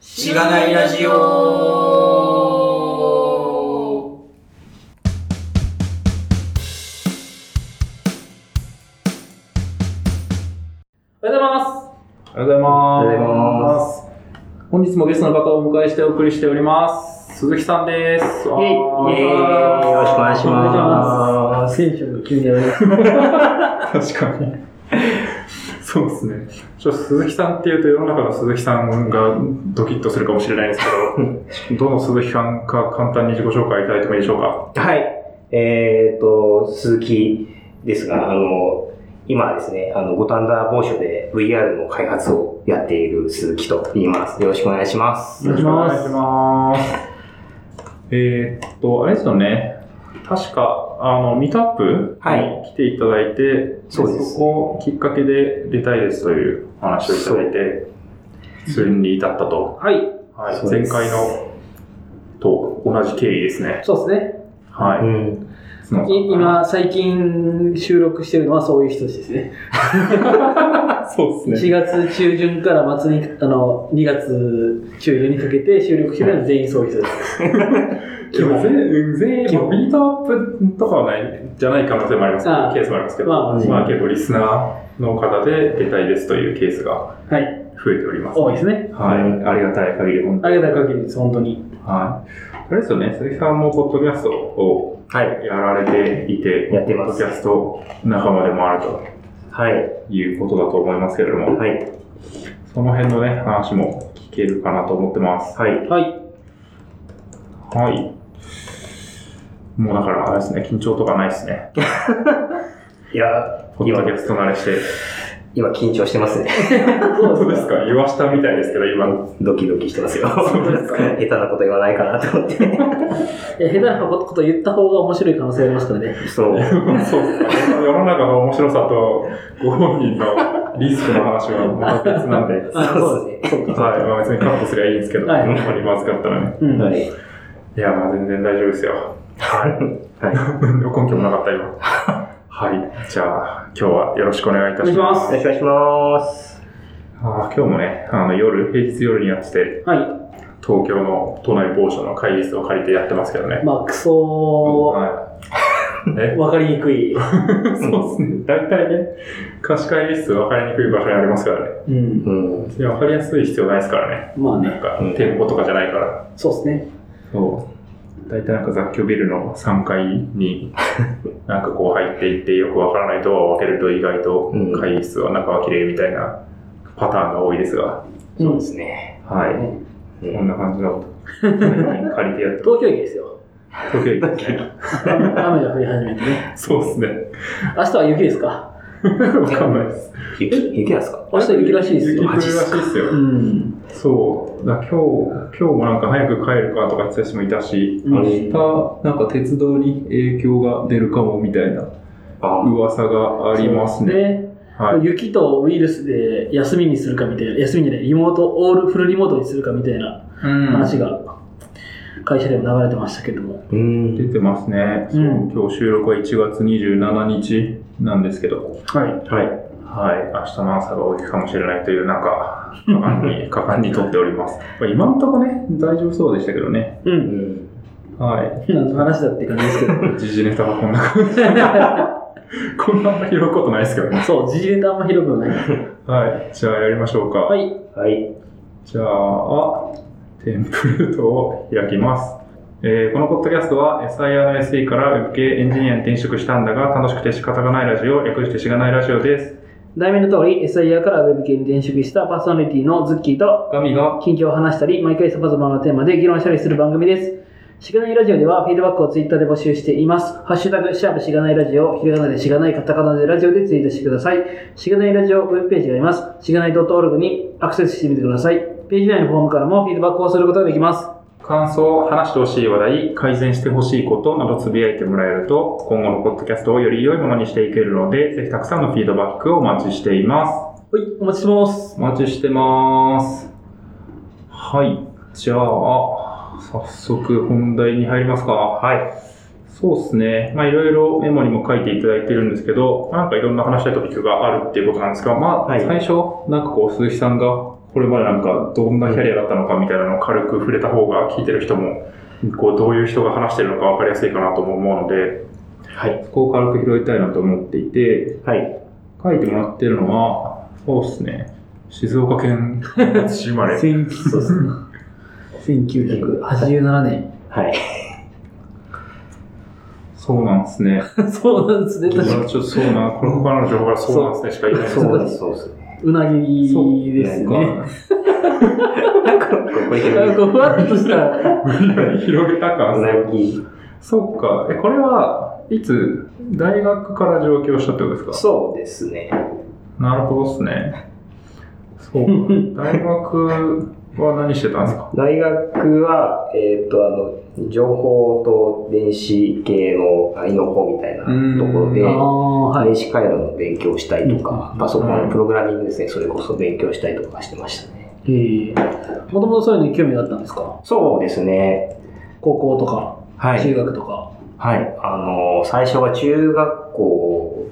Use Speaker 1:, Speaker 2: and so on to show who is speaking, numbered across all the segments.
Speaker 1: しがないラジオ
Speaker 2: おはようございま
Speaker 3: おはようございます。。
Speaker 1: おはようございます
Speaker 3: 本日もゲストの方をお迎えしてお送りしております。鈴木さんです。
Speaker 2: イエイ。
Speaker 1: イエーイよろしくお願いします
Speaker 2: テンションが急に上がりました。
Speaker 3: す。確かに。そうですね。ちょっと鈴木さんっていうと世の中の鈴木さんがドキッとするかもしれないですけど、どの鈴木さんか簡単に自己紹介いただいてもいいでしょうか。
Speaker 1: はい。えー、っと、鈴木ですが、あの、今はですね、あの、五反田某所で VR の開発をやっている鈴木と言います。よろしくお願いします。
Speaker 2: 願いします
Speaker 3: よろくお願いします。えーっと、あれですよね。確か、あの、ミートアップ
Speaker 1: はい
Speaker 3: に来ていただいて、
Speaker 1: そうです
Speaker 3: そこをきっかけで出たいですというお話をいただいて、それに至ったと。
Speaker 2: はい。
Speaker 3: はい、
Speaker 1: そうで
Speaker 3: 前
Speaker 1: す
Speaker 3: 回のと同じ経緯ですね。
Speaker 2: そうですね。
Speaker 3: は
Speaker 1: う
Speaker 3: い。
Speaker 1: ん。
Speaker 3: その
Speaker 2: い今、最近収録してるのはそういう人たちですね。
Speaker 3: そうです
Speaker 2: 1
Speaker 3: ね。
Speaker 2: 月中旬から末に、あの、2月中旬にかけて収録してるのは全員そういう人です。
Speaker 3: でも全うん全員、
Speaker 2: 基
Speaker 3: まあ
Speaker 2: 本
Speaker 3: ミートアップとかはない、じゃない可能性もあります
Speaker 2: ああ
Speaker 3: ケースもありますけど、
Speaker 2: まあまあ
Speaker 3: まあけどリスナーの方で出たいですというケースが
Speaker 2: はい。
Speaker 3: 増えております。
Speaker 2: 多いですね。
Speaker 3: はい。ありがたい限り、本当
Speaker 2: あ
Speaker 3: に。
Speaker 2: りがたい限りです、本当に。
Speaker 3: はい。あれですよね、鈴木さんもポッドキャストを
Speaker 1: はい。
Speaker 3: やられていて、
Speaker 1: やってます
Speaker 3: ポッドキャスト仲間でもあると
Speaker 1: はい。
Speaker 3: いうことだと思いますけれども、
Speaker 1: はい。
Speaker 3: その辺のね、話も聞けるかなと思ってます。
Speaker 1: はい。
Speaker 2: はい。
Speaker 3: はい。もうだから、あれですね、緊張とかないですね。
Speaker 1: いや、
Speaker 3: ポッドキャスト慣れして。
Speaker 1: 今緊張してますね。
Speaker 3: 本当ですか言わしたみたいですけど、今の。
Speaker 1: ドキドキしてますよ。
Speaker 3: そうです か
Speaker 1: 下手なこと言わないかなと思って。
Speaker 2: いや下手なこと言った方が面白い可能性ありますからね。
Speaker 1: そう。
Speaker 3: そうですか。世の中の面白さと、ご本人のリスクの話はまた別なんで。はい。
Speaker 2: あ
Speaker 1: そうですね。
Speaker 3: まあ別にカットすりゃいいんですけど、
Speaker 2: はい
Speaker 3: あんまりまずかったらね。
Speaker 2: うん。
Speaker 1: はい。
Speaker 3: いや、まあ全然大丈夫ですよ。
Speaker 1: はい。
Speaker 3: 何の根拠もなかった今。はい。じゃあ、今日はよろしくお願いいたしま
Speaker 2: お
Speaker 3: す。
Speaker 1: よろしくお願いします。
Speaker 3: あー今日もね、あの夜、平日夜にやってて、
Speaker 2: は
Speaker 3: 東京の都内某所の会議室を借りてやってますけどね
Speaker 2: い。。まあ、クソ、
Speaker 3: はい。え、
Speaker 2: わかりにくい。
Speaker 3: そうですね。大体ね、貸し会議室分かりにくい場所にありますからね。
Speaker 2: うん。
Speaker 1: うん。
Speaker 3: いや、分かりやすい必要ないですからね。
Speaker 2: まあ
Speaker 3: な
Speaker 2: ね
Speaker 3: ん。か
Speaker 1: うん、
Speaker 3: 店舗とかじゃないから。
Speaker 2: そうですね。
Speaker 3: そう。大体なんか雑居ビルの3 階に、なんかこう入っていって、よく分からないドアを開けると意外と
Speaker 1: うん
Speaker 3: 会議室は中は綺麗みたいなパターンが多いですが。
Speaker 1: そうですね。
Speaker 3: はい。
Speaker 2: ね
Speaker 1: う
Speaker 3: こん
Speaker 1: ん。
Speaker 3: な感 じの、最近借りてやって
Speaker 2: 東京駅ですよ。
Speaker 3: ます。時計ですね。
Speaker 2: 雨が降り始めてね。
Speaker 3: そうですね。
Speaker 2: 明日は雪ですか
Speaker 3: わかんないです。
Speaker 1: 雪、雪なんですか
Speaker 2: 明日雪らしいですよ。
Speaker 3: 雪降るらしいです
Speaker 2: う
Speaker 3: よ。
Speaker 2: ん。
Speaker 3: そう。だから今日、今日もなんか早く帰るかとか言ってた人もいたし、
Speaker 2: うん
Speaker 3: 明日、なんか鉄道に影響が出るかもみたいな
Speaker 1: あ
Speaker 3: 噂がありますね。
Speaker 2: で、
Speaker 3: はい。
Speaker 2: 雪とウイルスで休みにするかみたいな、休みじゃない、リモート、オールフルリモートにするかみたいな話が、会社でも流れてましたけども。
Speaker 1: うん。
Speaker 3: 出てますね。そううん今日収録は1月27日なんですけど、
Speaker 2: はい。
Speaker 1: はい。
Speaker 3: はい。明日の朝が大きいかもしれないという、なんか、果敢に、果敢に撮っており ます。まあ今んとこね、大丈夫そうでしたけどね。
Speaker 2: う。
Speaker 1: うんん。
Speaker 3: はい。
Speaker 2: 何の話だって感じですけど。
Speaker 3: 時事ネタはこんな感じ。こんなあんま拾うことないですけどね。
Speaker 2: そう、時事ネタあんま広くはない。
Speaker 3: はい、じゃあやりましょうか。
Speaker 2: はい。
Speaker 1: はい。
Speaker 3: じゃあ、テンプレートを開きます。えーこのポッドキャストは SIR の SE から Web 系エンジニアに転職したんだが楽しくて仕方がないラジオ、略してしがないラジオです。
Speaker 2: 題名の通り、SIR から Web 系に転職したパーソナリティのズッキーと、
Speaker 3: ガミが、
Speaker 2: 近況を話したり、毎回様々なテーマで議論したりする番組です。しがないラジオでは、フィードバックをツイッターで募集しています。ハッシュタグ、シャープしがないラジオ、ひらがなでしがない、カタカナでラジオでツイートしてください。しがないラジオウェブページがあります。しがない .org にアクセスしてみてください。ページ内のフォームからもフィードバックをすることができます。
Speaker 3: 感想、話してほしい話題、改善してほしいことなどつぶやいてもらえると、今後のポッドキャストをより良いものにしていけるので、ぜひたくさんのフィードバックをお待ちしています。
Speaker 2: はい、お待ちしてます。
Speaker 3: お待ちしてます。はい。じゃあ、早速本題に入りますか。はい。そうですね。まあいろいろメモにも書いていただいてるんですけど、なんかいろんな話したいトピックがあるっていうことなんですが、まあ、
Speaker 1: はい
Speaker 3: 最初、なんかこう鈴木さんがここれまでなんかどんなキャリアだったのかみたいなのを軽く触れた方が聞いてる人も、こうどういう人が話してるのか分かりやすいかなとも思うので、
Speaker 1: はい。
Speaker 3: そこを軽く拾いたいなと思っていて、
Speaker 1: はい。
Speaker 3: 書いてもらってるのは、そうですね、静岡県浜松市生ま れ。
Speaker 2: 千そうですね。1987年。
Speaker 1: はい。
Speaker 3: そうなんですね。
Speaker 2: そうなんですね、
Speaker 3: ちょ
Speaker 2: 確か
Speaker 3: っとそうな、この他の情報からそうなんですねしか言えないです
Speaker 1: そ
Speaker 3: ね。
Speaker 1: うです、そうです。
Speaker 2: うなぎです
Speaker 3: そう
Speaker 2: ね。
Speaker 3: か
Speaker 1: ここいける
Speaker 2: なんかふわっと した。
Speaker 3: 広げたか。
Speaker 1: うなぎ。
Speaker 3: そっか。え、これは、いつ、大学から上京したってことです
Speaker 1: そうですね。
Speaker 3: かなるほどっすね。そうか。大学は何してたんですか
Speaker 1: 大学は、えーっと、あの、情報と電子系のあイノコみたいなところで、
Speaker 3: う
Speaker 2: あ
Speaker 3: ん
Speaker 2: あ、はい
Speaker 1: 電。子回路の勉強したりとか
Speaker 2: う、ん
Speaker 1: パソコン
Speaker 3: うん
Speaker 1: のプログラミングですね、それこそ勉強したりとかしてましたね。
Speaker 2: ええもともとそういうのに興味があったんですか
Speaker 1: そうですね。
Speaker 2: 高校とか、
Speaker 1: は
Speaker 2: 中学とか。
Speaker 1: はい。あの、最初は中学校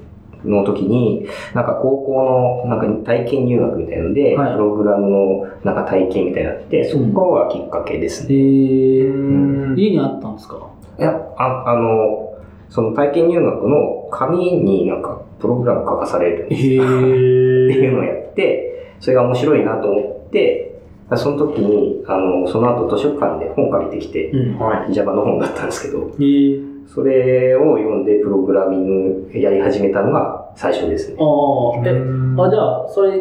Speaker 1: の時に、なんか高校のなんか体験入学みたいので、
Speaker 2: はい
Speaker 1: プログラムのなんか体験みたいになって、そこがきっかけです
Speaker 2: え
Speaker 1: ね。
Speaker 2: え
Speaker 3: ん
Speaker 2: 家にあったんですか
Speaker 1: いや、ああの、その体験入学の紙になんかプログラム書かされるって
Speaker 2: ええ
Speaker 1: いうのをやって、それが面白いなと思って、その時に、あの、その後図書館で本借りてきて、
Speaker 2: うん。
Speaker 3: はい。
Speaker 1: Java の本だったんですけど、
Speaker 2: ええ
Speaker 1: それを読んでプログラミングやり始めたのが最初ですね。
Speaker 2: ああ、え、あ、じゃあ、それ、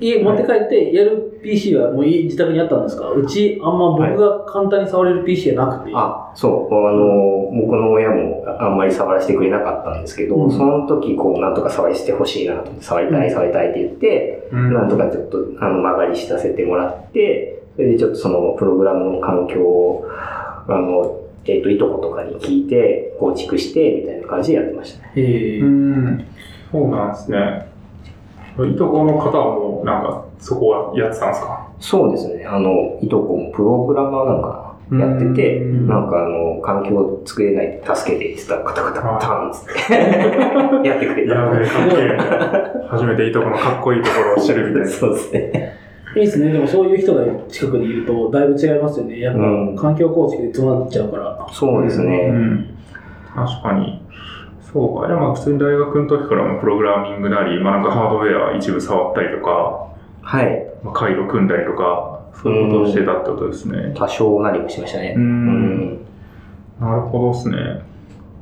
Speaker 2: 家持って帰ってやる PC はもう家自宅にあったんですかうち、あんま僕が簡単に触れる PC がなくて。
Speaker 1: あ、そう、あの、僕の親もあんまり触らせてくれなかったんですけど、
Speaker 2: うん
Speaker 1: その時、こう、なんとか触りしてほしいなと思って、触りた
Speaker 2: う
Speaker 1: い、
Speaker 2: ん
Speaker 1: 触りたいって言って、
Speaker 3: うん
Speaker 1: なんとかちょっと、あの、曲がりさせてもらって、それでちょっとその、プログラムの環境を、あの、えっ、と、いとことかに聞いて、構築して、みたいな感じでやってましたね。
Speaker 2: へえ
Speaker 3: うん。そうなんですね。いとこの方はもう、なんか、そこはやってたんですか
Speaker 1: そうですね、あの、いとこもプログラマーなのかな、やってて、
Speaker 3: うん
Speaker 1: なんかあの、環境を作れない、助けてって言ってたら、カタカタ
Speaker 3: はい
Speaker 1: ターンっつって、 やってくれ
Speaker 3: や
Speaker 1: た。
Speaker 3: べえ、かっけえ。初めていとこのかっこいいところを知るみたいな。
Speaker 1: そうですね。
Speaker 2: いいですね。でもそういう人が近くにいると、だいぶ違いますよね。やっぱ
Speaker 1: うん、
Speaker 2: 環境構築で詰まっちゃうから。
Speaker 1: そうです
Speaker 3: う
Speaker 1: ね。
Speaker 3: ん、確かに。そうか。でも普通に大学の時からもプログラミングなり、まあなんかハードウェア一部触ったりとか、
Speaker 1: はい。
Speaker 3: まあ、回路組んだりとか、そういうことをしてたってことですね。
Speaker 1: 多少何もしましたね
Speaker 3: う。。
Speaker 1: うんん。
Speaker 3: なるほどですね。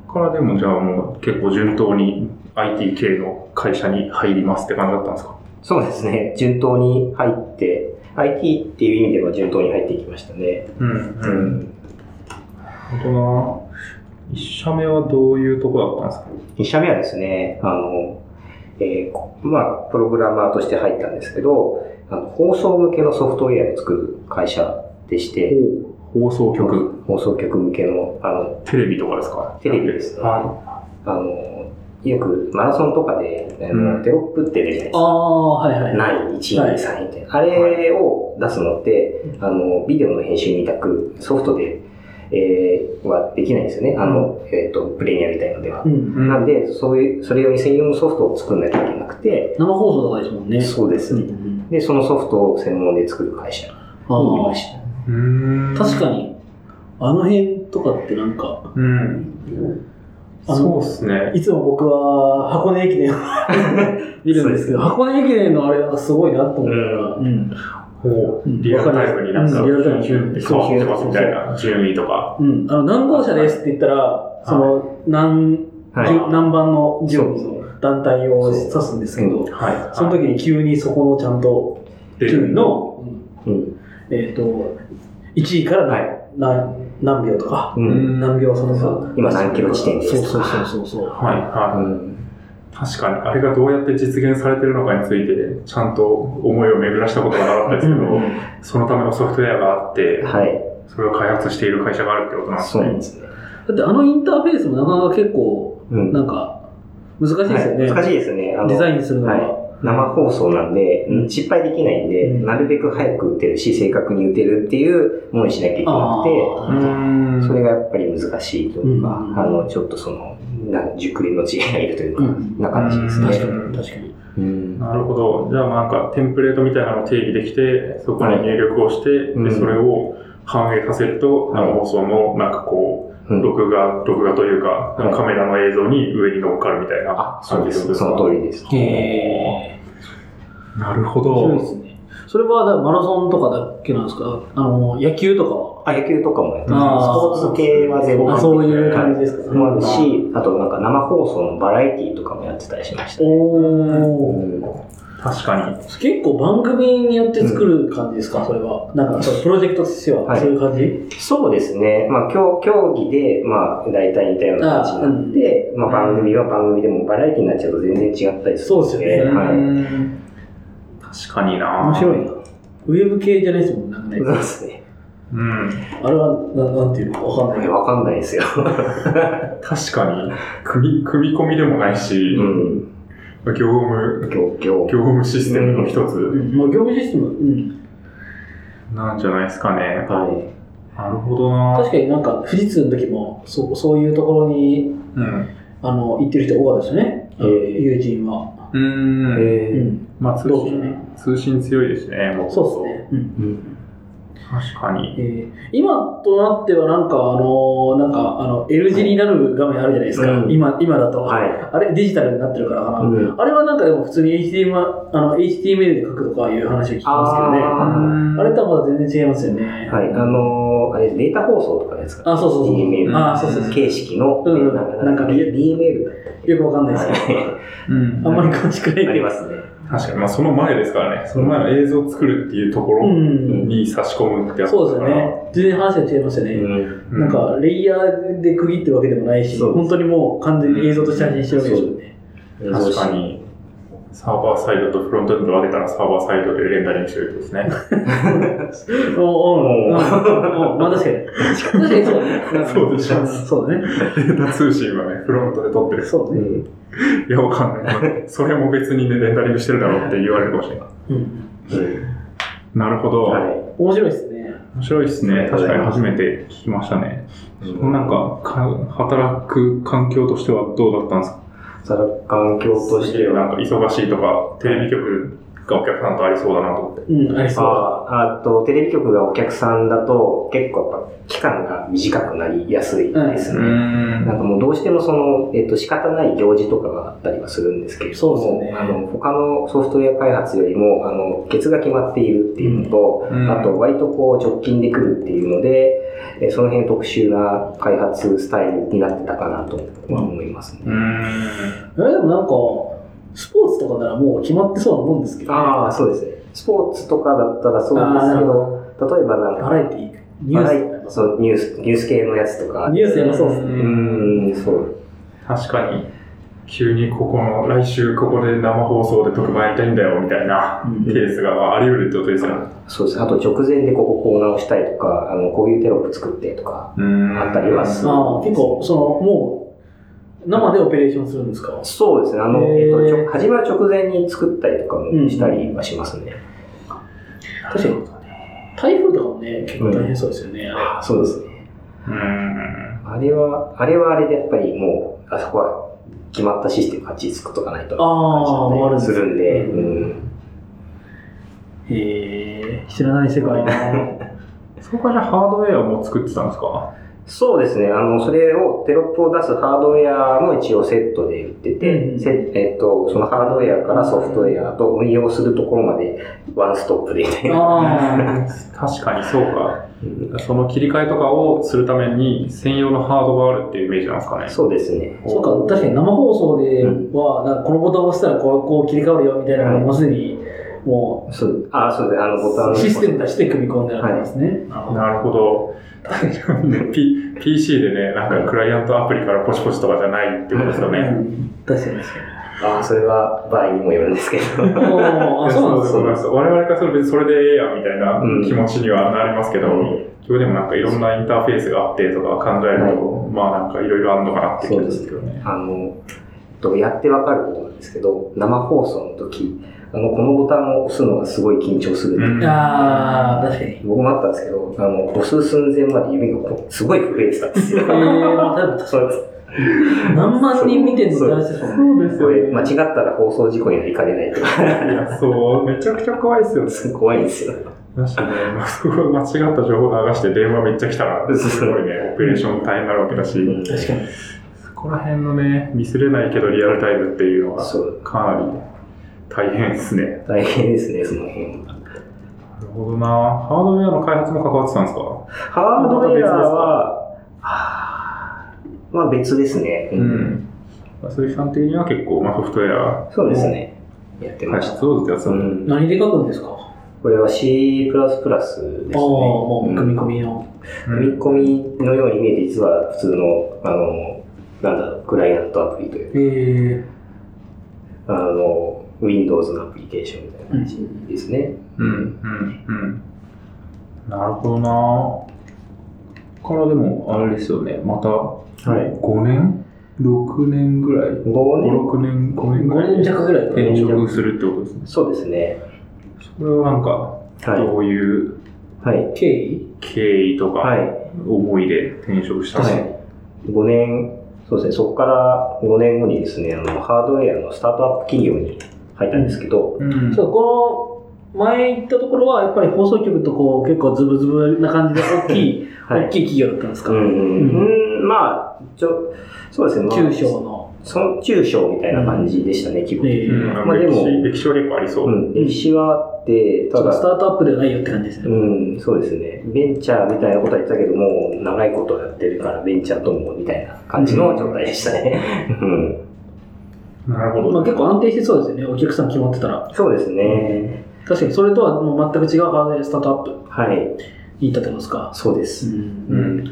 Speaker 3: ここからでもじゃあもう結構順当に IT 系の会社に入りますって感じだったんですか
Speaker 1: そうですね。順当に入って、IT っていう意味では順当に入っていきましたね。
Speaker 3: うん。うん。。なるほどな。一社目はどういうとこだったんです
Speaker 1: 1社目はですね、あの、えーこまあ、プログラマーとして入ったんですけど、あの放送向けのソフトウェアを作る会社でして、
Speaker 3: か放送局、
Speaker 1: 放送局向けの、あの、
Speaker 3: テレビとかですか
Speaker 1: テレビですね
Speaker 3: は
Speaker 1: あの、よくマラソンとかで、あの
Speaker 3: うん
Speaker 1: テロップって出るじゃないです
Speaker 2: あ
Speaker 1: か。
Speaker 2: あ、はいはい。
Speaker 1: 何位、1位、3位って。あれを出すのって、あの、ビデオの編集みたく、ソフトで、えーはできないんですよね。あの、えっ、と、プレミアみたいのでは
Speaker 2: う。ん。
Speaker 3: うん
Speaker 1: なんで、そういう、それ用に専用のソフトを作らなきゃいけなくて、
Speaker 2: 生放送とかですもんね。
Speaker 1: そうです
Speaker 2: うん
Speaker 1: ね。
Speaker 2: うん
Speaker 1: で、そのソフトを専門で作る会社にいました。
Speaker 3: うーん。
Speaker 2: 確かに、あの辺とかってなんか、
Speaker 3: うん。
Speaker 2: あの
Speaker 3: そうですね。
Speaker 2: いつも僕は箱根駅 伝を見るんですけど、箱根駅伝のあれがすごいなと思ったら、うん。
Speaker 3: こ
Speaker 2: うん
Speaker 3: う、リアルタイムになんか、
Speaker 2: うんリアルタイム
Speaker 3: ヒュンって変わってますみたいな、順位とか。
Speaker 2: うん。あの、何号車ですって言ったら、その、何、
Speaker 1: はい
Speaker 2: じゅ。何番の順位
Speaker 1: そう
Speaker 2: の団体を指すんですけど、
Speaker 3: はい
Speaker 2: その時に急にそこのちゃんと、順位、の、うん
Speaker 1: うん。
Speaker 2: えっと、1位から
Speaker 1: は
Speaker 2: 何
Speaker 1: い
Speaker 2: 何何秒とか、
Speaker 1: うん。
Speaker 2: 何秒そのさ、
Speaker 1: 今何キロ地点です
Speaker 2: そ
Speaker 1: と
Speaker 2: う
Speaker 1: か
Speaker 2: そうそうそう。
Speaker 3: はい、は
Speaker 1: うん
Speaker 3: い。確かに、あれがどうやって実現されてるのかについて、ちゃんと思いを巡らしたことがなかったですけど、そのためのソフトウェアがあって、
Speaker 1: はい。
Speaker 3: それを開発している会社があるってことなんです
Speaker 1: そうなん
Speaker 3: ね。
Speaker 1: ですね。
Speaker 2: だってあのインターフェースもなかなか結構、
Speaker 1: うん
Speaker 2: なんか、難しいですよね。
Speaker 1: はい難しいですね。あの
Speaker 2: デザインするのが。
Speaker 1: は生放送なんで、
Speaker 2: うん
Speaker 1: 失敗できないんで、
Speaker 2: うん
Speaker 1: なるべく早く打てるし、正確に打てるっていうものにしなきゃいけな
Speaker 2: あ
Speaker 1: く
Speaker 2: ー
Speaker 1: て、そ
Speaker 3: そ
Speaker 1: れがやっぱり難しいというか、
Speaker 2: うん
Speaker 1: あの、ちょっとその、な熟練の知恵がいるというか、
Speaker 2: うん
Speaker 1: な感じです
Speaker 3: うん
Speaker 1: ね。
Speaker 2: 確かに、確かに。
Speaker 1: うん。
Speaker 3: なるほど。じゃあ、まあなんか、テンプレートみたいなのを定義できて、そこに入力をして、
Speaker 1: うん
Speaker 3: でそれを反映させると、
Speaker 1: はい
Speaker 3: 生放送の、なんかこ
Speaker 1: う
Speaker 3: う、
Speaker 1: ん
Speaker 3: 録画、録画というか、
Speaker 1: はい
Speaker 3: カメラの映像に上に乗っかるみたいな
Speaker 1: あ、そう
Speaker 3: 感
Speaker 1: で
Speaker 3: じ
Speaker 1: す。その通りです。
Speaker 2: へ
Speaker 3: なるほ
Speaker 2: 面白い
Speaker 3: ど
Speaker 2: で。すね。それはだからマラソンとかだけなんですかあの、野球とかは
Speaker 1: あ、野球とかもやって
Speaker 2: あ
Speaker 1: ま
Speaker 2: ー
Speaker 1: す。スポーツ系は全般
Speaker 3: あそういう
Speaker 2: 感じですか
Speaker 1: もあるし、あとなんか生放送のバラエティとかもやってたりしました、ね。う
Speaker 2: おー。
Speaker 1: ん
Speaker 3: 確かに。
Speaker 2: 結構番組によって作る感じですか、それは。なんか、プロジェクトとしては、
Speaker 1: はい
Speaker 2: そういう感じ
Speaker 1: そうですね。まあ、競競技で、まあ、大体似たような感じになって、まあ、番組は番組でも、バラエティになっちゃうと全然違ったりする
Speaker 2: そうですよね。
Speaker 1: はい。
Speaker 3: 確かにな
Speaker 2: 面白いな。ウェブ系じゃないですもんね、なんかね。
Speaker 1: そうですね。
Speaker 3: うん。
Speaker 2: あれは、ななんていうのかわかんないけど。
Speaker 1: わかんないですよ。
Speaker 3: 確かに。組み、組み込みでもないし、
Speaker 1: うん。
Speaker 3: 業務、
Speaker 1: 業、業
Speaker 3: 業。務システムの一
Speaker 2: う
Speaker 3: つ
Speaker 2: んまあ、業務システム、うん。
Speaker 3: なんじゃないですかね。
Speaker 1: は
Speaker 3: なるほどな
Speaker 2: 確かになんか、富士通の時も、そうそういうところに、
Speaker 3: うん。
Speaker 2: あの、行ってる人多かったですよね。
Speaker 1: へー
Speaker 2: 友人は。
Speaker 3: う
Speaker 1: い。
Speaker 3: ん。
Speaker 2: う
Speaker 1: え
Speaker 2: ん。
Speaker 3: まあ、通
Speaker 2: 同期
Speaker 3: 信、
Speaker 2: ね
Speaker 3: 通信強いですね、も
Speaker 2: そうですね。うん。
Speaker 1: ーうん。
Speaker 3: 確か
Speaker 2: え
Speaker 3: に。
Speaker 2: ー今となってはなんか、あのーなんか、あの、L 字になる画面あるじゃないですか。
Speaker 1: うん
Speaker 2: 今、今だと。
Speaker 1: はい。
Speaker 2: あれ、デジタルになってるからかな。
Speaker 1: うん
Speaker 2: あれはなんかでも普通に HTML, あの HTML で書くとかいう話を聞きますけどね。
Speaker 1: あー
Speaker 2: あれとはまだ全然違いますよね。
Speaker 1: はい。あのー、あれ、データ放送とかですか
Speaker 2: あ、そうそうそう。
Speaker 1: DML
Speaker 2: あ、そうそうそ
Speaker 1: 形式の、
Speaker 2: うんうん
Speaker 1: なんか
Speaker 2: なんか
Speaker 1: DML だ
Speaker 2: う。よくわかんないですけど。
Speaker 3: うん
Speaker 2: あんまり詳しくないけど。
Speaker 1: ありますね。
Speaker 3: 確かに、まあ、その前ですからね。その前の映像を作るっていうとこ
Speaker 2: う
Speaker 3: ろ
Speaker 2: ん。
Speaker 3: に差し込むってやつ
Speaker 2: そうですよね。全然話が違いますよね。
Speaker 1: うん。
Speaker 3: う
Speaker 2: なん、か、レイヤーで区切ってるわけでもないし、
Speaker 1: そう
Speaker 2: 本当にもう完全に映像として発信してるわけですよね。
Speaker 3: 確かに。サーバーサイドとフロントエンドを上げたらサーバーサイドでレンダリングしてるってことですね。
Speaker 2: おおお
Speaker 1: お
Speaker 2: おまあ確かに。確かにそうだね。
Speaker 3: そうでしょ
Speaker 2: そうだね。
Speaker 3: デ ータ通信はね、フロントで撮ってる。
Speaker 2: そう
Speaker 1: う
Speaker 2: ね。
Speaker 1: ん。
Speaker 3: いや、わかんない。それも別にね、レンダリングしてるだろうって言われるかもしれない。
Speaker 2: うん。
Speaker 1: うん。
Speaker 3: なるほど。
Speaker 1: は
Speaker 2: 面白いですね。
Speaker 3: 面白いですね。確かに初めて聞きましたね。
Speaker 1: い。
Speaker 3: なんかか、働く環境としてはどうだったんですか
Speaker 1: 働く環境としては、
Speaker 3: なんか忙しいとか、テレビ局がお客さんとありそうだなと思って。
Speaker 2: うん、ありそう。
Speaker 1: ああと、テレビ局がお客さんだと、結構やっぱ期間が短くなりやすいですね。なんかもうどうしてもその、えっと、仕方ない行事とかがあったりはするんですけれども、
Speaker 2: そうですね
Speaker 1: あの、他のソフトウェア開発よりも、あの、月が決まっているっていうのと、
Speaker 3: うん
Speaker 1: あと、割とこう、直近で来るっていうので、えその辺特殊な開発スタイルになってたかなとは思いますね。
Speaker 3: うーん。
Speaker 2: えでもなんか、スポーツとかならもう決まってそうなもんですけど、
Speaker 1: ああ、そうですね。スポーツとかだったらそうですけど、例えばなん
Speaker 2: バ
Speaker 1: か、
Speaker 2: ラエティー、ニュースとかやっぱ
Speaker 1: そうニュース、ニュース系のやつとか。
Speaker 2: ニュースやばそうです
Speaker 1: う
Speaker 2: ね。
Speaker 1: ーん、そう。
Speaker 3: 確かに、急にここの、来週ここで生放送で特番やりたいんだよみたいな
Speaker 2: うん
Speaker 3: ケースがまああり得るってことですよね。
Speaker 1: そうです。あと直前でこここう直したいとか、あの、こういうテロップ作ってとか。
Speaker 3: うん
Speaker 1: あったりはする
Speaker 2: ああ結構、その、もう、生でオペレーションするんですか
Speaker 1: そうですね。あの、
Speaker 2: へー
Speaker 1: えっとちょ、始まる直前に作ったりとかもしたりはしますね。
Speaker 2: 確かに。台風とかもね、結構大変そうですよね。あれ
Speaker 1: あそうですね。
Speaker 3: うん。
Speaker 1: あれは、あれはあれでやっぱりもう、あそこは決まったシステムがち作っとかないと。
Speaker 2: あー、あるんですす
Speaker 1: るんで、う
Speaker 2: ね
Speaker 1: ん。
Speaker 2: へえ、知らない世界だ。
Speaker 3: そこからハードウェアも作ってたんですか
Speaker 1: そうですね。あの、それを、テロップを出すハードウェアも一応セットで売ってて、
Speaker 2: うんうん
Speaker 1: せえっと、そのハードウェアからソフトウェアと運用するところまでワンストップでみた いな。
Speaker 2: ああ、
Speaker 3: 確かにそうか。
Speaker 1: うん
Speaker 3: その切り替えとかをするために専用のハードがあるっていうイメージなんですかね。
Speaker 1: そうですね。
Speaker 2: そうか、確かに生放送で
Speaker 1: う
Speaker 2: は、なんかこのボタンを押したらこうこう切り替わるよみたいなのが、
Speaker 1: はい
Speaker 2: もうすでに、も
Speaker 1: そう、あ、そうです。あの、ボタン
Speaker 2: う、
Speaker 1: の
Speaker 2: システムとして組み込んであるんですね。
Speaker 3: なるほど。確かにね、P、PC でね、なんかクライアントアプリからポチポチとかじゃないってことですよ
Speaker 2: う
Speaker 3: ね。
Speaker 2: ん確かに確かに。
Speaker 1: ああ、それは場合にもよるんですけど。
Speaker 2: あ、そうなんです
Speaker 3: そう
Speaker 2: か。
Speaker 3: です。我々からすると別にそれでええやんみたいな
Speaker 1: うん
Speaker 3: 気持ちにはなりますけど、
Speaker 1: うん
Speaker 3: それでもなんかいろんなインターフェースがあってとか考えると、まあなんかいろいろあるのかなって気がするけどね。
Speaker 1: あの、えっとやってわかることなんですけど、生放送の時、あの、このボタンを押すのがすごい緊張するっていう
Speaker 3: う。ん
Speaker 2: ああ、確かに。
Speaker 1: 僕もあったんですけど、あの、押す寸前まで指がこう、すごい震えてたん ですよ。
Speaker 2: えー、まあ、多分
Speaker 1: そうです
Speaker 2: 何万人見てんのって話ですもんね。
Speaker 3: そうです
Speaker 1: こ
Speaker 3: よ
Speaker 1: れ、間
Speaker 3: ね。
Speaker 1: 違ったら放送事故になりかねないとか、
Speaker 3: いや、そう、めちゃくちゃ怖いですよね。
Speaker 1: 怖いんですよ。
Speaker 3: だしね、まあ、そこが間違った情報流して電話めっちゃ来たら、すごいね、 オペレーション大変になるわけだし、
Speaker 1: うん
Speaker 2: 確かに。
Speaker 3: そこら辺のね、ミスれないけどリアルタイムっていうのが、
Speaker 1: そう。
Speaker 3: かなり大変ですね。
Speaker 1: 大変ですね、その辺。
Speaker 3: なるほどな。ハードウェアの開発も関わってたんですか
Speaker 1: ハードウェアは、はぁまあ別ですね。う
Speaker 3: う。ん。鈴木さん的には結構、まあ、ソフトウェア
Speaker 1: そうですね。やって
Speaker 3: 開
Speaker 1: ました。
Speaker 3: 発をずっとやってた
Speaker 1: うん
Speaker 3: だ。
Speaker 1: ん、
Speaker 2: 何で書くんですかあ
Speaker 1: これは C++ ですね。
Speaker 2: あ、もう、組み込みの。
Speaker 1: 組み込みのように見えて、実は普通の、あの、なんだろう、クライアントアプリというか、
Speaker 2: え
Speaker 1: あの、Windows のアプリケーションみたいな感じですね。
Speaker 3: うん、うん、うん。なるほどな。ここからでも、あれですよね、また
Speaker 1: はい。
Speaker 3: 5年 ?6 年ぐらい
Speaker 1: 5
Speaker 3: ?5、
Speaker 1: 年
Speaker 3: 6年、5
Speaker 2: ー、
Speaker 3: 年ぐら
Speaker 2: 5年
Speaker 3: いで
Speaker 2: 弱ぐらいか
Speaker 3: 転職するってことですね。
Speaker 1: そうですね。
Speaker 3: それはなんか、
Speaker 1: は
Speaker 3: どういう
Speaker 1: い。はい。
Speaker 2: 経緯
Speaker 3: 経緯と
Speaker 1: は
Speaker 3: か、
Speaker 1: い。
Speaker 3: 思いで転職したんですか
Speaker 1: はい。5年、そうですね、そこから5年後にですね、あのハードウェアのスタートアップ企業に入ったんですけど、
Speaker 3: うん
Speaker 2: そう、この、前行ったところは、やっぱり放送局とこう、結構ズブズブな感じで、大きい、
Speaker 1: はい
Speaker 2: 大きい企業だったんですか、
Speaker 1: うんうん
Speaker 2: う
Speaker 1: うん、まあ、ちょそうですね、まあ、
Speaker 2: 中小の。
Speaker 1: その中小みたいな感じでしたね、規模的に。
Speaker 2: え
Speaker 3: う
Speaker 2: ー
Speaker 3: ん、
Speaker 1: まあで
Speaker 3: 歴
Speaker 1: も
Speaker 3: 史、歴史は結構ありそう。
Speaker 1: うん、歴史はあって、
Speaker 2: ちょ
Speaker 1: た
Speaker 2: っとスタ
Speaker 1: だ、
Speaker 2: ートアップではないよって感じです
Speaker 1: う
Speaker 2: ね。
Speaker 1: ん、そうですね、ベンチャーみたいなことは言ってたけども、長いことやってるからベンチャーともみたいな感じの状態でしたね。うん、
Speaker 3: なるほど。
Speaker 2: まあ、結構安定してそうですよね、お客さん決まってたら。
Speaker 1: そうですね、
Speaker 2: 確かに、それとはもう全く違うハードウェアスタートアップ
Speaker 1: はい、
Speaker 2: に行ったってことですか。
Speaker 1: そうで
Speaker 2: う
Speaker 1: す。
Speaker 2: ん
Speaker 3: うん、うん。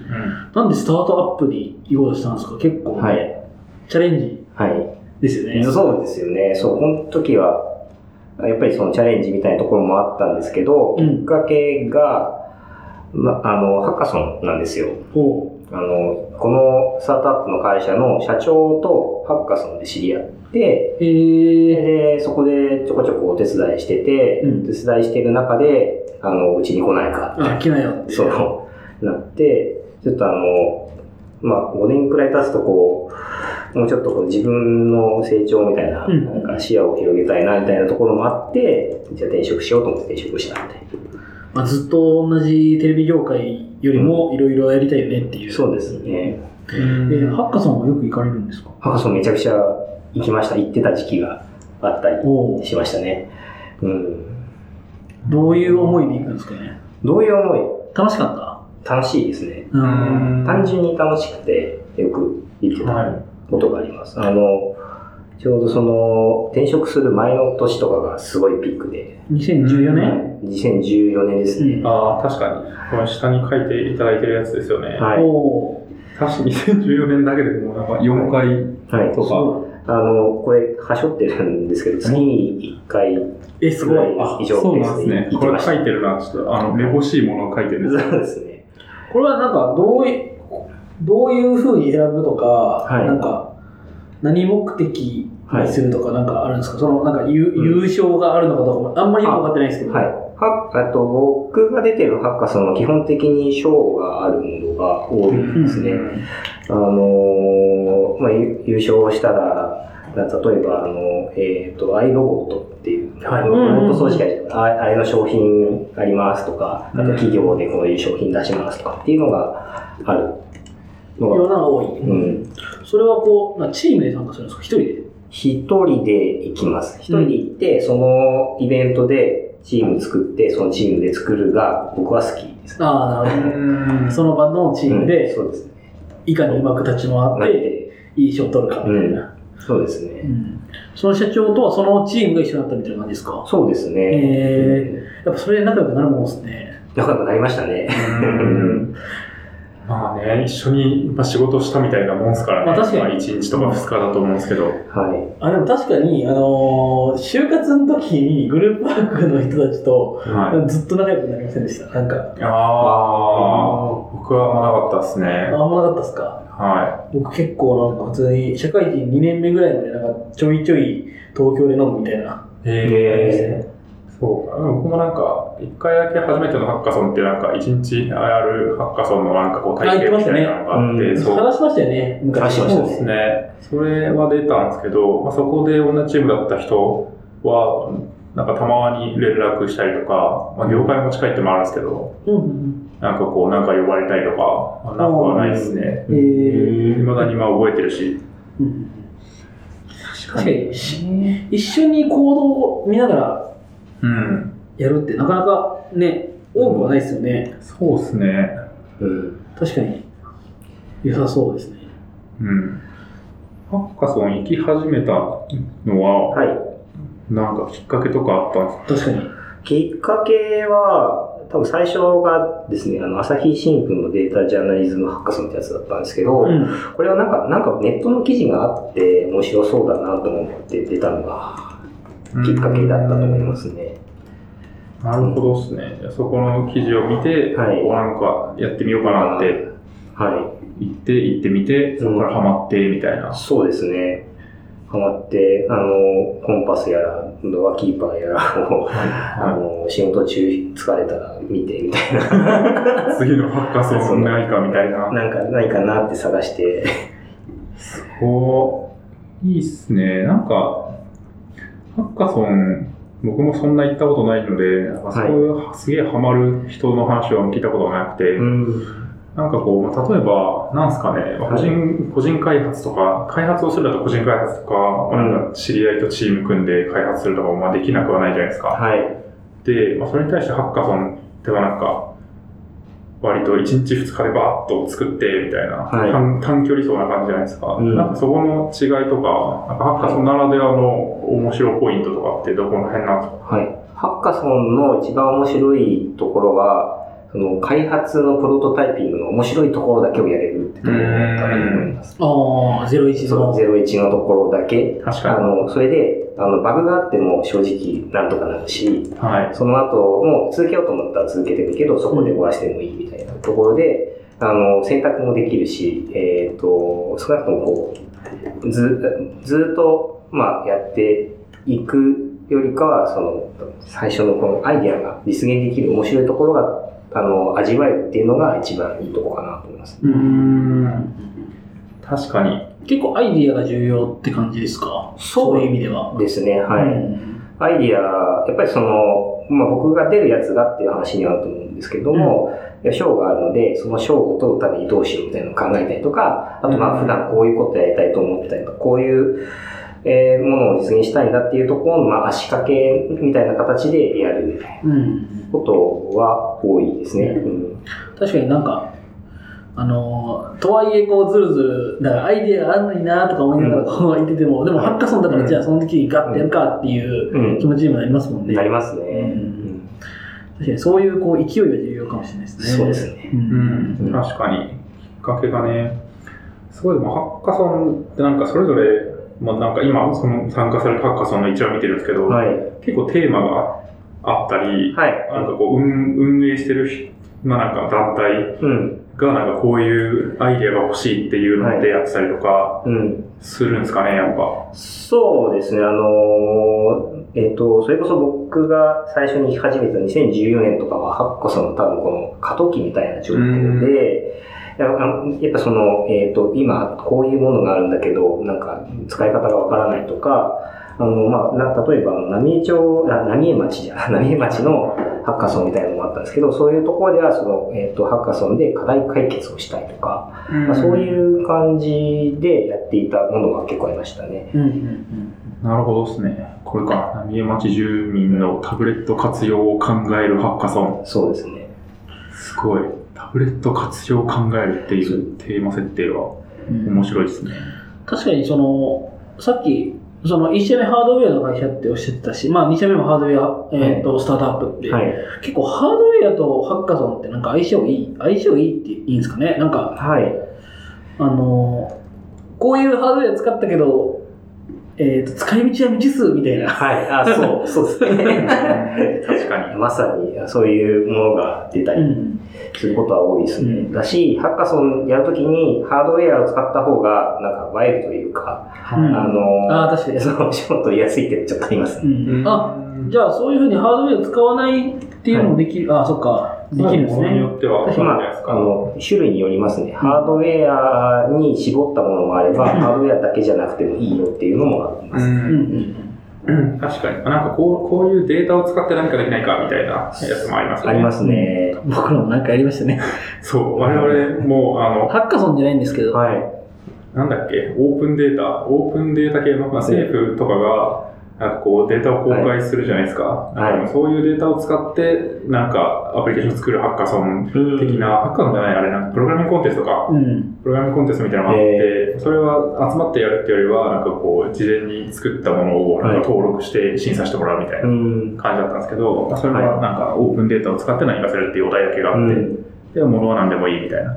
Speaker 2: なんでスタートアップに行こうとしたんですか結構、
Speaker 1: はい、
Speaker 2: チャレンジ
Speaker 1: はい。
Speaker 2: ですよね。
Speaker 1: そうですよね。そう、この時は、やっぱりそのチャレンジみたいなところもあったんですけど、
Speaker 2: うん
Speaker 1: きっかけが、ま、あの、ハッカソンなんですよ。
Speaker 2: ほ
Speaker 1: あの、このスタートアップの会社の社長とハッカソンで知り合って、
Speaker 2: う。へえ。
Speaker 1: で、そこでちょこちょこお手伝いしてて、
Speaker 2: うん
Speaker 1: お手伝いしてる中で、あの、うちに来ないか
Speaker 2: あ、来なよって。
Speaker 1: そ。のなって、ちょっとあの、まあ、5年くらい経つとこう、もうちょっとこう自分の成長みたいな、
Speaker 2: うん
Speaker 1: なんか視野を広げたいなみたいなところもあって、じゃあ転職しようと思って転職したみたい
Speaker 2: まあ、ずっと同じテレビ業界よりもいろいろやりたいよねっていう。
Speaker 1: な。そうですね。
Speaker 2: え
Speaker 3: うん
Speaker 2: ーハッカソンはよく行かれるんですか
Speaker 1: ハカソンめちゃくちゃ行きました。行ってた時期があったり
Speaker 2: おお。
Speaker 1: しましたね。うん。
Speaker 2: どういう思いで行くんですかね
Speaker 1: どういう思
Speaker 2: 楽しかっ
Speaker 1: い楽しいですね。
Speaker 2: たうん。
Speaker 1: 単純に楽しくて、よく行ってた。
Speaker 3: は
Speaker 1: ことがあります。あの、ちょうどその、転職する前の年とかがすごいピークで、
Speaker 2: 2014年、
Speaker 1: 2014年ですね。
Speaker 3: い。ああ、確かに。この下に書いていただいてるやつですよね。
Speaker 1: はい。
Speaker 2: おお。
Speaker 3: 確か2014年だけでもうなんか4回
Speaker 1: はい。
Speaker 3: とか。
Speaker 1: あの、これ、はしょってるんですけど、月に1回、
Speaker 2: え、すごい。
Speaker 1: は
Speaker 2: あ
Speaker 1: い以上
Speaker 3: そうなんです
Speaker 1: ペー
Speaker 3: ね
Speaker 1: スで。行
Speaker 3: こ
Speaker 1: きま
Speaker 3: れ
Speaker 1: した
Speaker 3: 書いてるな。ちょっと、あの、めぼしいものを書いてるんですよ。
Speaker 1: そうですね。
Speaker 2: これはなんか、どうい、どういうふうに選ぶとか、
Speaker 1: い
Speaker 2: なんか、何目的にするとか、なんかあるんですか、その、なんか優、
Speaker 1: うん
Speaker 2: 優勝があるのかとかも、あんまりよく分かってないですけど。
Speaker 1: はい。は、あと、僕が出てるハッカソンは基本的に賞があるものが多いんですね。あのーまあ、ゆ優勝したら、例えば、あの、えっ、と、アイロボットっていう、
Speaker 3: はい
Speaker 1: あのロボット掃除機とか、ああれの商品ありますとか、あと
Speaker 3: うん
Speaker 1: 企業でこういう商品出しますとかっていうのがあるの
Speaker 2: いろん
Speaker 1: が、
Speaker 2: なのが多い。
Speaker 1: うん。
Speaker 2: それはこう、なんかチームで参加するんですか一人で。
Speaker 1: 一人で行きます。一人で行って、そのイベントでチーム作って、そのチームで作るが、僕は好きです。
Speaker 2: ああ、なるほ
Speaker 3: うん
Speaker 2: ど。その場のチーム
Speaker 1: うん
Speaker 2: で、
Speaker 1: そうですね。
Speaker 2: いかにうまく立ち
Speaker 1: な
Speaker 2: 回
Speaker 1: ん
Speaker 2: って、
Speaker 1: で
Speaker 2: いい賞を取るか、みたいな、
Speaker 1: そうです
Speaker 2: う
Speaker 1: ね。
Speaker 2: んその社長とはそのチームが一緒だったみたいな感じですか
Speaker 1: そうです
Speaker 2: え
Speaker 1: ね。
Speaker 2: えやっぱそれで仲良くなるもんですね。
Speaker 1: 仲良くなりましたね。
Speaker 3: うんまあね、一緒にまあ仕事したみたいなもんすからね。
Speaker 2: まあ確かに
Speaker 3: 1日とか2日だと思うんですけど。
Speaker 1: はい。
Speaker 2: あでも確かに、あのー就活の時にグループワークの人たちと
Speaker 3: は
Speaker 2: ずっと仲良くなりませんでした。なんか、
Speaker 3: い。ああ、
Speaker 2: あ
Speaker 3: 僕はあんまなかったです
Speaker 2: あ
Speaker 3: ね。
Speaker 2: んまなかったですか
Speaker 3: は。
Speaker 2: 僕結構なんか普通に社会人2年目ぐらいまでなんかちょいちょい東京で飲むみたいない
Speaker 3: え
Speaker 1: え
Speaker 3: そうか。でも僕もなんか、一回だけ初めてのハッカソンってなんか、一日あるハッカソンのなんかこう体験みたいなのがあっ
Speaker 1: あ言って
Speaker 3: て、
Speaker 1: ま
Speaker 3: そう。
Speaker 2: 話しましたよね、
Speaker 1: 話
Speaker 2: 昔。
Speaker 1: しま
Speaker 3: そ
Speaker 1: し
Speaker 3: う
Speaker 1: た
Speaker 3: ですね。それは出たんですけど、まあ、そこで同じチームだった人は、なんかたまに連絡したりとか、まあ、業界も近いってのもあるんですけど、
Speaker 2: うんうん
Speaker 3: なんかこう、なんか呼ばれたりとか、まあなくはないですね。
Speaker 2: うん。えー
Speaker 3: 未だにまあ覚えてるし。
Speaker 2: うん確かに、し一緒に行動を見ながら
Speaker 3: うん。
Speaker 2: やるってなかなかね、多くはないですよね。
Speaker 3: そうですね。
Speaker 1: うん。
Speaker 2: 確かに、良さそうですね。
Speaker 3: うん。ハッカソン行き始めたのは、
Speaker 1: はい。
Speaker 3: なんかきっかけとかあったんですか
Speaker 2: 確かに。
Speaker 1: きっかけは、多分最初がですね、あの、朝日新聞のデータジャーナリズムハッカソンってやつだったんですけど、
Speaker 2: うん。
Speaker 1: これはなんか、なんかネットの記事があって面白そうだなと思って出たのがきっかけだったと思いますね。
Speaker 3: なるほどですね。じゃあそこの記事を見て、
Speaker 1: はい
Speaker 3: おなんかやってみようかなって
Speaker 1: は。。
Speaker 3: 行って、行ってみて、そこからハマって、みたいない
Speaker 1: そうですね。ハマって、あの、コンパスやら、ドアキーパーやらを、あの、仕事中疲れたら見てみたいな、
Speaker 3: 次のハッカソンないか、みたいな。
Speaker 1: なんかないかなって探して、
Speaker 3: おいいっすね。なんか、ハッカソン、僕もそんな行ったことないので、なんかそういうすげえハマる人の話は聞いたことがなくて、
Speaker 1: ん。
Speaker 3: なんかこう、まあ例えば、なんすかね、まあ個人、個人開発とか、開発をするだと個人開発とか、まあなんか知り合いとチーム組んで開発するとかもまあできなくはないじゃないですか。
Speaker 1: はい。
Speaker 3: で、まあ、それに対してハッカソンではなんか、割と1日2日でバーッと作ってみたいな、
Speaker 1: はい
Speaker 3: 短短距離走な感じじゃないですか。
Speaker 1: うん
Speaker 3: なんかそこの違いとか、なんかハッカソンならではの面白ポイントとかってどこの辺なんですか
Speaker 1: はい。ハッカソンの一番面白いところは、その開発のプロトタイピングの面白いところだけをやれるってところだったと思います。
Speaker 2: ああ、ゼロ一
Speaker 1: その
Speaker 2: の。
Speaker 1: 01のところだけ
Speaker 3: 確
Speaker 1: あ
Speaker 3: か
Speaker 1: の、それで、あの、バグがあっても正直なんとかなるし、
Speaker 3: に。はい。
Speaker 1: その後、もう続けようと思ったら続けてるけど、そこで終わらせてもいいみたいなところで、あの、選択もできるし、えっ、と、少なくともこう、ず、ずっと、まあ、やっていくよりかは、その、最初のこのアイデアが実現できる面白いところが、あの、味わえるっていうのが一番いいところかなと思います。
Speaker 3: うーん。確かに。
Speaker 2: 結構アイディアが重要って感じですか
Speaker 1: そ
Speaker 2: そ
Speaker 1: う
Speaker 2: ういう意味では。
Speaker 1: ですね、はい。
Speaker 2: うん
Speaker 1: アイディア、やっぱりその、まあ、僕が出るやつがっていう話にはなると思うんですけども、いや賞があるので、その賞を取るためにどうしようみたいなのを考えたりとか、あとま
Speaker 3: うん
Speaker 1: あ普段こういうことやりたいと思ってたりとか、こういう、えーものを実現したいんだっていうところの、まあ、足掛けみたいな形でやるみたいな
Speaker 2: うん。
Speaker 1: ことは多いですね。うん
Speaker 2: 確かになんか、あのーとはいえこうずるずる、だからアイディアがあるのになとか思いながらこう言ってても、でもハッカソンだからじゃあその時にガッてやるかっていう
Speaker 1: うん
Speaker 2: 気持ちにもなりますもんね。
Speaker 1: なります
Speaker 2: う
Speaker 1: ね。
Speaker 2: ん確かにそういうこう勢いは重要かもしれないですね。
Speaker 1: そうですね。
Speaker 2: う。
Speaker 3: うんん。確かに。きっかけがね。すごい、でもハッカソンってなんかそれぞれ、まあ、なんか今、その参加されるハッカソンの一覧見てるんですけど、
Speaker 1: はい。
Speaker 3: 結構テーマがあったり、
Speaker 1: はい。
Speaker 3: なんかこう運運営してる人、まあ、なんか団体
Speaker 1: うん。
Speaker 3: がなんかこういうアイデアが欲しいっていうのでやってたりとか
Speaker 1: うん。
Speaker 3: するんですかね、やっぱ。
Speaker 1: そうですね、あのーえっ、と、それこそ僕が最初に行き始めた2014年とかは、ハッカソンの多分この過渡期みたいな状況で、やっぱあのやっぱその、えっ、と、今こういうものがあるんだけど、なんか使い方がわからないとか、あの、まあ、な例えば、あの浪江町、あ浪江町じゃ、 浪江町のハッカソンみたいなのもあったんですけど、そういうところでは、その、えっ、と、ハッカソンで課題解決をしたいとか、まあ、そう
Speaker 3: う。
Speaker 1: いう感じでやっていたものが結構ありましたね。
Speaker 2: うんうん
Speaker 3: なるほどですね。これか。浪江町住民のタブレット活用を考えるハッカソン。
Speaker 1: そうですね。
Speaker 3: すごい。タブレット活用を考えるっていうテーマ設定は
Speaker 2: うん
Speaker 3: 面白いですね。
Speaker 2: 確かにその、さっき、その1社目ハードウェアの会社っておっしゃってたし、まあ2社目もハードウェア、えっ、と、スタートアップって、
Speaker 1: はい。
Speaker 2: 結構ハードウェアとハッカソンってなんか相性いい、相性いいっていいんですかねなんか、
Speaker 1: はい。
Speaker 2: あのーこういうハードウェア使ったけど、えっ、と、使い道は未知数みたいな。
Speaker 1: はい。あ、 そう、そうですね。
Speaker 3: 確かに。
Speaker 1: まさにそういうものが出たり、
Speaker 2: ん。
Speaker 1: することは多いですね。
Speaker 2: うん
Speaker 1: だし、ハッカソンやるときにハードウェアを使った方が、なんか映えるというか、
Speaker 2: うん
Speaker 1: あの
Speaker 2: あー確かに
Speaker 1: その仕事取りやすいってちょっとありますね。
Speaker 2: うんあ、じ
Speaker 3: ゃ
Speaker 2: ゃあそういうふうにハードウェア使わないっていうのもできる、あ、そっか。できるんです
Speaker 3: ものに
Speaker 2: ね。
Speaker 3: よっては、そうじゃ
Speaker 1: ま
Speaker 3: ないです
Speaker 1: あ、
Speaker 3: か。
Speaker 1: あの、種類によりますね。ハードウェアに絞ったものもあれば、
Speaker 2: うん
Speaker 1: ハードウェアだけじゃなくてもいいよっていうのもありま
Speaker 3: う
Speaker 1: す。
Speaker 2: うんん。
Speaker 3: うん確かに。なんかこう、こういうデータを使って何かできないかみたいなやつもありますよ
Speaker 1: あ
Speaker 3: ね。
Speaker 1: りますね。
Speaker 2: 僕らもなんかやりましたね。
Speaker 3: そう、我々も、あの、
Speaker 2: ハッカソンじゃないんですけど、
Speaker 1: はい。
Speaker 3: なんだっけ、オープンデータ、オープンデータ系の、まあ、政府とかが、なんかこう、データを公開するじゃないですか。
Speaker 1: い
Speaker 3: なんかそういうデータを使って、なんかアプリケーション作るハッカソン的な、ハッカソンじゃない、あれなんか、プログラミングコンテストか、
Speaker 2: うん。
Speaker 3: プログラミングコンテストみたいなのがあって、それは集まってやるっていうよりは、なんかこう、事前に作ったものをなんか登録して審査してもらうみたい
Speaker 1: う
Speaker 3: な。
Speaker 1: ん。
Speaker 3: 感じだったんですけど、まあそれはなんかオープンデータを使って何かするっていうお題だけがあ
Speaker 1: う
Speaker 3: って、
Speaker 1: ん。
Speaker 3: で、物は何でもいいみたいな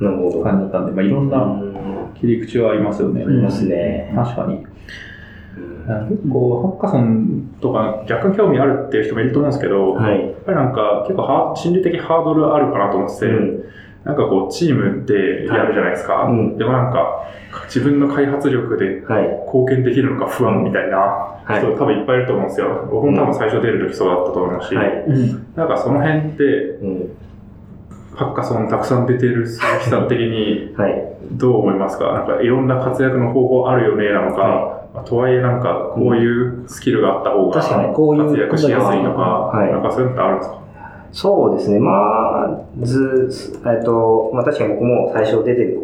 Speaker 1: なるほど。
Speaker 3: 感じだったんで、まあ、いろんな
Speaker 1: うん
Speaker 3: 切り口はありますよね。
Speaker 2: う
Speaker 1: あり
Speaker 2: ん
Speaker 1: ますね。
Speaker 3: 確かに。結構、ハッカソンとか若干興味あるっていう人もいると思うんですけど、や
Speaker 1: はい。
Speaker 3: っぱりなんか結構ハー心理的ハードルあるかなと思ってて、
Speaker 1: うん
Speaker 3: なんかこう、チームでやるじゃないですか。
Speaker 1: はいうん
Speaker 3: でもなんか、自分の開発力で
Speaker 1: はい。
Speaker 3: 貢献できるのか不安みたいな
Speaker 1: はい
Speaker 3: 人、。多分いっぱいいると思うんですよ。僕も多分最初出るときそうだったと思うし、
Speaker 1: はい。
Speaker 2: うん。
Speaker 3: なんかその辺って、
Speaker 1: うん。
Speaker 3: ハッカソンたくさん出てる 鈴木さん的に
Speaker 1: はい。
Speaker 3: どう思いますかなんかいろんな活躍の方法あるよねなのか、
Speaker 1: は
Speaker 3: まあとはいえなんかこういうスキルがあった方が
Speaker 2: 確かにこういう
Speaker 3: 活躍しやすいのか、
Speaker 1: はい
Speaker 3: なんかそういうのってあるんですか
Speaker 1: そうですね。まあ、ず、えっと、まあ確かに僕も最初出てる、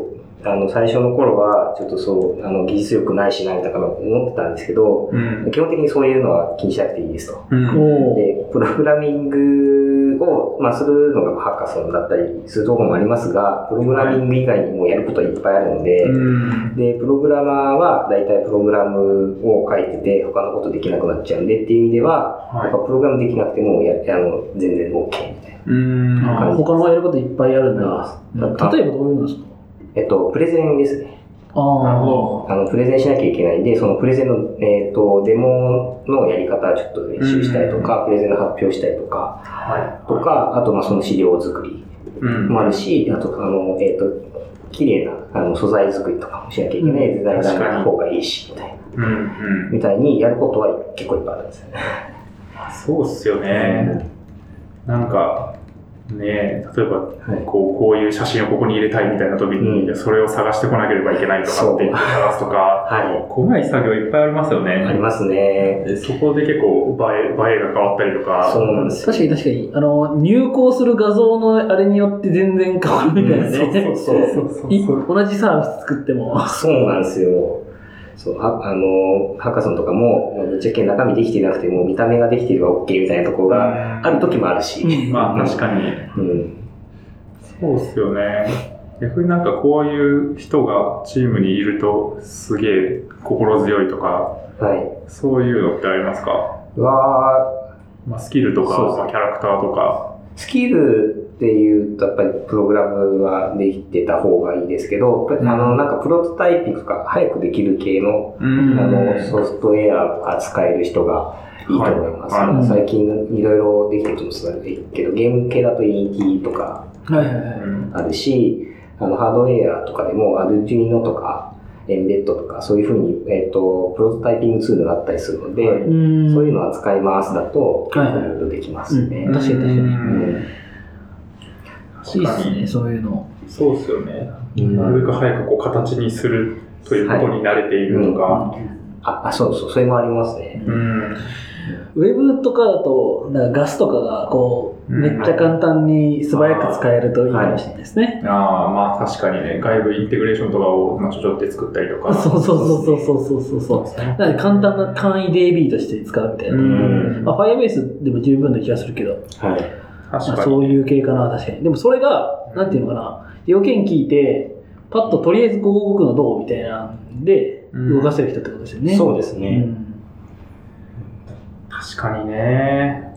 Speaker 1: あの、最初の頃は、ちょっとそう、あの、技術力ないし、なれたかなと思ってたんですけど、
Speaker 3: うん。
Speaker 1: 基本的にそういうのは気にしなくていいですと。
Speaker 3: うん
Speaker 2: おー
Speaker 1: で、プログラミングを、まあ、するのがハッカソンだったりするところもありますが、プログラミング以外にもやることはいっぱいあるので、
Speaker 3: うん
Speaker 1: で、プログラマーは大体プログラムを書いてて、他のことできなくなっちゃうんでっていう意味では、
Speaker 3: は
Speaker 1: やっぱプログラムできなくてもやあの全然 OK みたいな。
Speaker 3: い。うん。
Speaker 2: あ
Speaker 1: はい
Speaker 2: 他のやることいっぱいあるんだ。
Speaker 1: あります
Speaker 2: 例えばどういうのですか
Speaker 1: えっと、プレゼンですね。
Speaker 2: あ
Speaker 3: なるほ
Speaker 2: あ。
Speaker 1: あの、プレゼンしなきゃいけないんで、そのプレゼンの、えっと、デモのやり方ちょっと練習したりとか、プレゼンの発表したりとか、
Speaker 3: はい。
Speaker 1: とか、あと、まあ、その資料作り
Speaker 3: うん。
Speaker 1: もあるし、あと、あの、えっと、綺麗なあの素材作りとかもしなきゃいけない、デザインがの方がいいし、みたいな。
Speaker 3: うんうん。
Speaker 1: みたいにやることは結構いっぱいあるんですよね。
Speaker 3: そうっすよね。なんか、ねえ例えば、
Speaker 1: はい
Speaker 3: こうこういう写真をここに入れたいみたいな時に、
Speaker 1: うん
Speaker 3: それを探してこなければいけないとかって
Speaker 1: そう
Speaker 3: 探すとか、
Speaker 1: は
Speaker 3: 細かい作業いっぱいありますよ
Speaker 1: い。あり
Speaker 3: ね。
Speaker 1: ますね。
Speaker 3: でそこで結構映え、映えが変わったりとか。
Speaker 1: そうなんですよ
Speaker 2: 確かに確かに、あの、入稿する画像のあれによって全然変わるみたいなね。
Speaker 3: そうそうそうそう
Speaker 2: い同じサービス作っても。
Speaker 1: そうなんですよ。そう、はあの、ハッカソンとかも、ぶっちゃけ中身できてなくても、見た目ができてれば OK みたいなところが
Speaker 3: あ
Speaker 1: ある時もあるし。
Speaker 3: まあ確かに。
Speaker 1: うん。
Speaker 3: そうっすよね。逆になんかこういう人がチームにいるとすげえ心強いとか、
Speaker 1: は
Speaker 3: そういうのってありますか、
Speaker 1: い。は、
Speaker 3: まあ、スキルとか、
Speaker 1: そうそう
Speaker 3: まあ、キャラクターとか。
Speaker 1: スキルっていうと、やっぱりプログラムはできてた方がいいですけど、あの、なんかプロトタイピングとか早くできる系のあ
Speaker 3: う
Speaker 1: の、ソフトウェアが使える人がいいと思います。
Speaker 3: はい
Speaker 2: はい
Speaker 1: 最近いろいろできてると思うんですけど、ゲーム系だと ET とか
Speaker 2: はいはいは
Speaker 3: う
Speaker 2: い。
Speaker 3: ん
Speaker 1: あるし、あの、ハードウェアとかでも、アルジュイノとか、エンベッドとか、そういうふうに、えっ、と、プロトタイピングツールがあったりするので、
Speaker 3: はい
Speaker 2: うん。
Speaker 1: そういうのは使いますだと、
Speaker 2: はい
Speaker 1: いろいろできますね。
Speaker 2: うん確かに確かに
Speaker 1: うん
Speaker 2: いいっすね、そういうの。
Speaker 3: そうですよね。
Speaker 1: うん
Speaker 3: なるべく早くこう形にするということに慣れているとか、
Speaker 1: あ、あそうそう、それもありますね。
Speaker 3: うん、
Speaker 2: ウェブとかだと、なんかガスとかが、こう、
Speaker 3: うん
Speaker 2: めっちゃ簡単に素早く使えるといいかもしれないですね。
Speaker 3: ああまあ確かにね外部インテグレーションとかをまあちょちょって作ったりとか
Speaker 2: そうそうそうそうそうそうそう。なので簡単な単位 DB として使うみたいな。
Speaker 3: うん
Speaker 2: まあ、Firebase でも十分な気がするけど、
Speaker 1: はい。
Speaker 3: 確
Speaker 2: まあ、
Speaker 3: か
Speaker 2: そ
Speaker 3: に
Speaker 2: ういう系かな、確かに。でもそれが、なんていうのかな、要件聞いて、パッととりあえず556のどうみたいなんで、動かせる人ってことですよね。
Speaker 1: そうです
Speaker 2: う
Speaker 1: ね。
Speaker 2: ん
Speaker 3: 確かにね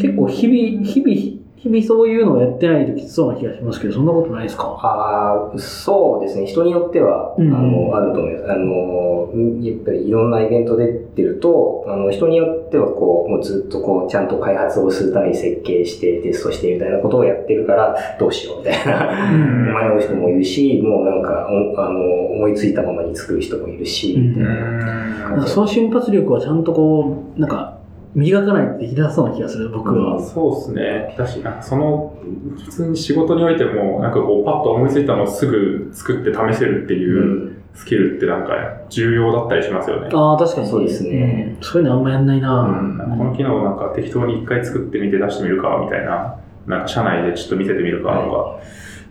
Speaker 2: 結構日々、日々、日々そういうのをやってないときつそうな気がしますけど、そんなことないですか
Speaker 1: ああ、そうですね。人によっては、
Speaker 2: うん
Speaker 1: あの、あると思います。あの、うんやっぱりいろんなイベント出てると、あの、人によってはこう、もうずっとこう、ちゃんと開発をするために設計して、テストしてみたいなことをやってるから、どうしようみたいな、
Speaker 3: ん
Speaker 1: 迷う人もいるし、もうなんか、おあの、思いついたままに作る人もいるし、
Speaker 2: うん
Speaker 1: みたいな
Speaker 2: なん
Speaker 1: 感
Speaker 2: か
Speaker 1: じ
Speaker 2: その瞬発力はちゃんとこう、なんか、磨かないってできなさそうな気がする、僕は。
Speaker 3: そうですね。だし、なんかその、普通に仕事においても、なんかこう、パッと思いついたのをすぐ作って試せるって
Speaker 1: う
Speaker 3: いうんスキルってなんか重要だったりしますよね。
Speaker 2: ああ、確かに。
Speaker 1: そうですね
Speaker 2: うん。そういうのあんまやんないな、
Speaker 3: うん、この機能なんか適当に一回作ってみて出してみるかみたいな、なんか社内でちょっと見せてみるかとか、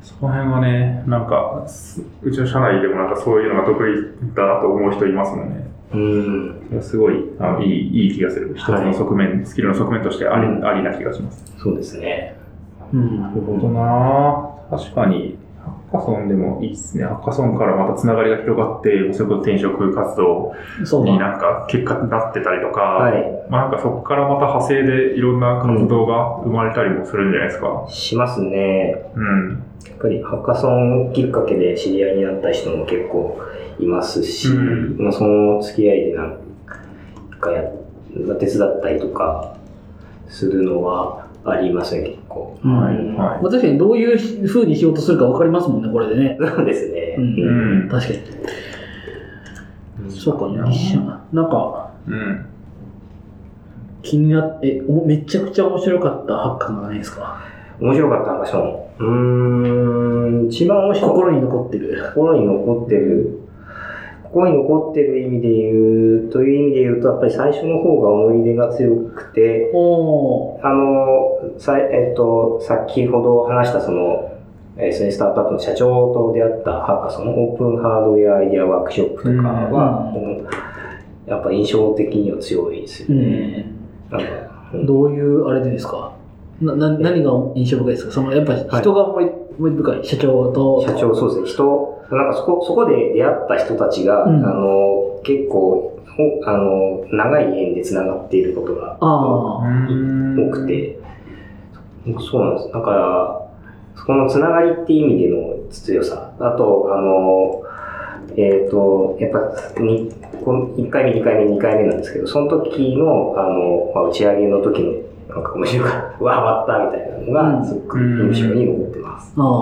Speaker 3: その辺はね、なんか、すうちの社内でもなんかそういうのが得意だなと思う人いますもんね。
Speaker 1: うん。
Speaker 3: いやすごいあのいい、いい気がする。一つの側面、スキルの側面としてあり、ありな気がします。
Speaker 1: そうですね。
Speaker 2: うん。
Speaker 3: なるほどなぁ確かに、ハッカソンでもいいですね。ハッカソンからまたつながりが広がって、それこそ転職活動
Speaker 2: そうだ
Speaker 3: になんか結果になってたりとか、
Speaker 1: はい。
Speaker 3: まあ、なんかそこからまた派生でいろんな活動が生まれたりもするんじゃないですか。
Speaker 1: しますね。
Speaker 3: うん。
Speaker 1: やっぱりハッカソンきっかけで知り合いになった人も結構いますし、
Speaker 3: うん
Speaker 1: まあその付き合いでなんかや手伝ったりとかするのはありますね、結構。
Speaker 2: うん
Speaker 3: はいはい
Speaker 2: まあ、確かにどういうふうにしようとするか分かりますもんね、これでね。
Speaker 1: そうですね。
Speaker 2: うん
Speaker 3: うん。
Speaker 2: 確かに。そうか、
Speaker 3: な
Speaker 2: 西島なんか、
Speaker 3: うん。
Speaker 2: 気になって、おもめちゃくちゃ面白かったハッカーがないですか
Speaker 1: 面白かったハッカソン。うーん、一番面白い
Speaker 2: 心に残ってる。
Speaker 1: 心に残ってる、心に残ってる意味で言う、という意味で言うと、やっぱり最初の方が思い出が強くて、
Speaker 2: おー。
Speaker 1: あの、さえっと、先ほど話したその、えーそのスタートアップの社長と出会ったハッカソン、オープンハードウェアアイデアワークショップとかは、
Speaker 2: う
Speaker 1: うんやっぱ印象的には強いですよ
Speaker 2: う
Speaker 1: ね。
Speaker 2: ん。
Speaker 1: なんかうん
Speaker 2: どういうあれでですかなな何が印象深いですかそのやっぱ人が思い,、思い出深い社長と
Speaker 1: 社長、そうですね、人、なんかそこ、そこで出会った人たちが、
Speaker 2: うん
Speaker 1: あの、結構、おあの、長い縁で繋がっていることが
Speaker 2: ああ、
Speaker 1: 多く。て、そうなんです。だから、そこのつながりっていう意味での強さ。あと、あの、えっ、と、やっぱ、にこの1回目、2回目、2回目なんですけど、その時の、あの、まあ、打ち上げの時の、なんか面白かった、うわ、終わったみたいなの
Speaker 2: うん
Speaker 1: が、すごく印象に残ってます。
Speaker 2: あ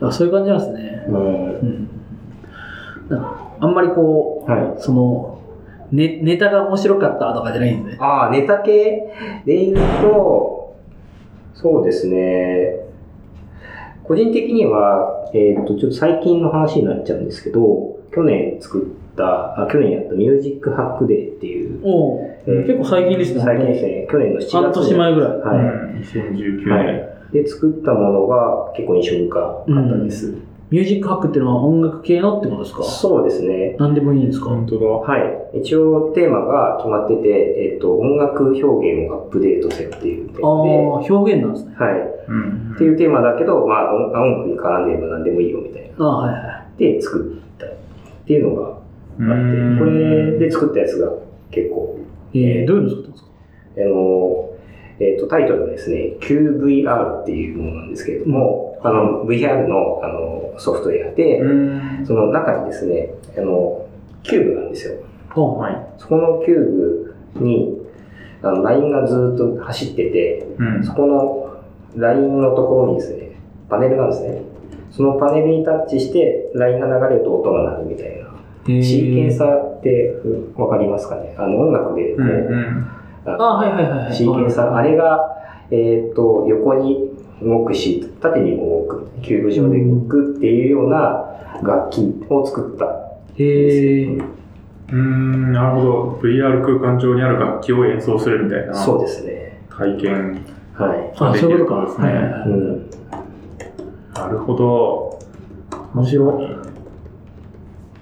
Speaker 2: ああそういう感じなんですね
Speaker 1: うん。
Speaker 2: うんなんかあんまりこう、
Speaker 1: は
Speaker 2: そのネネタが面白かったとかじゃないんですね
Speaker 1: ああ、ネタ系で言うと、そうですね。個人的には、えっ、と、ちょっと最近の話になっちゃうんですけど、去年作った、あ去年やったミュージックハックデーっていう、
Speaker 2: おお、
Speaker 1: うん
Speaker 2: 結構最近ですね
Speaker 1: 最近ですね、去年の7月
Speaker 2: 半年前ぐらい
Speaker 1: は
Speaker 3: う
Speaker 1: い。
Speaker 3: ん。2019年。
Speaker 1: はい。で、作ったものが結構印象深かったです。
Speaker 2: ミュージックハックっていうのは音楽系のってことですか
Speaker 1: そうですね。
Speaker 2: 何でもいいんですか、
Speaker 3: 本当
Speaker 1: はい。一応テーマが決まってて、えっ、と、音楽表現をアップデートせよっていうテー
Speaker 2: ああ
Speaker 1: マで、
Speaker 2: 表現なんですね
Speaker 1: はい。
Speaker 3: だ。うん。
Speaker 1: っていうテーマだけど、まあ、音音楽に絡んでれば何でもいいよみたいな。
Speaker 2: ああはいはい
Speaker 1: で、作ったっていうのがあっ
Speaker 3: う
Speaker 1: て、
Speaker 3: ん
Speaker 1: これで作ったやつが結構、
Speaker 2: えー、どういうの作ったんですか
Speaker 1: あの、えっ、と、タイトルがですね、QVR っていうものなんですけれども、あの、VR のあのソフトウェアで、
Speaker 3: うん。
Speaker 1: その中にですね、あの、キューブなんですよ。
Speaker 2: ああ
Speaker 3: はい。
Speaker 1: そこのキューブに、あの、ラインがずっと走ってて、
Speaker 3: うん。
Speaker 1: そこのラインのところにですね、パネルがあるんですね。そのパネルにタッチして、ラインが流れると音が鳴るみたいな。
Speaker 2: えー
Speaker 1: シーケンサーってうんわかりますかねあの音楽でこ
Speaker 3: う
Speaker 1: う、
Speaker 3: ん。うん。
Speaker 1: あ
Speaker 2: あはいはいはいはい
Speaker 1: シーケンサー、あれが、えーっと、横に動くし、縦にも動く、キューブ上で動くっていうような楽器を作った。
Speaker 2: へえ
Speaker 3: うん。なるほど。VR 空間上にある楽器を演奏するみたいな
Speaker 1: そうですね。
Speaker 3: 体験
Speaker 1: はい。
Speaker 2: あそういうこと
Speaker 3: で
Speaker 2: か
Speaker 3: すね
Speaker 2: はいはいは
Speaker 1: う
Speaker 2: い
Speaker 1: ん。
Speaker 3: なるほど。
Speaker 2: 面白い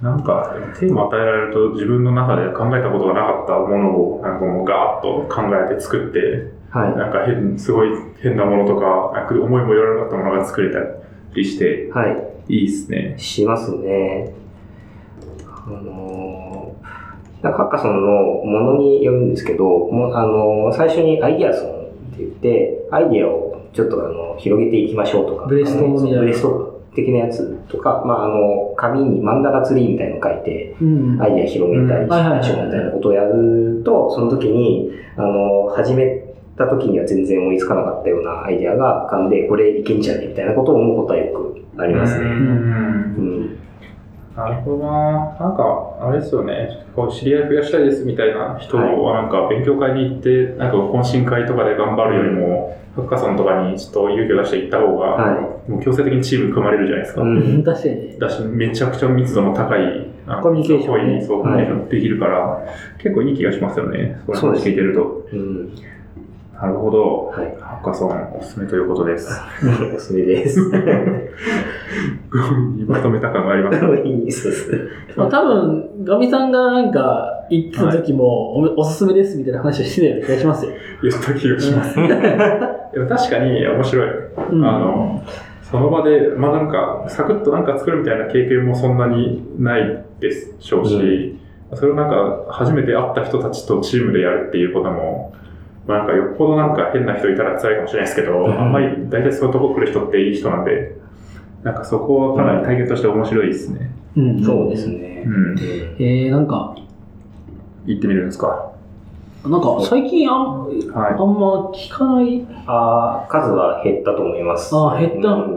Speaker 3: なんか、テーマ与えられると自分の中で考えたことがなかったものを、なんかもうガーッと考えて作って、
Speaker 1: は
Speaker 3: なんか変、すごい変なものとか、なんか思いもよらなかったものが作れたりして、
Speaker 1: い。はい。
Speaker 3: いいっすね。
Speaker 1: しますね。あのーなんかハッカソンのものによるんですけど、もうあのー最初にアイディアソンって言って、アイディアをちょっとあの、広げていきましょうとか。
Speaker 2: ブレストみたいな
Speaker 1: ブレスト的なやつとか、まあ、あの、紙にマンダラツリーみたいの書いて、
Speaker 2: うん。
Speaker 1: アイデア広めたりしましょうみたいなことをやると、その時に、あの、始めた時には全然追いつかなかったようなアイデアが浮かんで、これいけんじゃねみたいなことを思うことはよくあります
Speaker 3: う
Speaker 1: ね。
Speaker 3: ん
Speaker 1: うん。
Speaker 3: なるほどな。なんか、あれですよね。こう知り合い増やしたいですみたいな人は、なんか、勉強会に行って、なんか、懇親会とかで頑張るよりも、ハッカソンとかにちょっと勇気を出して行った方が、
Speaker 1: は
Speaker 3: もう強制的にチーム組まれるじゃないですか。
Speaker 1: う
Speaker 2: うん
Speaker 1: ん。
Speaker 2: 確かにね。
Speaker 3: だし、めちゃくちゃ密度の高い、あの
Speaker 2: コミュニケーションね
Speaker 3: そうコミュニケーションできるから、結構いい気がしますよね。それ
Speaker 1: そうです
Speaker 3: 聞いてると。
Speaker 1: うん。
Speaker 3: なるほど。
Speaker 1: はい。
Speaker 3: ハッカソンおすすめということです。
Speaker 1: おすすめです。
Speaker 3: まとめた感がありますね。
Speaker 1: いいそうですね。
Speaker 2: まあ、多分、ガミさんがなんか、行ってた時も、おおすすめですみたいな話をしてたような気がしますよ。
Speaker 3: 言った気がします。でも確かに面白い。
Speaker 2: うん
Speaker 3: あの、その場で、まあなんか、サクッとなんか作るみたいな経験もそんなにないでしょうし、それをなんか、初めて会った人たちとチームでやるっていうことも、まあなんか、よっぽどなんか変な人いたら辛いかもしれないですけど、
Speaker 1: うん
Speaker 3: あんまり大体そういうとこ来る人っていい人なんで、なんかそこはかなり体験として面白いですね。
Speaker 2: うん、
Speaker 1: そうです。ね
Speaker 3: う。ん。
Speaker 1: うん
Speaker 2: えー、なんか、
Speaker 3: 行ってみるんですか。は
Speaker 2: なんか最近あん
Speaker 3: い。
Speaker 2: あんま聞かない、
Speaker 1: あー数は減ったと思います。
Speaker 2: あー減った
Speaker 1: う
Speaker 2: 減
Speaker 1: ん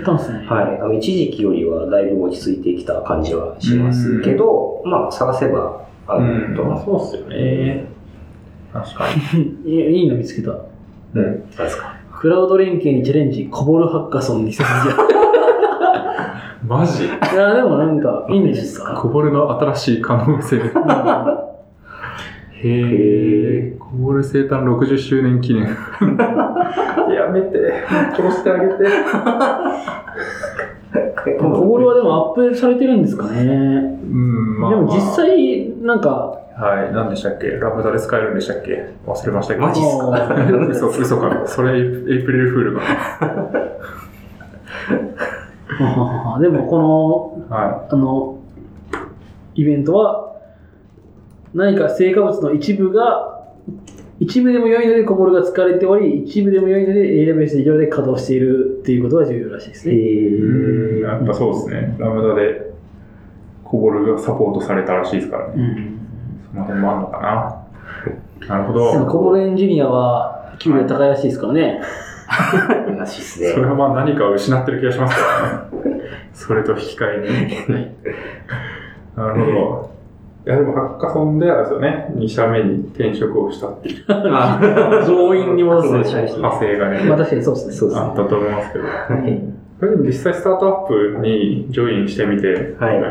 Speaker 2: ったんですね。
Speaker 1: はい。あの一時期よりはだいぶ落ち着いてきた感じはしますけど、まあ、探せばあると
Speaker 3: まあ
Speaker 1: 思
Speaker 3: そうっすよね。確かに。
Speaker 2: いやいいの見つけた。
Speaker 3: うん。
Speaker 1: うんですか。
Speaker 2: クラウド連携にチャレンジ、こぼるハッカソン2020。
Speaker 3: マジ
Speaker 2: いや、でもなんか、いいんじゃないですか。
Speaker 3: こぼれの新しい可能性。へえ。こぼれ生誕60周年 記念。やめて。殺してあげて。
Speaker 2: こぼるはでもアップデートされてるんですかね。
Speaker 3: うん、まあ、
Speaker 2: でも実際、 なんか、
Speaker 3: はい、何でしたっけラブダで使えるんでしたっけ忘れましたけど。
Speaker 1: マジっす
Speaker 2: か
Speaker 3: あー 嘘、嘘か。それ、エイプリルフールか
Speaker 2: でもこ
Speaker 3: な。は
Speaker 2: の、あの、イベントは、何か成果物の一部が、一部でも良いのでこぼるが使われており、一部でも良いので AWS で以上で稼働しているっていうことが重要らしいです
Speaker 1: へ
Speaker 2: ね。
Speaker 3: い。うん、や
Speaker 1: ー
Speaker 3: っぱそうですね。ラムダで、こぼるがサポートされたらしいですからね。
Speaker 2: うん
Speaker 3: その辺もあるのかな。なるほ
Speaker 2: でも
Speaker 3: ど。
Speaker 2: コボルエンジニアは給料高いらしいですからね。
Speaker 1: らしいです
Speaker 3: そ
Speaker 1: ね
Speaker 3: れ。はまあ何かを失ってる気がしますからね。それと引き換えに。なるほど。いやでもハッカソンであれですよね。2社目に転職をしたっていう
Speaker 1: あ
Speaker 2: 増員に戻す
Speaker 1: そうですね
Speaker 3: 派生がね、
Speaker 2: まあ確かにそうですね。
Speaker 1: そうです
Speaker 3: あ
Speaker 1: ね
Speaker 3: ったと思いますけど。
Speaker 1: はい
Speaker 3: それでも実際スタートアップにジョインしてみて、
Speaker 1: はい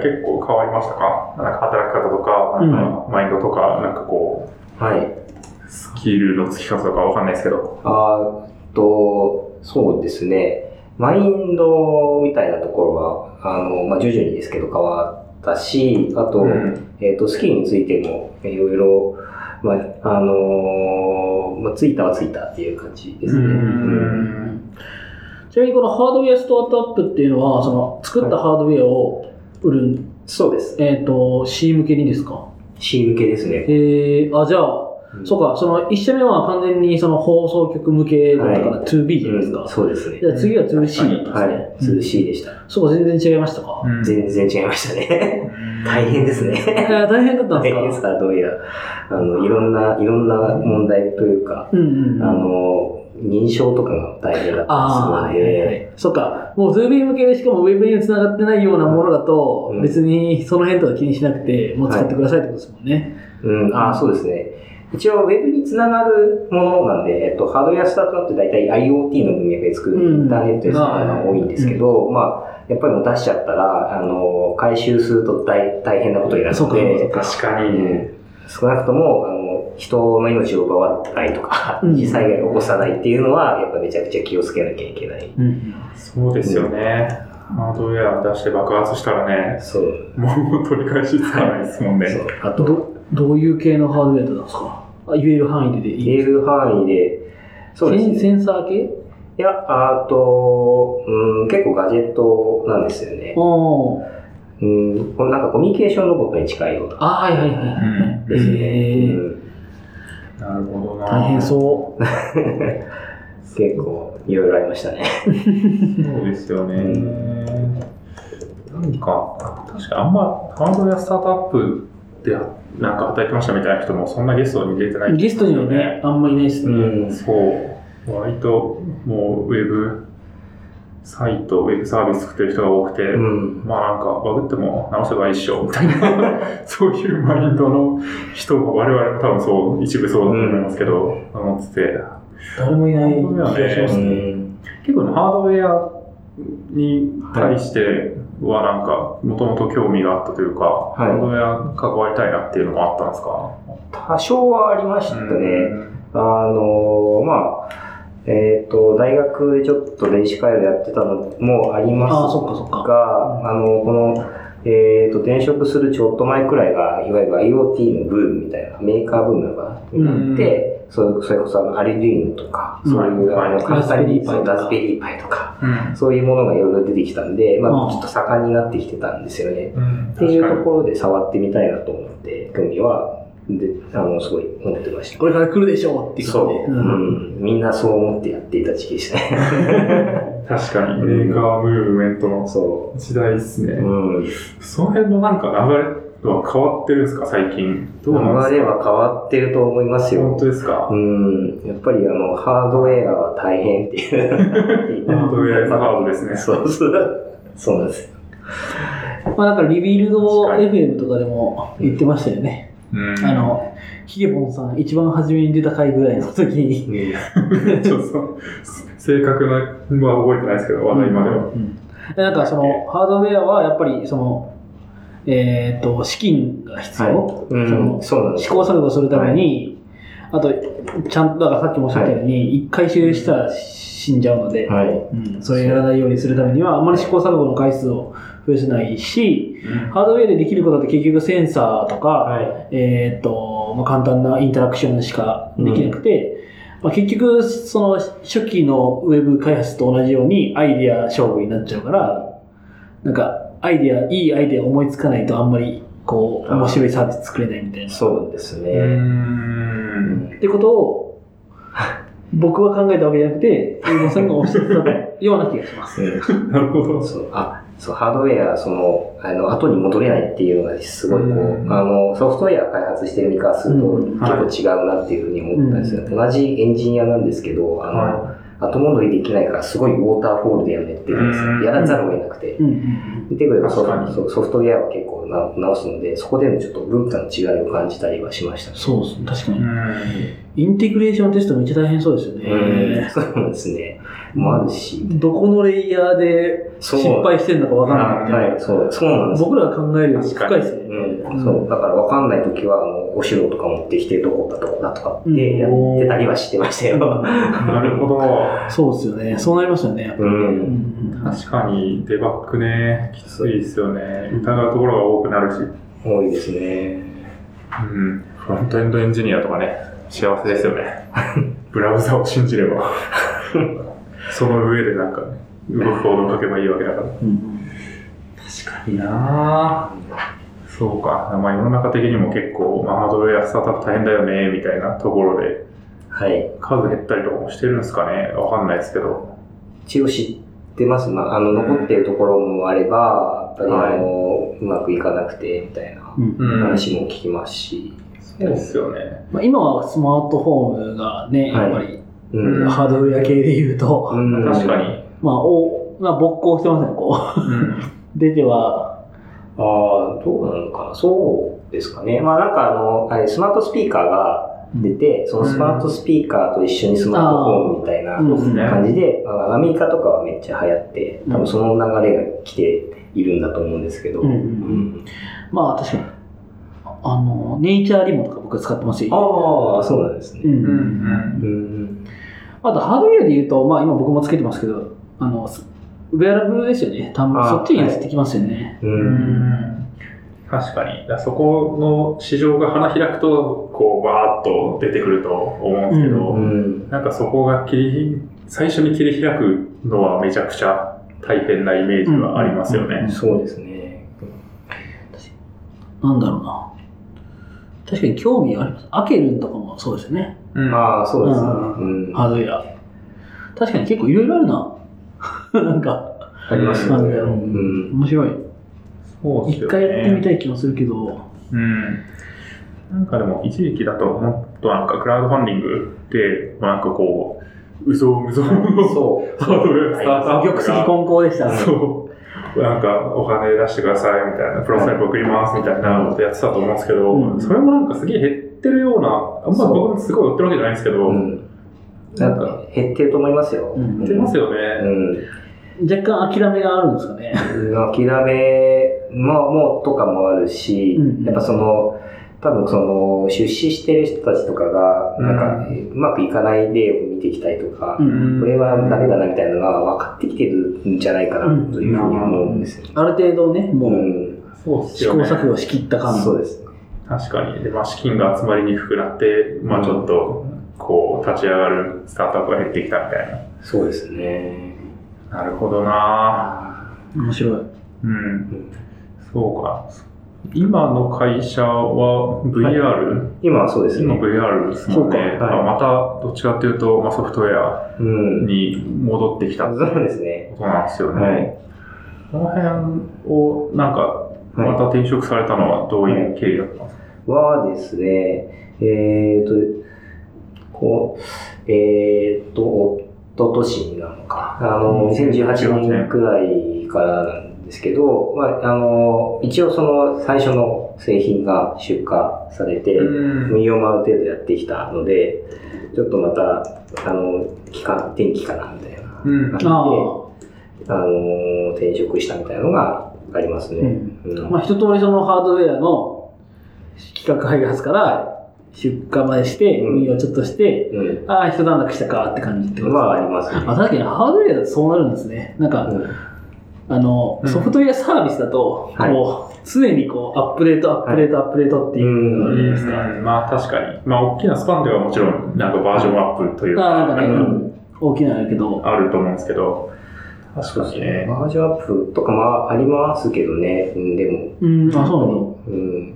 Speaker 3: 結構変わりましたかなんか働き方とか、なんかマインドとか、なんかこ
Speaker 1: はい。
Speaker 3: う、スキルのつき方とかわかんないですけど。
Speaker 1: あーっと、そうですね。マインドみたいなところは、あの、まあ、徐々にですけど変わったし、あと、
Speaker 3: うん
Speaker 1: えっ、と、スキーについても、いろいろ、まあ、あのーまあ、ついたはついたっていう感じですね。
Speaker 3: う
Speaker 1: うん
Speaker 3: ん
Speaker 2: ちなみにこのハードウェアスタートアップっていうのは、その作ったハードウェアを売るん、
Speaker 1: そうです。
Speaker 2: えっ、と、C 向けにですか
Speaker 1: C 向けですね。
Speaker 2: えー、あ、じゃあ、そう
Speaker 1: か。
Speaker 2: か、その1社目は完全にその放送局向けだったから 2B じゃないですか。
Speaker 1: そうですね
Speaker 2: じ。ゃあ次は 2C だった
Speaker 1: は
Speaker 2: んですね。
Speaker 1: い。通 C でした。
Speaker 2: そうか、全然違いました か。
Speaker 3: うん
Speaker 1: 全然違いましたね。大変ですね。
Speaker 2: えー大変だったん
Speaker 1: 大
Speaker 2: です
Speaker 1: 変
Speaker 2: か。
Speaker 1: さ、どうやら。あの、いろんな、いろんな問題というか、
Speaker 2: うんうんうん。
Speaker 1: あの、認証とかが大変だった
Speaker 2: ああ
Speaker 1: ん
Speaker 2: ー、はいはいは
Speaker 1: で
Speaker 2: い。そっか。もう Zoom 向けでしかも Web に繋がってないようなものだと
Speaker 1: う、ん
Speaker 2: 別にその辺とか気にしなくて、もう使ってくださいってことですもんね。
Speaker 1: すので、うん、ああ、そうですね。一応、ウェブにつながるものなんで、えっと、ハードウェアスタートアップって大体 IoT の文脈で作
Speaker 2: うん
Speaker 1: るインターネットですが多いんですけど、まあ、やっぱりもう出しちゃったら、あの、回収すると大大変なことになる
Speaker 2: そう
Speaker 1: の
Speaker 2: か
Speaker 1: で、
Speaker 3: 確か
Speaker 1: う
Speaker 3: に。
Speaker 1: ん少なくとも、あの、人の命を奪わないとか、
Speaker 2: うん
Speaker 1: 二次災害を起こさないっていうのは、やっぱめちゃくちゃ気をつけなきゃいけない。
Speaker 2: うん。
Speaker 3: そうですよね。ハードウェア出して爆発したらね、
Speaker 1: そう。
Speaker 3: もう取り返しつかないですもん
Speaker 1: そ
Speaker 3: ね。
Speaker 1: うあと、
Speaker 2: ど、どういう系のハードウェアだったんですかあ言える範囲ででいい。
Speaker 1: 言える範囲で、そうです
Speaker 2: セン
Speaker 1: ね。
Speaker 2: センサー系
Speaker 1: いや、あと、うん、結構ガジェットなんですよね。
Speaker 2: おー
Speaker 1: うん、このなんかコミュニケーションロボットに近いような。
Speaker 2: あー、はいはいはい。
Speaker 3: う
Speaker 1: で
Speaker 3: ん。
Speaker 1: す
Speaker 2: へ
Speaker 1: ね。
Speaker 2: ー
Speaker 1: うん
Speaker 3: なるほどな。
Speaker 2: 大変そう。
Speaker 1: 結構いろいろありましたね。
Speaker 3: そうですよね。なんか、確かあんま、ハードウェアスタートアップでなんか働きましたみたいな人もそんなゲストに出てない、
Speaker 2: リストにはね、。あんまいないです
Speaker 1: う
Speaker 2: ね。
Speaker 1: ん。
Speaker 3: そう。割と、もう、ウェブサイト、ウェブサービス作ってる人が多くて、
Speaker 1: うん。
Speaker 3: まあなんか、バグっても直せばいいっしょ、みた いな、そういうマインドの人が、我々も多分そう、一部そうだと思いますけど、思ってて、
Speaker 2: 誰もいない気がします
Speaker 1: う
Speaker 2: ね。
Speaker 1: ん
Speaker 3: 結構ねハードウェアに対してはなんか、もともと興味があったというか、
Speaker 1: い
Speaker 3: ハードウェア関わりたいなっていうのもあったんですか
Speaker 1: 多少はありましたね。
Speaker 3: うん
Speaker 1: あのまあ、えっ、と、大学でちょっと電子回路やってたのもあります
Speaker 2: ああ、そっかそっか。
Speaker 1: が、あの、この、えっ、と、転職するちょっと前くらいが、いわゆる IoT のブームみたいな、メーカーブームなのかな
Speaker 2: うん
Speaker 1: っ、て、そうそれこそあのアリデューノとか、そういう、
Speaker 3: はい
Speaker 1: あの、簡単に、そう
Speaker 2: ラ
Speaker 1: ラ
Speaker 2: ズ
Speaker 1: ズ
Speaker 2: ベ
Speaker 1: ベリーパイとか、
Speaker 3: うん
Speaker 1: そういうものがいろいろ出てきたんで、ま
Speaker 2: うん
Speaker 1: あ、ちょっと盛んになってきてたんですよね。
Speaker 3: うん
Speaker 1: っていうと
Speaker 3: 確か
Speaker 1: ころで触ってみたいなと思って、興味は、で、あの、すごい持ってました。
Speaker 2: これから来るでしょうっていう
Speaker 1: そ
Speaker 2: 感じ
Speaker 1: う、う
Speaker 2: で。うん
Speaker 1: ん、みんなそう思ってやっていた時期ですね。
Speaker 3: に確かに、メーカームーブメントの
Speaker 1: そ
Speaker 3: 時代ですね。
Speaker 1: う。うん。
Speaker 3: その辺のなんか流れは変わってるんですか、最近。どうなん
Speaker 1: 流
Speaker 3: で
Speaker 1: れ
Speaker 3: すか
Speaker 1: は変わってると思いますよ
Speaker 3: 本。当ですか、
Speaker 1: うん、やっぱりあの、ハードウェアは大変っていう。
Speaker 3: ハードウェアイズハードですね。
Speaker 1: そうそう。そうなんですよ。
Speaker 2: まあなんかリビルド
Speaker 3: 確かに
Speaker 2: FM とかでも言ってましたよね。
Speaker 3: うん
Speaker 2: あ、の、ヒゲボンさん一番初めに出た回ぐらいの時に。
Speaker 3: ちょっと、正確な、まあ覚えてないですけど、話題までは。
Speaker 2: うんでなんかそのハードウェアはやっぱりその、えっと資金が必要、
Speaker 1: う
Speaker 2: その
Speaker 1: ん、そうなんです
Speaker 2: 試
Speaker 1: よ
Speaker 2: 行錯誤するために、あとちゃんとだからさっきもおっしゃったように一、回終了したら死んじゃうので、
Speaker 1: はい。
Speaker 2: うん、それやらないようにするためにはあんまり試行錯誤の回数を増やせないしハードウェアでできることって結局センサーとか、
Speaker 1: はい。
Speaker 2: えーっと、まあ、簡単なインタラクションしかできなくて、まあ、結局、その初期のウェブ開発と同じようにアイデア勝負になっちゃうから、なんか、アイデア、いいアイデア思いつかないとあんまり、こう、
Speaker 1: あー
Speaker 2: 面白いサービス作れないみたいな。
Speaker 1: そうです
Speaker 3: う。
Speaker 1: ね。うんん
Speaker 2: ってことを、僕は考えたわけじゃなくて、飯野さんがおっしゃってたような気がします。
Speaker 3: なるほど。
Speaker 1: そうあそうハードウェア、その、あの、後に戻れないっていうのがすごいこう、
Speaker 3: うん
Speaker 1: あの、ソフトウェア開発してる身からすると
Speaker 2: うん
Speaker 1: 結構違うなっていうふうに思ったんですよ。同じエンジニアなんですけど、あの、
Speaker 3: は
Speaker 1: 後戻りできないからすごいウォーターフォールでやめてるんです
Speaker 3: うん
Speaker 1: よ。やらざるを得なくて。
Speaker 2: うんうん
Speaker 1: 見てくればソ
Speaker 3: 確かに
Speaker 1: フトソフトウェアは結構な直すので、そこでのちょっと文化の違いを感じたりはしました。
Speaker 2: そうですね、確か
Speaker 3: う
Speaker 2: に。
Speaker 3: ん。
Speaker 2: インテグレーションテストめっちゃ大変そうですよ
Speaker 1: うん
Speaker 2: ね。
Speaker 1: そうですね。もあるし。
Speaker 2: どこのレイヤーで
Speaker 1: そう
Speaker 2: 失敗してるのかわかんないみたいな。
Speaker 1: はい、そう、そうなんですよ。
Speaker 2: 僕らが考えるより深いですね。
Speaker 1: うん、そう、だから分かんないときは、あの、お城とか持ってきて、どこだどこだとかっ
Speaker 2: うん
Speaker 1: てやってたりはしてましたよ。
Speaker 3: なるほど。
Speaker 2: そうですよね。そうなりますよね。
Speaker 1: う
Speaker 2: うん
Speaker 1: ん。
Speaker 3: 確かに、デバッグね、きついですよね。疑うところが多くなるし。
Speaker 1: 多いですね。
Speaker 3: うん。フロントエンドエンジニアとかね、幸せですよね。 ブラウザを信じれ ば。その上でなんか、動く行動を書けばいいわけだから。
Speaker 2: うん
Speaker 3: 確かになそうか、まあ、世の中的にも結構、まあ、ハードウェアスタートアップ大変だよねみたいなところで
Speaker 1: はい。
Speaker 3: 数減ったりとかもしてるんですかねわかんないですけど
Speaker 1: 一応知ってます。まあ、あの、残ってるところもあれば、やっぱり、あの、うまくいかなくて、みたいな
Speaker 2: うん
Speaker 3: うん
Speaker 1: 話も聞きますし。
Speaker 3: そうですよね
Speaker 2: まあ今はスマートフォンがね、やっぱり
Speaker 1: う
Speaker 3: うん
Speaker 2: ハードウェア系で言うと、
Speaker 1: うん
Speaker 3: 確かに、
Speaker 2: まあ、おまあ、勃興してますね、こ
Speaker 3: うん
Speaker 2: う。出ては、
Speaker 1: ああ、どうなのかな。そうですかね。まあなんかあの、あれスマートスピーカーが出て、そのスマートスピーカーと一緒にスマートフォンみたいな
Speaker 2: うん
Speaker 3: ですね
Speaker 1: 感じで、あのアメリカとかはめっちゃ流行って、多分その流れが来ているんだと思うんですけど。
Speaker 2: うんうん
Speaker 1: うん
Speaker 2: まあ確かに、あの、ネイチャーリモとか僕は使ってますよ。
Speaker 1: ああ、そうなんです
Speaker 2: う
Speaker 1: ね。
Speaker 2: ん
Speaker 3: うんうん
Speaker 1: うん
Speaker 2: あとハードウェアで言うと、まあ今僕もつけてますけど、あの、すウェアラブルですよね。多分
Speaker 1: あー
Speaker 2: そっちに移ってきますよね。
Speaker 1: う
Speaker 3: うんん確かにだからそこの市場が花開くとこうバーッと出てくると思うんですけど、
Speaker 1: うん
Speaker 3: なんかそこが切り最初に切り開くのはめちゃくちゃ大変なイメージはありますよね、
Speaker 1: そうですね。
Speaker 2: なんだろうな。確かに興味はあります。アケルンとかもそうですよね。
Speaker 3: うん
Speaker 1: ああ、そうですね。
Speaker 2: うん
Speaker 1: うん
Speaker 2: ハードウェア。確かに結構いろいろあるな。 なんか、
Speaker 1: ありますよね。
Speaker 2: う
Speaker 1: うんん。
Speaker 2: 面白い。
Speaker 3: そうです
Speaker 2: 一
Speaker 3: よね。
Speaker 2: 回やってみたい気もするけど、
Speaker 3: うん。なんかでも、一時期だと、もっとなんか、クラウドファンディングって、まあなんかこう、うぞうむぞうの
Speaker 1: そう。
Speaker 3: ハードル、スタートアップ
Speaker 2: 玉石
Speaker 3: が
Speaker 2: 混交でした。
Speaker 3: そう。なんか、お金出してくださいみたいな、プロセス送りますみたいなことやってたと思うんですけど、
Speaker 2: うん
Speaker 3: それもなんかすげえ減ってるような、あんま
Speaker 1: そう
Speaker 3: 僕もすごい追ってるわけじゃないんですけど、
Speaker 1: うん。なんか、減ってると思いますよ。
Speaker 2: うん
Speaker 3: 減ってますよね。
Speaker 1: うん。
Speaker 2: 若干諦めがあるんですかね。
Speaker 1: 諦め、まあ、もうとかもあるし、
Speaker 2: うん
Speaker 1: やっぱその、多分その、出資してる人たちとかが、なんか、うまくいかない例を見ていきたいとか、
Speaker 2: うん
Speaker 1: これはダメだなみたいなのが分かってきてるんじゃないかなというふうに思うんですよね。
Speaker 2: ある程度ね、も
Speaker 1: う。
Speaker 2: うん
Speaker 3: そうっす
Speaker 2: 試
Speaker 3: よ
Speaker 2: 行
Speaker 3: ね。
Speaker 2: 錯誤しきった感
Speaker 1: そうです。
Speaker 3: 確かに。で、まあ、資金が集まりにくくなって、まあ、ちょっと、こう、立ち上がるスタートアップが減ってきたみたい
Speaker 1: そうですね。
Speaker 3: な。なるほどな
Speaker 2: 面白い。
Speaker 3: うん。そうか。今の会社は VR、
Speaker 1: 今はそうです
Speaker 3: 今
Speaker 1: ね。
Speaker 3: VR ですもんね。
Speaker 1: そうかはい
Speaker 3: まあまた、どっちかっていうと、まあ、ソフトウェア
Speaker 1: うん。
Speaker 3: に戻ってきた
Speaker 1: そ
Speaker 3: っていう
Speaker 1: うですね。
Speaker 3: ことなんですよね。
Speaker 1: はい。
Speaker 3: この辺を、なんか、
Speaker 1: はい
Speaker 3: また転職されたのはどういう経緯だったんですか、
Speaker 1: はですね、えっ、と、こう、えっ、と、おととしなのか、あの、2018年くらいからなんですけど、まあ、あの、一応その最初の製品が出荷されて、
Speaker 3: うん。
Speaker 1: 運用もある程度やってきたので、ちょっとまた、あの、期間、天気かな、みたいな。
Speaker 3: うん
Speaker 1: あ
Speaker 2: あ
Speaker 1: あの、転職したみたいなのがあります
Speaker 2: あ、
Speaker 1: ね。
Speaker 2: うん
Speaker 1: うん
Speaker 2: まあ一通りそのハードウェアの企画開発から出荷までして、
Speaker 1: うん
Speaker 2: 運用ちょっとして、
Speaker 1: うん
Speaker 2: ああ、一段落したかって感じってこと
Speaker 1: ま
Speaker 2: です
Speaker 1: あ、ありますね
Speaker 2: あ、確かにハードウェアだとそうなるんですね。なんか、
Speaker 1: うん
Speaker 2: あの、
Speaker 3: うん
Speaker 2: ソフトウェアサービスだと、
Speaker 1: はい
Speaker 2: こう、常にこう、アップデート、アップデート、アップデートっていうのがあるじゃないですか。
Speaker 3: うんまあ確かに。まあ大きなスパンではもちろん、なんかバージョンアップという
Speaker 2: ああ、な
Speaker 3: か、
Speaker 2: んかね、
Speaker 1: う
Speaker 2: うんん、大きなのやけど、
Speaker 3: あると思うんですけど、
Speaker 1: そうです
Speaker 3: 確かにね
Speaker 1: ね。バージョンアップとかもありますけどね、うんでも、
Speaker 2: うん、あ、そうなの
Speaker 1: うん。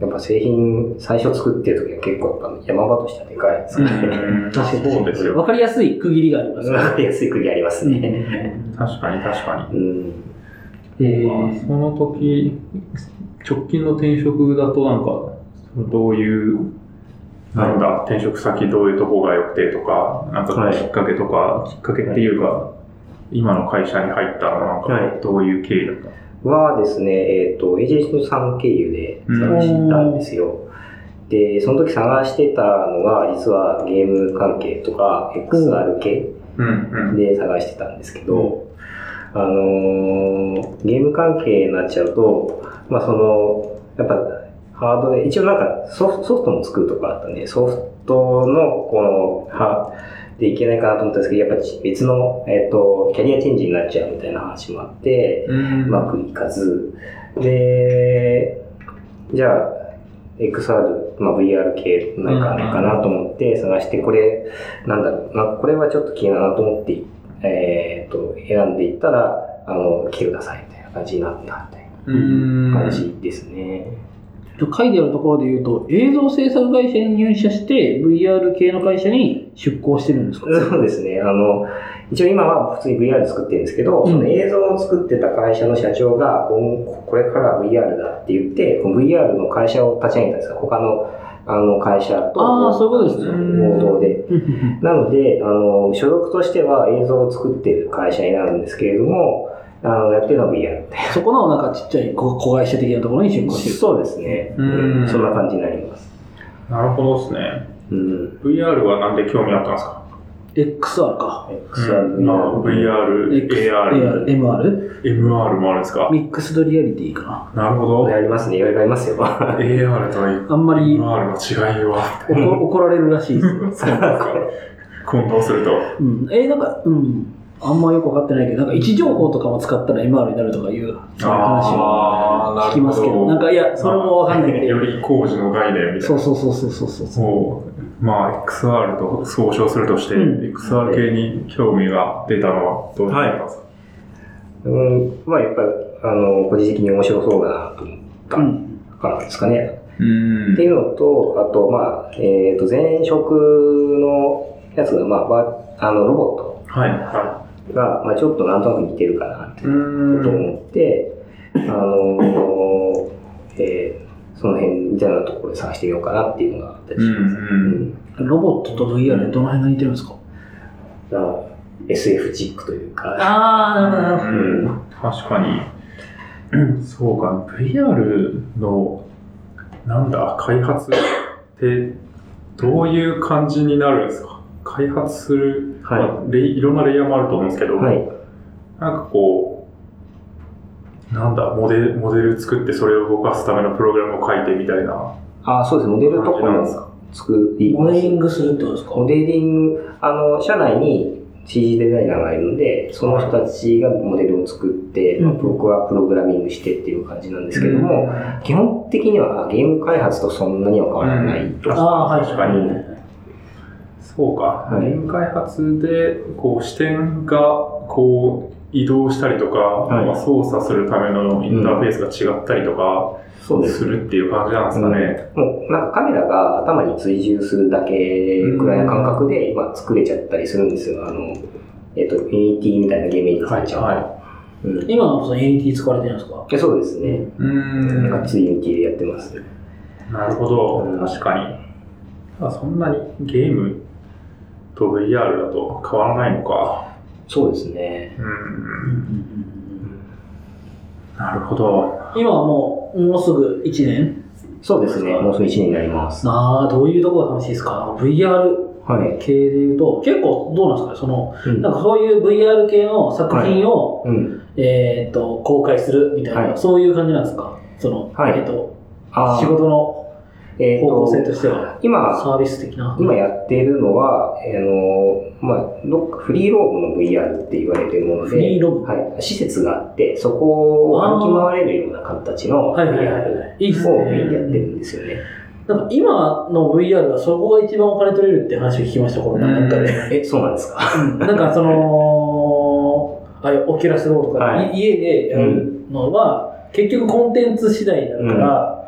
Speaker 1: やっぱ製品、最初作ってる時は結構やっぱ山場としてはでかいですからね。
Speaker 2: 確かに
Speaker 3: そうですよ。
Speaker 2: わかりやすい区切りがあります
Speaker 1: わかりやすい釘あ りますね。
Speaker 3: 確かに確か
Speaker 1: うん。
Speaker 2: え
Speaker 3: に。まあ
Speaker 2: ー
Speaker 3: その時、直近の転職だとなんか、どういう、なんだ、転職先どういうとこが良くてとか、なんか
Speaker 1: はい
Speaker 3: きっかけとか、きっかけっていうか、今の会社に入ったらなん
Speaker 1: は
Speaker 3: か、どういう経緯だったんですか
Speaker 1: はですね、えっ、と、エージェントさん経由で探したんですよ。で、その時探してたのが、実はゲーム関係とか、XR 系
Speaker 3: うんうん。
Speaker 1: で探してたんですけど、あのーゲーム関係になっちゃうと、まあその、やっぱハードで、一応なんかソフソフトも作るとこあったんで、ソフトのこの、は、でいけないかなと思ったんですけど、やっぱち別の、えっ、と、キャリアチェンジになっちゃうみたいな話もあって、
Speaker 3: うん
Speaker 1: うまくいかず、で、じゃあ、XR、まあ、VR 系なんかないかなと思って探して、これ、なんだろうな、これはちょっと気になるなと思って、えーっと、選んでいったら、あの、来てくださいみたいな感じになったみたい
Speaker 3: うん
Speaker 1: な感じですね。
Speaker 2: 書いてあるところで言うと、映像制作会社に入社して、VR 系の会社に出向してるんですか
Speaker 1: そうですね。あの、一応今は普通に VR 作ってるんですけど、
Speaker 2: うん
Speaker 1: その映像を作ってた会社の社長が、こうこれから VR だって言って、こう VR の会社を立ち上げたんですよ。他の、あの会社と。
Speaker 2: ああ、そういうことですね。
Speaker 1: 合同で。
Speaker 2: うん
Speaker 1: なので、あの、所属としては映像を作ってる会社になるんですけれども、あの、やってるのは VR って。
Speaker 2: そこのなんかちっちゃい子子会社的なところに出向してる。
Speaker 1: そうですね。
Speaker 3: うん
Speaker 1: そんな感じになります。
Speaker 3: なるほどですね。
Speaker 1: うん。
Speaker 3: VR はなんで興味あったんですか
Speaker 2: XR か。
Speaker 1: XR、
Speaker 3: まあ VR、
Speaker 2: X AR
Speaker 3: AR、
Speaker 2: MR?
Speaker 3: MR もあるんですか
Speaker 2: ミックスドリアリティか
Speaker 3: なるほ
Speaker 1: こ
Speaker 3: ど
Speaker 1: れ。ありますね。いろいろありますよ。
Speaker 3: AR と
Speaker 2: な。あんまり
Speaker 3: MR の違いは、
Speaker 2: 怒怒られるらしいですよ。
Speaker 3: そうなんですか。混同すると。
Speaker 2: うん。えーなんか、うん。あんまよくわかってないけど、なんか位置情報とかも使ったら MR になるとかいう話を
Speaker 3: あーなるほど
Speaker 2: 聞きますけど、なんかいや、それもわか んないけど
Speaker 3: よ。り工事の概念みたい
Speaker 2: そう
Speaker 3: な。
Speaker 2: そうそうそうそうそうそう。
Speaker 3: そう。まあ、XR と総称するとして、
Speaker 2: う
Speaker 3: XR 系に興味が出たのはどう思いますか、
Speaker 1: うん。まあ、やっぱり、あの、個人的に面白そうだなと思った
Speaker 2: うん。
Speaker 1: からですかね。
Speaker 3: うん
Speaker 1: っていうのと、あと、まあ、えっ、と、前職のやつが、まあ、ばあの、ロボット。
Speaker 3: はい。は
Speaker 1: が、まあ、ちょっとなんとなく似てるかなって
Speaker 3: い。うー
Speaker 1: ことを
Speaker 3: ん。
Speaker 1: 思って、あのーえーその辺みたいなところで探してみようかなっていうのがあったり
Speaker 3: う
Speaker 1: し
Speaker 3: ん
Speaker 1: ます。う
Speaker 3: うん。
Speaker 1: ん
Speaker 4: ロボットと VR でどの辺が似てるんですか
Speaker 1: まあ SF チックというか、
Speaker 4: ああ、なるほど、なるほど。
Speaker 3: うん確かに。そうか、VR の、なんだ、開発って、どういう感じになるんですか開発する、
Speaker 1: はい
Speaker 3: まあレイいろんなレイヤーもあると思うんですけど、
Speaker 1: はい、
Speaker 3: なんかこう、なんだモデル、モデル作ってそれを動かすためのプログラムを書いてみたいな
Speaker 1: あそうですね、モデルとか
Speaker 3: なん
Speaker 1: も
Speaker 3: ですか
Speaker 1: 作り
Speaker 2: モ
Speaker 1: ま
Speaker 2: デ
Speaker 1: す
Speaker 2: リングするってことですか
Speaker 1: モデリング、あの、社内に CG デザイナーがいるので、その人たちがモデルを作って、
Speaker 4: うん
Speaker 1: まあ僕はプログラミングしてっていう感じなんですけども、、基本的にはゲーム開発とそんなには変わらないと。
Speaker 3: う
Speaker 4: あ
Speaker 3: ん
Speaker 4: あ、はい。
Speaker 3: 確かにそうか、
Speaker 1: はい
Speaker 3: ゲーム開発でこう視点がこう移動したりとか、
Speaker 1: い
Speaker 3: まあ操作するためのインターフェースが違ったりとか
Speaker 1: そうです
Speaker 3: するっていう感じなんですかね。
Speaker 1: もうなんかカメラが頭に追従するだけくらいの感覚で今作れちゃったりするんですよ。あの、えっ、と、ユニティみたいなゲームに使っちゃう。
Speaker 3: はい
Speaker 1: うん
Speaker 2: 今のそのユニティ使われてるんですか
Speaker 1: でそうですね。
Speaker 3: うーん
Speaker 1: なんかついユニティでやってます。
Speaker 3: なるほど、
Speaker 1: うん
Speaker 3: 確かに。ただそんなにゲームと VR だと変わらないのか。
Speaker 1: そうですね。
Speaker 3: うん、なるほど。
Speaker 2: 今はもう、もうすぐ1年
Speaker 1: そうですね。もうすぐ1年になります。
Speaker 2: なあ、どういうとこが楽しいですか ?VR
Speaker 1: はい。
Speaker 2: 系で言うと、結構どうなんですかねその、
Speaker 1: うん
Speaker 2: なんかそういう VR 系の作品を、
Speaker 1: うん。
Speaker 2: えーっと、公開するみたいな、
Speaker 1: はい
Speaker 2: そういう感じなんですかその、
Speaker 1: はい
Speaker 2: えーっと、
Speaker 1: あ
Speaker 2: 仕事の
Speaker 1: えー
Speaker 2: 方向性
Speaker 1: と
Speaker 2: としては、
Speaker 1: 今、
Speaker 2: サービス的な。
Speaker 1: 今やっているのは、あのまあ、どっかフリーローブの VR って言われているもので、
Speaker 2: フリーローブ
Speaker 1: はい、施設があって、そこを歩き回れるような形の VR を
Speaker 2: はいはいはいはい。いいっすね。
Speaker 1: メインでやってるんですよね。
Speaker 2: なんか今の VR はそこが一番お金取れるって話を聞きました、コロナの中で。
Speaker 1: え、そうなんですか
Speaker 2: なんかその、ああいうオキュラスローとか、
Speaker 1: はい
Speaker 2: い家でやるのは、結局コンテンツ次第になるから、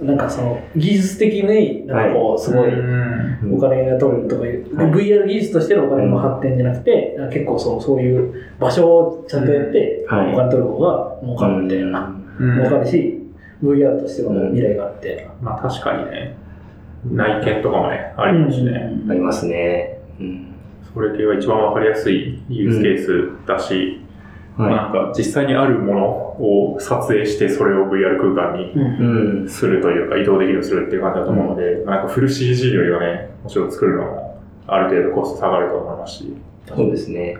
Speaker 2: なんかその技術的になんかこう、すごい
Speaker 3: うん
Speaker 2: お金が取れるとかいう、
Speaker 1: はい
Speaker 2: VR 技術としてのお金の発展じゃなくて、なんか結構そうそういう場所をちゃんとやって、
Speaker 1: は
Speaker 2: お金取る方が儲かるみたいな。儲かるし、VR としてはもう未来があって。
Speaker 3: まあ確かにね、内見とかもね、ありますしね。
Speaker 1: ありますね。うん。
Speaker 3: それ系は一番わかりやすいユースケースだし、
Speaker 1: は
Speaker 3: なんか実際にあるものを撮影してそれを VR 空間に
Speaker 2: うん
Speaker 1: い。うん。
Speaker 3: するというか移動できるようにするっていう感じだと思うので、なんかフル CG よりはね、もちろん作るのもある程度コスト下がると思いますし。
Speaker 1: そうですね。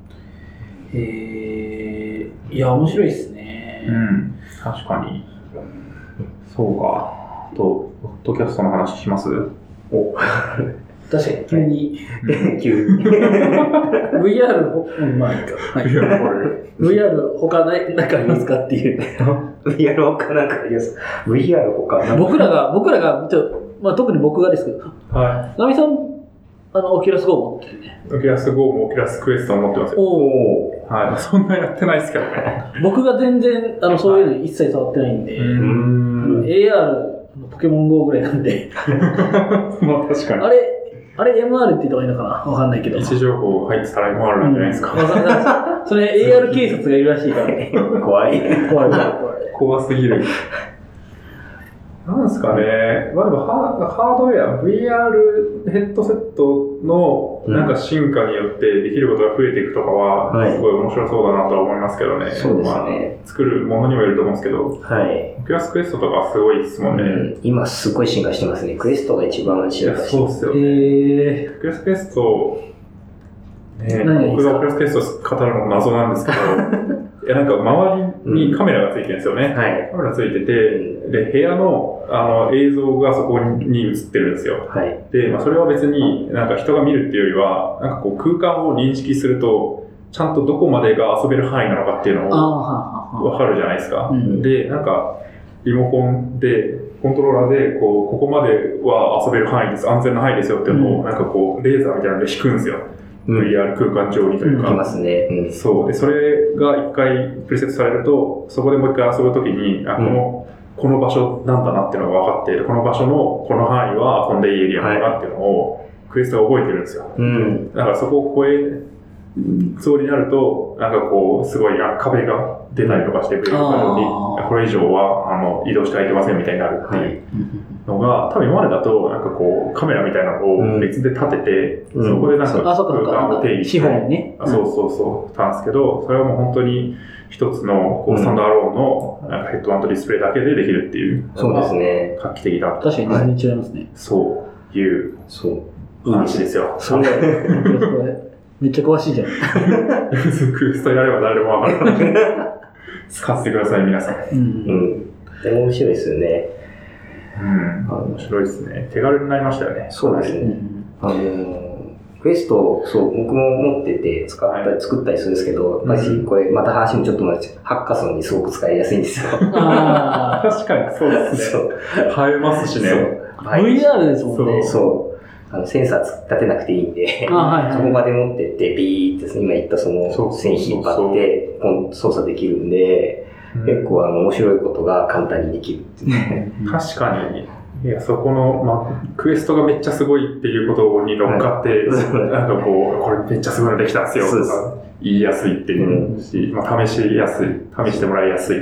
Speaker 2: えー、いや、面白いですね。
Speaker 3: ん、確かに。そうか。あと、ポッドキャストの話します
Speaker 1: お、
Speaker 2: 確かに、急に。
Speaker 1: 急 に。
Speaker 2: VR、ほうんまあいいか。はい VR、他ない、なんかありますかっていう。
Speaker 1: VR 他なんかあります ?VR 他なんか
Speaker 2: 僕らが、僕らが、ちょっと、まあ特に僕がですけど、
Speaker 3: は
Speaker 2: ナミさん、あの、オキュラス GO 持ってるね。
Speaker 3: い。オキュラス GO もオキュラスクエストも持ってますよ。
Speaker 2: お
Speaker 1: おー
Speaker 3: はい。そんなやってないですけどね。
Speaker 2: 僕が全然、あの、そういうの一切触ってないんで、あの
Speaker 3: ん。
Speaker 2: AR のポケモン GO ぐらいなんで、
Speaker 3: まあ確かに
Speaker 2: あ。れ、あれ MR って言った方がいいのかなわかんないけど。
Speaker 3: 位置情報入ってたら今あるんじゃないですか。
Speaker 2: うんわかんないそれ AR 警察がいるらしい から。
Speaker 1: 怖い。
Speaker 2: 怖い怖い怖い。
Speaker 3: 怖すぎる。なんですかね、まあ、でもハーハードウェア、VR ヘッドセットのなんか進化によってできることが増えていくとか
Speaker 1: はい
Speaker 3: は、すごい面白そうだなとは思いますけどね、
Speaker 1: そうですね
Speaker 3: まあ作るものにもよると思うんですけど、
Speaker 1: はい。
Speaker 3: オキュラスクエストとかすごいですもんね。
Speaker 1: うん今すごい進化してますね。クエストが一番
Speaker 3: い
Speaker 1: 進
Speaker 3: や、
Speaker 1: 化して
Speaker 3: そう
Speaker 1: ま
Speaker 3: っ
Speaker 1: す。
Speaker 3: すよ。オ
Speaker 2: えー、
Speaker 3: キュラスクエスト、ね、
Speaker 2: 何がいいで
Speaker 3: 僕
Speaker 2: すか
Speaker 3: がオキュラスクエスト語るのも謎なんですけど、いや、なんか周りにカメラがついてるんですよね。
Speaker 1: はい。
Speaker 3: カメラついてて、で、部屋のあの映像がそこに映ってるんですよ。
Speaker 1: はい。
Speaker 3: で、まあ、それは別になんか人が見るっていうよりは、なんかこう空間を認識すると、ちゃんとどこまでが遊べる範囲なのかっていう
Speaker 2: あーは
Speaker 3: の
Speaker 2: あは
Speaker 3: を
Speaker 2: あはあ
Speaker 3: わかるじゃないですか
Speaker 2: う。ん
Speaker 3: で、なんか、リモコンで、コントローラーで、こう、ここまでは遊べる範囲です、安全な範囲ですよっていうのを、
Speaker 2: うん
Speaker 3: なんかこう、レーザーみたいなので引くんですよ。
Speaker 1: うん。い
Speaker 3: VR 空間上にというか。
Speaker 1: きますね。うん。
Speaker 3: そう。で、それが一回プレセットされると、そこでもう一回遊ぶときに、あ、この、この場所なんだなっていうのが分かって、この場所のこの範囲は遊んでいいエリアなんだなっていうのを、クエストが覚えてるんですよ。
Speaker 1: うん。
Speaker 3: だからそこを超えそうになると、なんかこう、すごいあ壁が出たりとかしてくれるから
Speaker 5: あー
Speaker 3: に、これ以上はあの移動してはいけませんみたいになるっていうのが、多分今までだと、なんかこう、カメラみたいなの
Speaker 1: うん
Speaker 3: を別で立てて、
Speaker 1: うん
Speaker 3: そこでなんか、
Speaker 2: あ、そうかそうか。
Speaker 3: 空間を定義して
Speaker 2: 資本ね。
Speaker 3: あそうそうそう、たんですけど、それはもう本当に一つのこ
Speaker 1: うん
Speaker 3: うスタンドアローンのなんかヘッドマウントディスプレイだけでできるっていう、
Speaker 1: そうですね。
Speaker 3: 画期的だ、
Speaker 2: 確かに全然違いますね。
Speaker 3: そういう
Speaker 1: そう。いいで
Speaker 3: 話
Speaker 1: すね。
Speaker 3: ですよ。
Speaker 1: そうだね。
Speaker 2: めっちゃ詳しいじゃん。
Speaker 3: クエストやれば誰でもわからない。使ってください、皆さん。
Speaker 2: う。
Speaker 1: うんん。でも面白いですよね。
Speaker 3: うん。面白いですね。手軽になりましたよね。
Speaker 1: そうです
Speaker 2: う
Speaker 1: ね。
Speaker 2: ん
Speaker 1: あの、クエスト、そう、僕も持ってて、使った
Speaker 3: は
Speaker 1: り、作ったりするんですけど、やっぱ
Speaker 3: う
Speaker 1: りこれ、また話もちょっと待って、ハッカソンにすごく使いやすいんですよ。
Speaker 2: あ
Speaker 3: 確かに そうです
Speaker 1: そ
Speaker 3: ね。
Speaker 1: う。
Speaker 3: 映えますしね
Speaker 1: そ。
Speaker 2: あ、
Speaker 1: う。はい。
Speaker 2: VR ですもんね。
Speaker 1: そう。あの、センサー立てなくていいん で。
Speaker 2: あ、はい
Speaker 1: そ
Speaker 2: は
Speaker 1: こ
Speaker 2: い。
Speaker 1: まで持ってって、ビーって、今言ったそ
Speaker 3: そう
Speaker 1: の
Speaker 3: そうそう
Speaker 1: 線引っ張って、ポン操作できるんで、
Speaker 3: うん
Speaker 1: 結構あの、面白いことが簡単にできるっていうね。
Speaker 3: 確かに。いや、そこの、まあ、クエストがめっちゃすごいっていうことに乗っかって、
Speaker 1: はい
Speaker 3: なんかこう、これめっちゃすごいのできたんですよ
Speaker 1: そう
Speaker 3: と
Speaker 1: です
Speaker 3: か言いやすいっていうし、まあ、試しやすい、試してもらいやすい。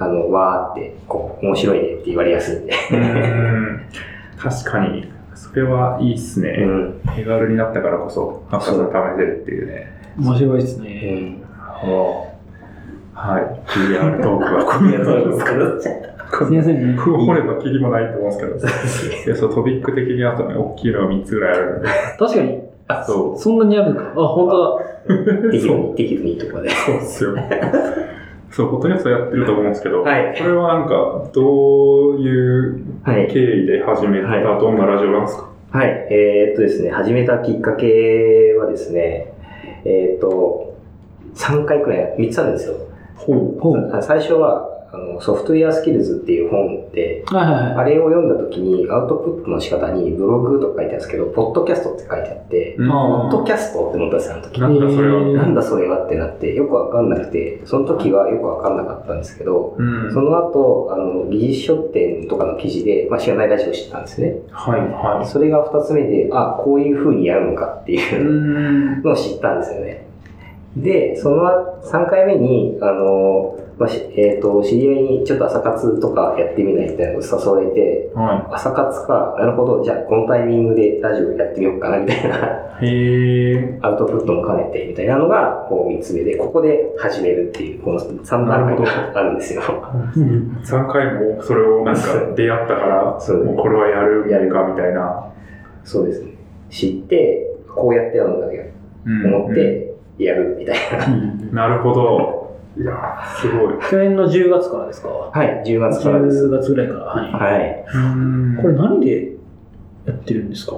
Speaker 1: あの、わーって、こう、面白いねって言われやすいんで。
Speaker 3: うん確かに、それはいいっすね。
Speaker 1: うん。
Speaker 3: 手軽になったからこそ、ハッカソンを試せるっていうね。
Speaker 2: 面白いです
Speaker 1: う
Speaker 2: ね。
Speaker 1: ん。も
Speaker 3: はい。VR トークはこ
Speaker 1: う、
Speaker 3: ん
Speaker 1: いや
Speaker 3: な
Speaker 1: そう
Speaker 3: と
Speaker 1: で
Speaker 3: こ
Speaker 1: す
Speaker 3: です
Speaker 1: か
Speaker 3: か。
Speaker 2: すみませんね。
Speaker 3: こう掘ればキリもないと思うんですけど。いや、そう、トピック的にあとね、大きいのが3つぐらいあるんで。
Speaker 2: 確かに、
Speaker 3: そ
Speaker 2: そんなにあるのか。あ、本当だ。
Speaker 1: できる、できるにいいとこで
Speaker 3: う。。そうっすよ。そう、ポッドキャストやってると思うんですけど、
Speaker 1: はい
Speaker 3: これはなんか、どういう
Speaker 1: はい。
Speaker 3: 経緯で始めた、
Speaker 1: はい
Speaker 3: どんなラジオなんですか
Speaker 1: はい。えー、っとですね、始めたきっかけはですね、えー、っと、3回くらい、3つあるんですよ。
Speaker 2: ほう。ほう。
Speaker 1: 最初は、あのソフトウェアスキルズっていう本で、
Speaker 2: はいはい
Speaker 1: あ
Speaker 2: はい。
Speaker 1: れを読んだ時にアウトプットの仕方にブログとか書いてあるんですけど、ポッドキャストって書いてあって、
Speaker 3: うん
Speaker 1: ポッ
Speaker 2: あ
Speaker 1: ドキャストって思ったんですよ、あの時。
Speaker 3: なんだそれは。
Speaker 2: えー
Speaker 1: なんだそれはってなって、よくわかんなくて、その時はよくわかんなかったんですけど、
Speaker 3: うん
Speaker 1: その後、あの、技術書店とかの記事で、まあ、知らないラジオを知ったんですね。
Speaker 3: はい、は
Speaker 1: それが二つ目で、あ、こういう風にやるのかって
Speaker 3: い。
Speaker 1: いう
Speaker 3: うん。
Speaker 1: のを知ったんですよね。で、その3回目に、あの、まあしえっ、と、知り合いにちょっと朝活とかやってみないみたいなことを誘われて、
Speaker 3: は
Speaker 1: 朝活か、なるほど、じゃあこのタイミングでラジオやってみようかなみたいな、
Speaker 3: い。へえ。
Speaker 1: アウトプットも兼ねてみたいなのが、こう3つ目で、ここで始めるっていう、この3段階があるんですよ。
Speaker 3: 3回もそれをなんか出会ったから、
Speaker 1: そう
Speaker 3: もうこれはやるやるかみたいな。
Speaker 1: そうですね。知って、こうやってやるんだけど、思っ
Speaker 3: うん
Speaker 1: てやるみたいな。
Speaker 2: うん
Speaker 3: なるほど。いやー、すごい。
Speaker 2: 去年の10月からですか。
Speaker 1: はい、10月からです。
Speaker 2: 10月ぐらいから。は
Speaker 1: はい。
Speaker 2: い。これ何でやってるんですか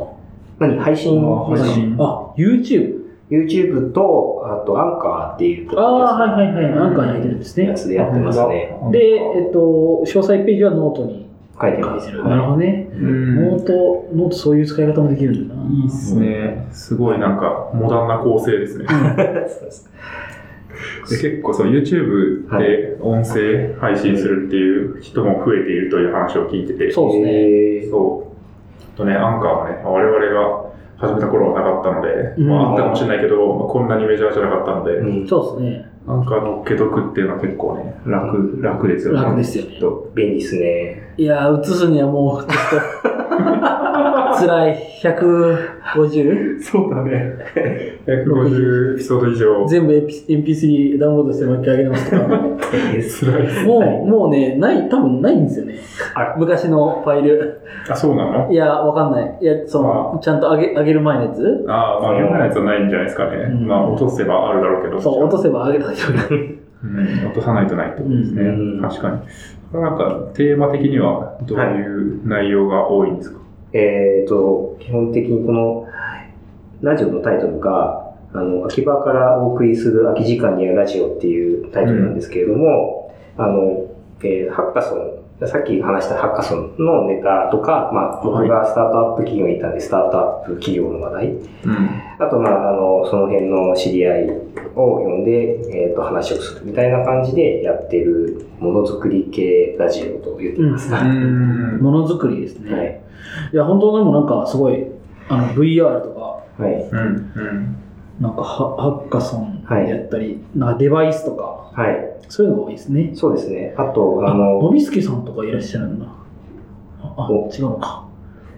Speaker 1: 何配信
Speaker 3: あ配信
Speaker 2: あ、YouTube。
Speaker 1: YouTube と、あと、アンカーっていう
Speaker 2: ああー、はいはいはい。なんかやってるんですね
Speaker 1: や。つでやってますね。
Speaker 2: で、えっと、詳細ページはノートに
Speaker 1: 書いて
Speaker 2: 書
Speaker 1: ま
Speaker 2: いて
Speaker 1: す。
Speaker 2: る。なるほどね。
Speaker 3: うん、
Speaker 2: ノート、ノートそういう使い方もできるんだな。
Speaker 3: いいっすね。すごいなんか、モダンな構成ですね。
Speaker 1: そうです
Speaker 3: で結構その YouTube
Speaker 1: は
Speaker 3: で音声配信するっていう人も増えているという話を聞いてて、
Speaker 2: そうですね
Speaker 1: へー
Speaker 3: そう。あとね、アンカーはね、まあ我々が始めた頃はなかったので、
Speaker 2: うん
Speaker 3: まああったかもしれないけど、まあこんなにメジャーじゃなかったので、
Speaker 1: うん
Speaker 2: そうですね。
Speaker 3: アンカーのっけとくっていうのは結構ね、楽、楽ですよね。
Speaker 2: 楽ですよね
Speaker 3: きっと
Speaker 1: 便利ですね。
Speaker 2: いやー、映すにはもう、ちょっ と、辛い。150?
Speaker 3: そう だね。150エピソード以上。
Speaker 2: 全部 MP3 ダウンロードしてもう一回あげますとか。も
Speaker 3: 辛いっす
Speaker 2: う、もうね、ない、多分ないんですよね
Speaker 3: あら。
Speaker 2: 昔のファイル。
Speaker 3: あ、そうなの
Speaker 2: いや、わかんない。いや、その、ちゃんとあげ、あげる前のやつ
Speaker 3: ああ、まあ、現代のやつはないんじゃないですかね。
Speaker 2: うん
Speaker 3: まあ、落とせばあるだろうけど。
Speaker 2: そう、落とせばあげただけだけど。
Speaker 3: うん落とさないとないってことですね。
Speaker 1: うん
Speaker 3: 確かに。これはなんか、テーマ的にはどういう内容が多いんですか、
Speaker 1: えっ、と、基本的にこの、ラジオのタイトルが、あの、秋葉からお送りする空き時間にあるラジオっていうタイトルなんですけれども、あの、えーハッカソン、さっき話したハッカソンのネタとか、まあ、僕がスタートアップ企業にいたんで、スタートアップ企業の話題
Speaker 3: うん、
Speaker 1: あと、まあ、あの、その辺の知り合いを呼んで、えっ、と、話をするみたいな感じでやってる、ものづくり系ラジオと言ってます。は
Speaker 3: う ん。
Speaker 2: ものづくりですね。
Speaker 1: い。
Speaker 2: いや、本当でもなんかすごい、あの、VR とか、
Speaker 1: はい。
Speaker 3: うん。
Speaker 2: なんかハハッカソン
Speaker 1: はい
Speaker 2: やったり、なんかデバイスとか、
Speaker 1: はい。
Speaker 2: そういうのが多いですね。
Speaker 1: そうですね。あと、あ
Speaker 2: の
Speaker 1: の、
Speaker 2: びすけさんとかいらっしゃるんだ。あ、あ
Speaker 1: お
Speaker 2: 違うのか。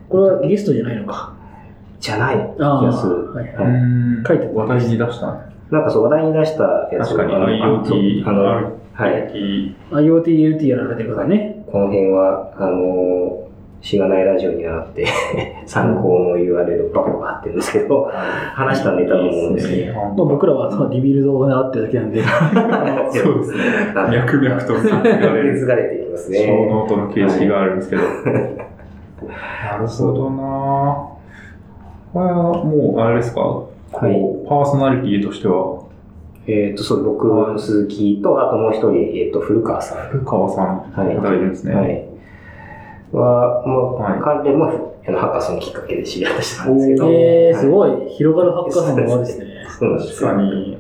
Speaker 2: これはゲストじゃないのか。
Speaker 1: じゃない気
Speaker 2: あ
Speaker 1: が
Speaker 2: あ、
Speaker 1: する。
Speaker 2: はい。
Speaker 1: はい
Speaker 3: ん
Speaker 2: 書いてた
Speaker 3: 話題に出したね
Speaker 1: なんかそう話題に出したやつ
Speaker 3: 確かに
Speaker 1: あの
Speaker 3: IoT、
Speaker 1: あの、はい。
Speaker 3: IoT、
Speaker 2: IoT、UT やられてる方ね。
Speaker 1: この辺は、あの、しがないラジオに習って、 参考の URL をバカバカってるんですけど、話したネタだと思うんですけど。
Speaker 2: まあ、僕らはただリビルドを習ってるだけなんで。
Speaker 3: そうですね。
Speaker 1: なんか
Speaker 3: 脈々と受け継がれ
Speaker 1: 受け
Speaker 3: る
Speaker 1: 継がれています
Speaker 3: 小
Speaker 1: ね。
Speaker 3: ノートの形式があるんですけど。なるほどなぁこれはもう、あれですか、
Speaker 1: い
Speaker 3: こうパーソナリティとしては、
Speaker 1: えっ、と、そう、僕、鈴木と、あともう一人、えっ、と、古川さん。
Speaker 3: 古川さん、
Speaker 1: はい
Speaker 3: 働いてるんですね。
Speaker 1: はい。は、ま
Speaker 3: は
Speaker 1: あ、
Speaker 3: い
Speaker 1: 関連も、あの、ハッカソンきっかけで知り合った人なんですけど。
Speaker 2: えー、す
Speaker 1: は
Speaker 2: ごい。広がるハッカソンの輪ですね。
Speaker 1: い。そうなんで
Speaker 3: 確
Speaker 1: すよ
Speaker 3: かに。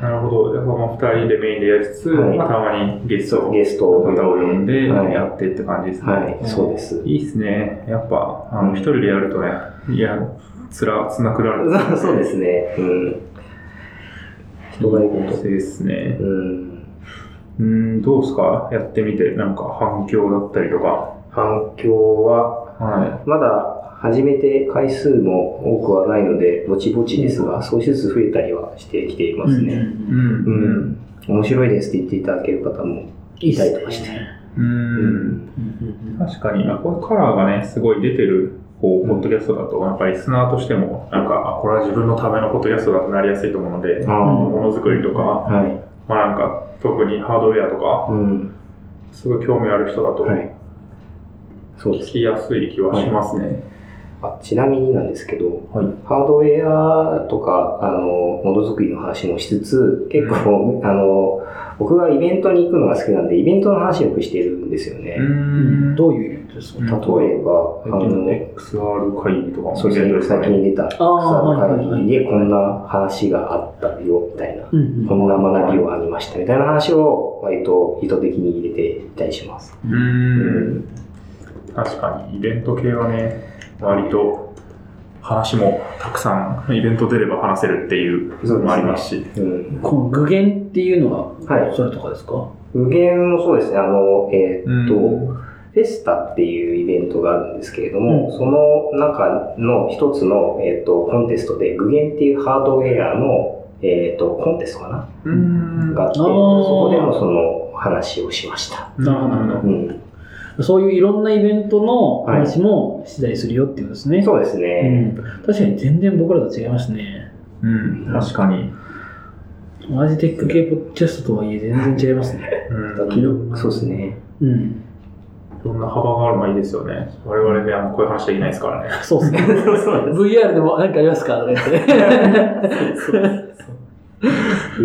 Speaker 3: なるほど。でその二人でメインでやりつつ、
Speaker 1: はい
Speaker 3: まあ、たまにゲストを
Speaker 1: ゲスト
Speaker 3: 方
Speaker 1: を
Speaker 3: を
Speaker 1: 呼んで
Speaker 3: 呼んで
Speaker 1: はい
Speaker 3: やってって感じですね。
Speaker 1: はい、そうです。
Speaker 3: いいっすね。やっぱ、あの、一人でやるとね、いや、つら、つなくなる。
Speaker 1: そうですね。うん。人がいる
Speaker 3: 構成ですね
Speaker 1: と。。うん。
Speaker 3: うん、どうですかやってみて、なんか反響だったりとか。
Speaker 1: 反響は、
Speaker 3: は
Speaker 1: まだ始めて回数も多くはないので、ぼちぼちですが、少しずつ増えたりはしてきていますね。
Speaker 3: い。うん
Speaker 1: う。ん。面白いですって言っていただける方も。
Speaker 2: いいっすね。
Speaker 3: うん。確かに、まあ、こういうカラーがね、すごい出てる、こう、ポッドキャストだと、やっぱりリスナーとしても、なんか、あ、これは自分のためのポッドキャストだとなりやすいと思うので、
Speaker 1: あ
Speaker 3: ものづくりとか、
Speaker 1: あ。はい。
Speaker 3: まあなんか、特にハードウェアとか、
Speaker 1: うん。
Speaker 3: すごい興味ある人だと、
Speaker 1: はい。そうです。
Speaker 3: 聞きやすい気はしますね。
Speaker 1: あちなみになんですけど、
Speaker 3: はい
Speaker 1: ハードウェアとか、あの、ものづくりの話もしつつ、結構、あの、僕がイベントに行くのが好きなんで、イベントの話をよくしてるんですよね。
Speaker 3: ん
Speaker 2: どういうイベントですか
Speaker 3: うん
Speaker 1: 例えば、あ
Speaker 3: 最近の
Speaker 1: の、
Speaker 3: XR 会議とかも
Speaker 1: そうです
Speaker 3: イベン
Speaker 1: ね、
Speaker 3: ト
Speaker 1: 最近出た草の会議で
Speaker 2: あー
Speaker 1: こんな話があったよ、みたいな。
Speaker 2: うんう
Speaker 1: こんな学びをありました、みたいな話を、割と意図的に入れていたりします。う
Speaker 3: う。
Speaker 1: ん
Speaker 3: 確かに、イベント系はね、割と、話もたくさん、イベント出れば話せるっていうのもありますし。
Speaker 1: うん。
Speaker 2: この具現っていうのは、
Speaker 1: はい
Speaker 2: それとかですか
Speaker 1: 無限もそうですね、あの、えーっと、
Speaker 3: うん
Speaker 1: フェスタっていうイベントがあるんですけれども、
Speaker 2: うん
Speaker 1: その中の一つの、えーっとコンテストで、具現っていうハードウェアの、えーっとコンテストかな、
Speaker 3: うん
Speaker 1: があって、
Speaker 2: あー
Speaker 1: そこでもその話をしました。
Speaker 3: なるほど、なるほ
Speaker 1: うん、
Speaker 2: そういういろんなイベントの話もしてたりするよっていうんですね。
Speaker 1: そうですね。
Speaker 2: うん確かに全然僕らと違いますね。
Speaker 3: ど。うん、確かに。
Speaker 2: 同じテック系ポッドキャストとはいえ全然違いますね。
Speaker 3: うん、
Speaker 1: 時々そうですね。
Speaker 2: うん。
Speaker 3: いろんな幅があるのはいいですよね。我々ね、あのこういう話できないですからね。
Speaker 2: そうですね。
Speaker 1: そうそう
Speaker 2: VR でも何かありますかとか言って。
Speaker 1: い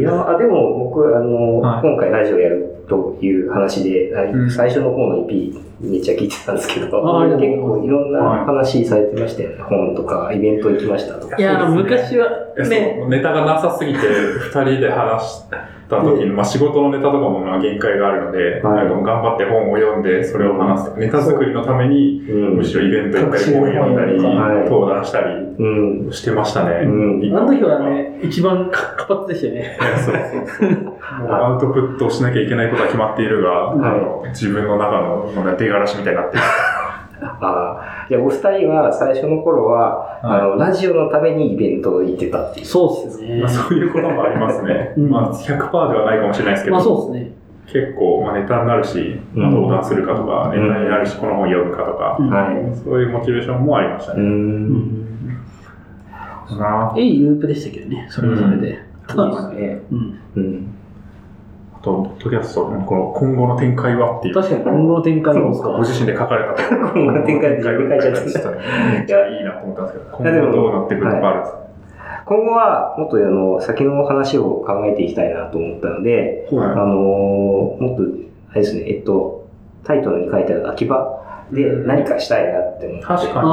Speaker 1: やー、でも僕、あの、
Speaker 3: はい
Speaker 1: 今回ラジオやるという話で、あ
Speaker 3: うん
Speaker 1: 最初の方の EP めっちゃ聞いてたんですけど、結
Speaker 2: あーありがとうございます
Speaker 1: 構いろんな話されてましたよね。本とか、イベント行きましたとか。
Speaker 2: いや、あの
Speaker 3: そうで
Speaker 2: 昔はね、
Speaker 3: そうネタがなさすぎて、二人で話した時の、まあ仕事のネタとかもまあ限界があるので、
Speaker 1: はい
Speaker 3: なんか頑張って本を読んで、それを話す。ネタ作りのために、
Speaker 1: うん
Speaker 3: むしろイベント行ったり、本読んだり、
Speaker 1: はい
Speaker 3: 登壇したり
Speaker 1: うん。
Speaker 3: してましたね。
Speaker 1: うん
Speaker 2: あの時は、ね、一番か活発でしたよね。
Speaker 3: そうそうそう。もうアウトプットしなきゃいけないことは決まっているが、
Speaker 1: はい
Speaker 3: あの自分の中のなんか出がらしみたいになってる。
Speaker 1: ああ。じゃあ、お二人は最初の頃は、
Speaker 3: はい
Speaker 1: あの、ラジオのためにイベント行ってたっていう。
Speaker 2: そうですね。
Speaker 3: まあ、。そういうこともありますね
Speaker 2: うん
Speaker 3: まあ、100%ではないかもしれないですけど、
Speaker 2: まあそうですね。
Speaker 3: 結構、まあ、ネタになるし、
Speaker 1: うん
Speaker 3: まあ登壇するかとか、
Speaker 1: うん
Speaker 3: ネタになるし、この本読むかとか、
Speaker 1: は
Speaker 3: そういうモチベーションもありました
Speaker 1: う
Speaker 3: ね。
Speaker 1: ん。
Speaker 3: ない
Speaker 2: いループでしたけどね、それはそれで。
Speaker 1: そうですね。
Speaker 2: うん
Speaker 1: うん。
Speaker 3: あと、ポッドキャスト、この今後の展開はっていう。
Speaker 2: 確かに今後の展開も
Speaker 3: ご自身で書かれたところ。
Speaker 1: 今後の展開って書いちゃっ て
Speaker 3: た。めっちゃいいなと思ったんですけど、
Speaker 1: いやで
Speaker 3: 今
Speaker 1: も
Speaker 3: 後どうなってくるとかあるんですか
Speaker 1: 今後は、もっとあの、先の話を考えていきたいなと思ったので、あ
Speaker 3: は
Speaker 1: のーもっと、あれですね、えっと、タイトルに書いてある秋葉で何かしたいなって思って。
Speaker 3: 確かに
Speaker 2: あ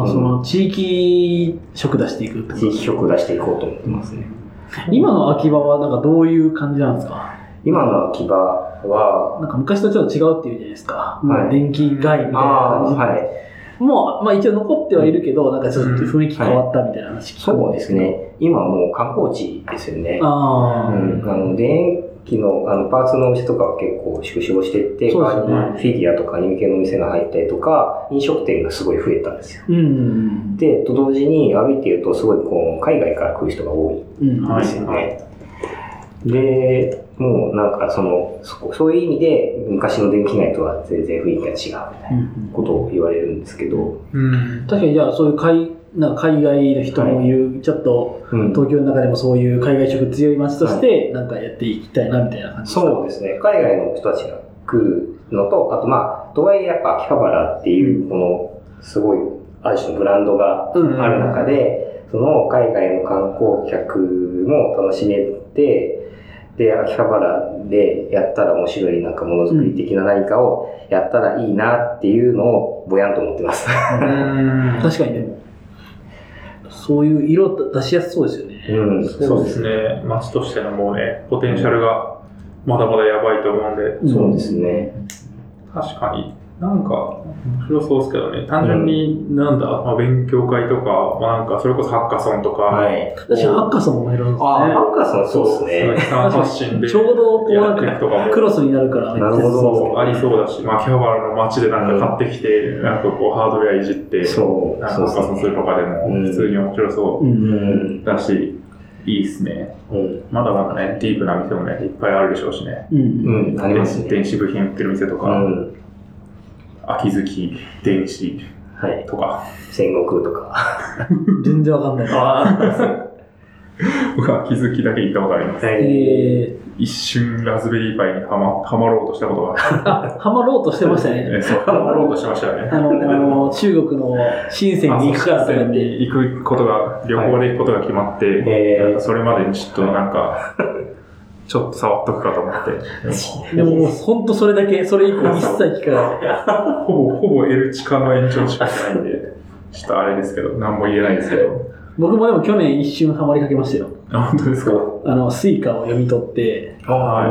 Speaker 2: あ、
Speaker 1: うん
Speaker 2: その地域色出していくってこと
Speaker 1: 地域色を出していこうと思ってますね。
Speaker 2: 今の秋葉はなんかどういう感じなんですか
Speaker 1: 今の秋葉は、
Speaker 2: なんか昔とちょっと違うっていうじゃないですか。
Speaker 1: はい
Speaker 2: 電気街みたいな
Speaker 1: ああ、
Speaker 2: 感じ。
Speaker 1: はい。
Speaker 2: もう、まあ一応残ってはいるけど、なんかちょっと雰囲気変わったみたいな話聞く
Speaker 1: そうです。ね。今もう観光地ですよね。
Speaker 2: ああ、
Speaker 1: うん、あの電気のあのパーツのお店とかは結構縮小してって、
Speaker 2: そうですね
Speaker 1: 代わりにフィギュアとかアニメ系のお店が入ったりとか、飲食店がすごい増えたんですよ。
Speaker 2: うんうん
Speaker 1: で、と同時に歩いてるとすごいこう海外から来る人が多いん
Speaker 2: うん。うん。
Speaker 3: はい
Speaker 1: ですよね。で、もうなんかその、そこそういう意味で昔の電気街とは全然雰囲気が違うみたいな
Speaker 2: うん
Speaker 1: ことを言われるんですけど、
Speaker 3: うん。
Speaker 2: 確かにじゃあそういう海なんか海外の人もいう、ちょっと
Speaker 1: うん
Speaker 2: 東京の中でもそういう海外色強い街としてなんかやっていきたいなみたいな感じですか、
Speaker 1: そうですね。海外の人たちが来るのと、あとまあ、とはいえやっぱ秋葉原っていう、この、すごい、ある種のブランドが
Speaker 2: うんうん
Speaker 1: ある中で、その海外の観光客も楽しめて、で、秋葉原でやったら面白いなんかものづくり的な何かをやったらいいなっていうのをぼやんと思ってます。
Speaker 3: うん
Speaker 2: 確かにでもそういう色出しやすそうですよね、
Speaker 1: うん、
Speaker 3: そうですね。街としてのもうね、ポテンシャルがまだまだやばいと思うんで、
Speaker 2: ん
Speaker 1: そうですね。
Speaker 3: 確かに。なんか、面白そうですけどね。単純に、なんだ、まあ、勉強会とか、まあ、なんか、それこそハッカソンとか、
Speaker 1: はい。
Speaker 2: 確かにハッカソンも面白いですね
Speaker 1: あ、ハッカーさんそう
Speaker 3: そ
Speaker 1: う
Speaker 3: です
Speaker 1: です
Speaker 3: ね。
Speaker 1: ね。
Speaker 3: 鈴木さん発信で。
Speaker 2: ちょうどこうなん
Speaker 3: やってい
Speaker 2: か
Speaker 3: くとかも
Speaker 2: クロスになるからめっちゃ
Speaker 1: なるほど
Speaker 3: そう、ありそうだし、まあ、秋葉原の街でなんか買ってきて、なんかこう、ハードウェアいじって、
Speaker 1: そう、
Speaker 3: なん
Speaker 1: そう
Speaker 3: か
Speaker 1: で
Speaker 3: ハッカソン
Speaker 1: す
Speaker 3: する
Speaker 1: ね。
Speaker 3: とかでも、
Speaker 1: うん
Speaker 3: 普通に面白そう
Speaker 1: うんん
Speaker 3: う。だし、いいっすね。
Speaker 1: うん。
Speaker 3: まだまだね、ディープな店もね、いっぱいあるでしょうしね。
Speaker 2: うん
Speaker 1: うん、あり
Speaker 3: 電
Speaker 1: ます
Speaker 3: 子
Speaker 1: ね。
Speaker 3: 電子部品売ってる店と
Speaker 1: う
Speaker 3: か、
Speaker 1: ん。
Speaker 3: 秋月電子
Speaker 1: はい。
Speaker 3: とか、
Speaker 1: 戦国とか。
Speaker 2: 全然わかんない
Speaker 3: 僕は秋月だけ行ったことあります。
Speaker 2: え
Speaker 3: 一瞬ラズベリーパイにはまはまろうとしたことがあっ
Speaker 2: ー、あハマろうとしてましたね
Speaker 3: て、そうはまろうとしましたよね。
Speaker 2: あのあの中国の深センに行くからとか言って
Speaker 3: 行くことが、旅行で行くことが決まって、
Speaker 1: え
Speaker 3: なんかそれまでにちょっとな んか、ちょっと触っとくかと思って。
Speaker 2: でももう本当それだけ、それ以降一切聞かない。
Speaker 3: ほぼ、ほぼ L 地下の延長しかしてないんで、ちょっとあれですけど、何も言えないですけど。
Speaker 2: 僕もでも去年一瞬ハマりかけましたよ。
Speaker 3: あ、本当ですか
Speaker 2: あの、スイカを読み取って、
Speaker 1: ああ、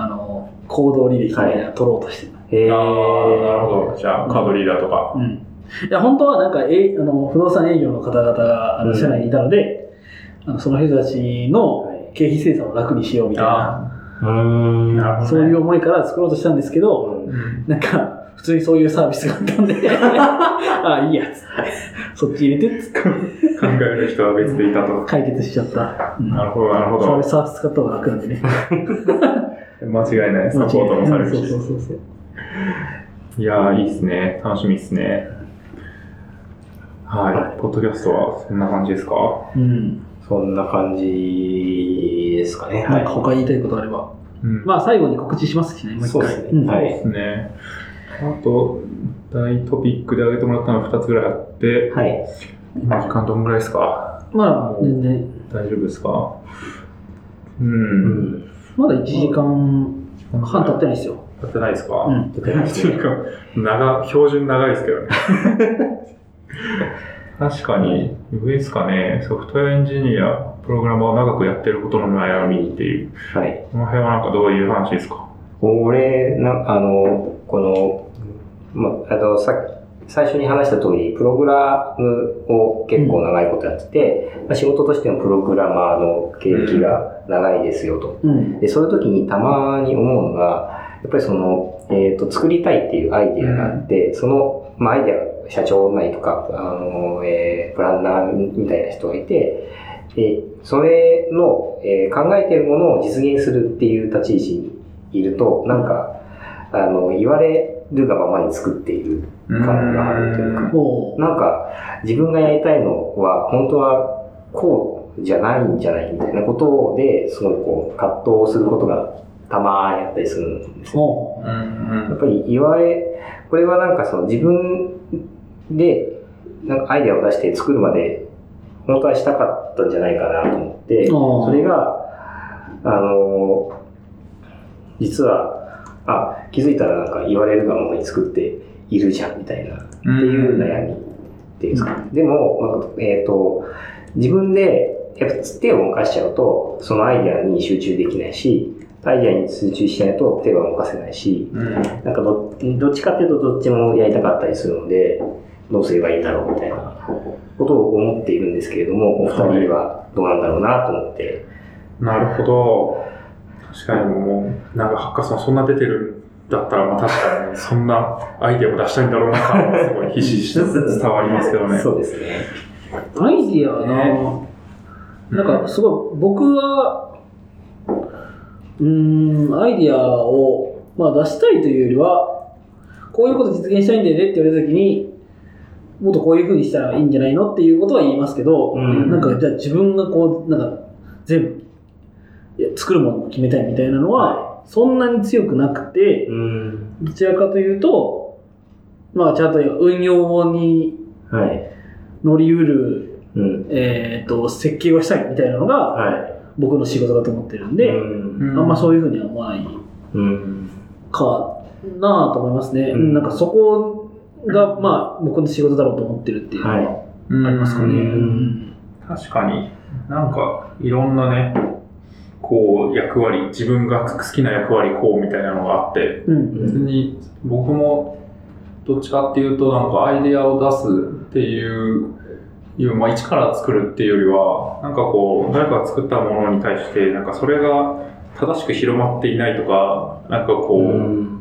Speaker 2: あの、行動履歴みたいなの取ろうとしてた。
Speaker 1: へえ。
Speaker 3: あーなるほど。じゃあ、カードリーダーとか。
Speaker 2: うん。いや、本当はなんか、えあの不動産営業の方々があの
Speaker 1: うん
Speaker 2: 社内にいたので、あのその人たちの
Speaker 1: はい
Speaker 2: 経費精算を楽にしようみたいな、
Speaker 1: うーん。
Speaker 3: なるほど、ね。
Speaker 2: そういう思いから作ろうとしたんですけど、
Speaker 1: うん
Speaker 3: うん。
Speaker 2: なんか、普通にそういうサービスがあったんで、 あ、いいや、つって。そっち入れて、つって
Speaker 3: 考える人は別でいたと。
Speaker 2: 解決しちゃった。うん
Speaker 3: なるほど、なるほ
Speaker 2: そういう
Speaker 3: ど。
Speaker 2: サービス使った方が楽なんでね。
Speaker 3: 間違いない。サポートもされる
Speaker 2: そうそう
Speaker 3: し。
Speaker 2: そうそう。
Speaker 3: いやー、いいですね。楽しみですね。はい。ポッドキャストはそんな感じですか
Speaker 2: うん。
Speaker 1: そんな感じですかね。
Speaker 2: なんか
Speaker 1: は
Speaker 2: 他言いたいことあれば。
Speaker 3: うん。
Speaker 2: まあ最後に告知しますしね、もう
Speaker 1: い。
Speaker 2: 一
Speaker 1: そうで
Speaker 2: 回。
Speaker 1: す
Speaker 2: うん
Speaker 1: ね。はい。
Speaker 3: ですね。あと、大トピックで挙げてもらったのが2つぐらいあって、
Speaker 1: はい。
Speaker 3: 今時間どんぐらいですか
Speaker 2: まあ全然、
Speaker 3: 大丈夫ですかう。
Speaker 1: うんん。
Speaker 2: まだ1時間半経ってないですよ。
Speaker 3: 経ってないですか
Speaker 2: う。ん。
Speaker 1: ちょっとやって
Speaker 3: って
Speaker 1: み
Speaker 3: い
Speaker 1: よ
Speaker 3: うか、長、標準長いですけどね。 確かに、上ですかね、ソフトウェアエンジニア、プログラマーを長くやってることの悩みっていう、
Speaker 1: うはい。
Speaker 3: この辺はなんかどういう話ですか
Speaker 1: 俺、な、あの、この、ま、あの、さ最初に話した通り、プログラムを結構長いことやってて、まあ、仕事としてもプログラマーの経歴が長いですよと。
Speaker 2: うん。
Speaker 1: で、そういう時にたまに思うのが、やっぱりその、えっ、と、作りたいっていうアイディアがあって、その、まあ、アイディアが社長なりとか、あの、えープランナーみたいな人がいて、で、それの、えー考えてるものを実現するっていう立ち位置にいると、なんか、あの、言われるがままに作っている感があるというか、
Speaker 2: も
Speaker 1: なんか、自分がやりたいのは、本当はこうじゃないんじゃないみたいなことで、すごいこう、葛藤することがたまにあったりするんです
Speaker 2: う、
Speaker 1: よ。
Speaker 2: も
Speaker 1: やっぱり言われ、これはなんかその自分で、なんかアイデアを出して作るまで、本当はしたかったんじゃないかなと思って、
Speaker 2: あー
Speaker 1: それが、あの、実は、あ、気づいたらなんか言われるがままに作っているじゃんみたいな。
Speaker 3: て
Speaker 1: っていう悩みっていうんですか、でも、まあえっと自分でやっぱ手を動かしちゃうとそのアイデアに集中できないしアイデアに集中しないと手が動かせないし
Speaker 3: うん。
Speaker 1: なんかどどっちかっていうとどっちもやりたかったりするのでどうすればいいんだろうみたいなことを思っているんですけれども、お二人はどうなんだろうなと思って。
Speaker 3: なるほど。確かにもう、なんかハッカソンそんな出てるんだったら、まあ確 かに、そんなアイデアを出したいんだろうな感はすごいひしひしと伝わりますけどね。
Speaker 1: そうですね。
Speaker 2: アイディアはな、
Speaker 3: ね
Speaker 2: なんかすごい、僕は、うーん、アイディアを、まあ、出したいというよりは、こういうこと実現したいんだよねって言われたときに、もっとこういうふうにしたらいいんじゃないのっていうことは言いますけど、
Speaker 1: うん
Speaker 2: なんかじゃあ自分がこう、なんか全部いや作るものを決めたいみたいなのは、そんなに強くなくて、
Speaker 1: うん。
Speaker 2: どちらかというと、まあ、ちゃんと運用に
Speaker 1: はい。
Speaker 2: 乗りうる、
Speaker 1: うん。
Speaker 2: えー、と設計をしたいみたいなのが
Speaker 1: は
Speaker 2: 僕の仕事だと思ってるん
Speaker 1: い。
Speaker 2: で、
Speaker 1: うん。
Speaker 2: あんまそう
Speaker 3: い
Speaker 2: いうふうには思わない
Speaker 1: うん。
Speaker 2: かなと思いますね、
Speaker 1: うん
Speaker 2: なんかそこが、まあ、僕の仕事だろうと思ってるっていうのは
Speaker 1: はい
Speaker 2: あ
Speaker 3: うん
Speaker 2: りますかね、
Speaker 1: うん
Speaker 3: 確かに、なんかいろんなね、こう役割、自分が好きな役割こうみたいなのがあって、
Speaker 2: うん
Speaker 1: う
Speaker 3: 別
Speaker 1: ん。
Speaker 3: に僕もどっちかっていうと、なんかアイデアを出すっていう、いうまあ、一から作るっていうよりは、なんかこう、誰かが作ったものに対して、なんかそれが正しく広まっていないとか、なんかこう、
Speaker 1: うん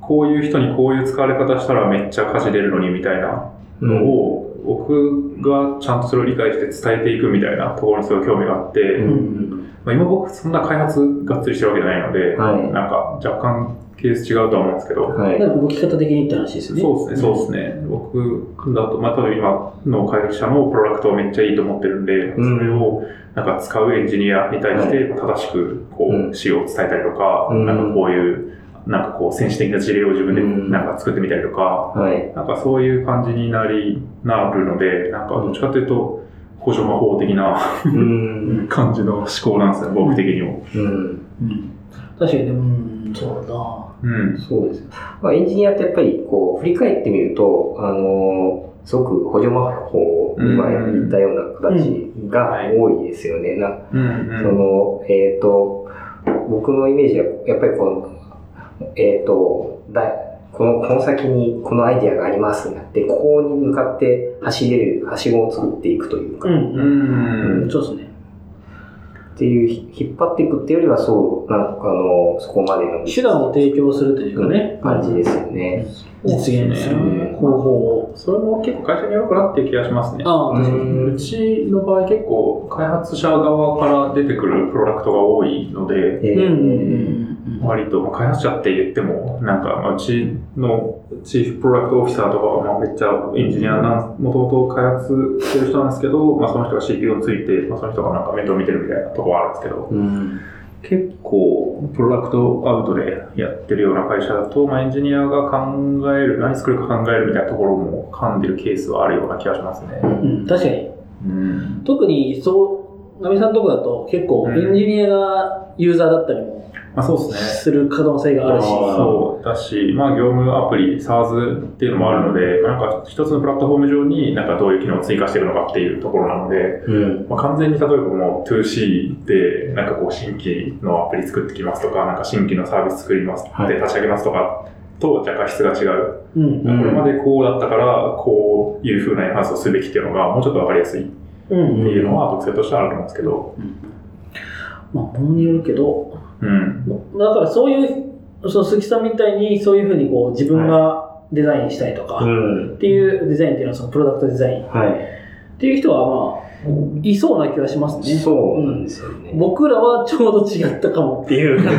Speaker 3: こういう人にこういう使われ方したらめっちゃ価値出るのにみたいな
Speaker 1: うん
Speaker 3: のを、僕がちゃんとそれを理解して伝えていくみたいなところにすごい興味があって、
Speaker 1: うん
Speaker 3: まあ、今僕そんな開発がっつりしてるわけじゃないので、
Speaker 1: はい
Speaker 3: なんか若干ケース違うとは思うんですけど、
Speaker 1: はい。
Speaker 2: なんか動き方的にって話ですよね
Speaker 3: そうですね、そうですね。僕だと、まあ、多分今の会社のプロダクトをめっちゃいいと思ってるんで、そ
Speaker 1: うん
Speaker 3: れをなんか使うエンジニアに対して正しくこ
Speaker 1: うん
Speaker 3: う、仕様を伝えたりとか、
Speaker 1: うん
Speaker 3: なんかこういう、なんかこう、先進的な事例を自分で
Speaker 1: うん
Speaker 3: なんか作ってみたりとか、
Speaker 1: はい。
Speaker 3: なんかそういう感じになり、なるので、なんかどっちかというと、補助魔法的な
Speaker 1: うん。
Speaker 3: 感じの思考なんですね、僕的にも。
Speaker 1: うん。
Speaker 2: うん確かにねうんそうだな
Speaker 3: うん。
Speaker 1: そうです。まあ、エンジニアってやっぱり、こう、振り返ってみると、あのーすごく補助魔法、今言ったような形が多いですよね。な
Speaker 3: うん、うん。
Speaker 1: その、えっ、と、僕のイメージは、やっぱりこの、えっ、と、だこの、この先にこのアイディアがありますになって、ここに向かって走れる、はしごを作っていくというか、
Speaker 2: う
Speaker 1: っ
Speaker 2: ん
Speaker 3: う
Speaker 2: うん、
Speaker 3: ん。
Speaker 2: そうですね
Speaker 1: ていうひ、引っ張っていくっていうよりは、そう、なんかあの、そこまでの
Speaker 2: 手段を提供するというかね、
Speaker 1: 感じですよね。
Speaker 2: 実現する方法を
Speaker 3: それも結構会社によるかなっていう気がしますね。
Speaker 2: ああ確かに
Speaker 1: うん
Speaker 3: うちの場合結構開発者側から出てくるプロダクトが多いので、
Speaker 1: え
Speaker 2: うんうんうんう
Speaker 1: ー
Speaker 2: んうん
Speaker 3: 割と、まあ、開発者って言っても、なんか、まあうちのチーフプロダクトオフィサーとかは、まあ、めっちゃエンジニアなん、もともと開発してる人なんですけど、まあ、その人が CPU について、まあ、その人がなんか面倒見てるみたいなとこはあるんですけど、
Speaker 1: うん
Speaker 3: 結構、プロダクトアウトでやってるような会社だと、まあ、エンジニアが考える、何作るか考えるみたいなところも噛んでるケースはあるような気がしますね。
Speaker 2: うん確かに
Speaker 3: うん。
Speaker 2: 特にそうナミさんのとこだと結構
Speaker 3: うん
Speaker 2: エンジニアがユーザーだったりも
Speaker 3: まあ、そうですね。
Speaker 2: する可能性があるし、
Speaker 3: そうだし、まあ、業務アプリ、SARS っていうのもあるので、まあなんか一つのプラットフォーム上になんかどういう機能を追加していくのかっていうところなので、
Speaker 1: うん
Speaker 3: まあ、完全に例えばもう 2C でなんかこう新規のアプリ作ってきますとか、なんか新規のサービス作りますで
Speaker 1: はい
Speaker 3: 立ち上げますとかと若干質が違う。
Speaker 2: うん
Speaker 1: うん
Speaker 3: これまでこうだったから、こういう風なエンハンスをすべきっていうのがもうちょっとわかりやすいって
Speaker 2: うん
Speaker 3: いうのは特性としてはあると思うんですけど、
Speaker 2: まあものによるけど
Speaker 3: うん。
Speaker 2: だからそういうその鈴木さんみたいにそういうふうにこう自分がデザインしたいとか、
Speaker 1: うん
Speaker 2: っていうデザインっていうのはそのプロダクトデザインっ
Speaker 1: は
Speaker 2: ていう人はまあいそうな気はします
Speaker 1: い。
Speaker 2: ね
Speaker 1: そうなんですよね。
Speaker 2: 僕らはちょうど違ったかもっていう感じ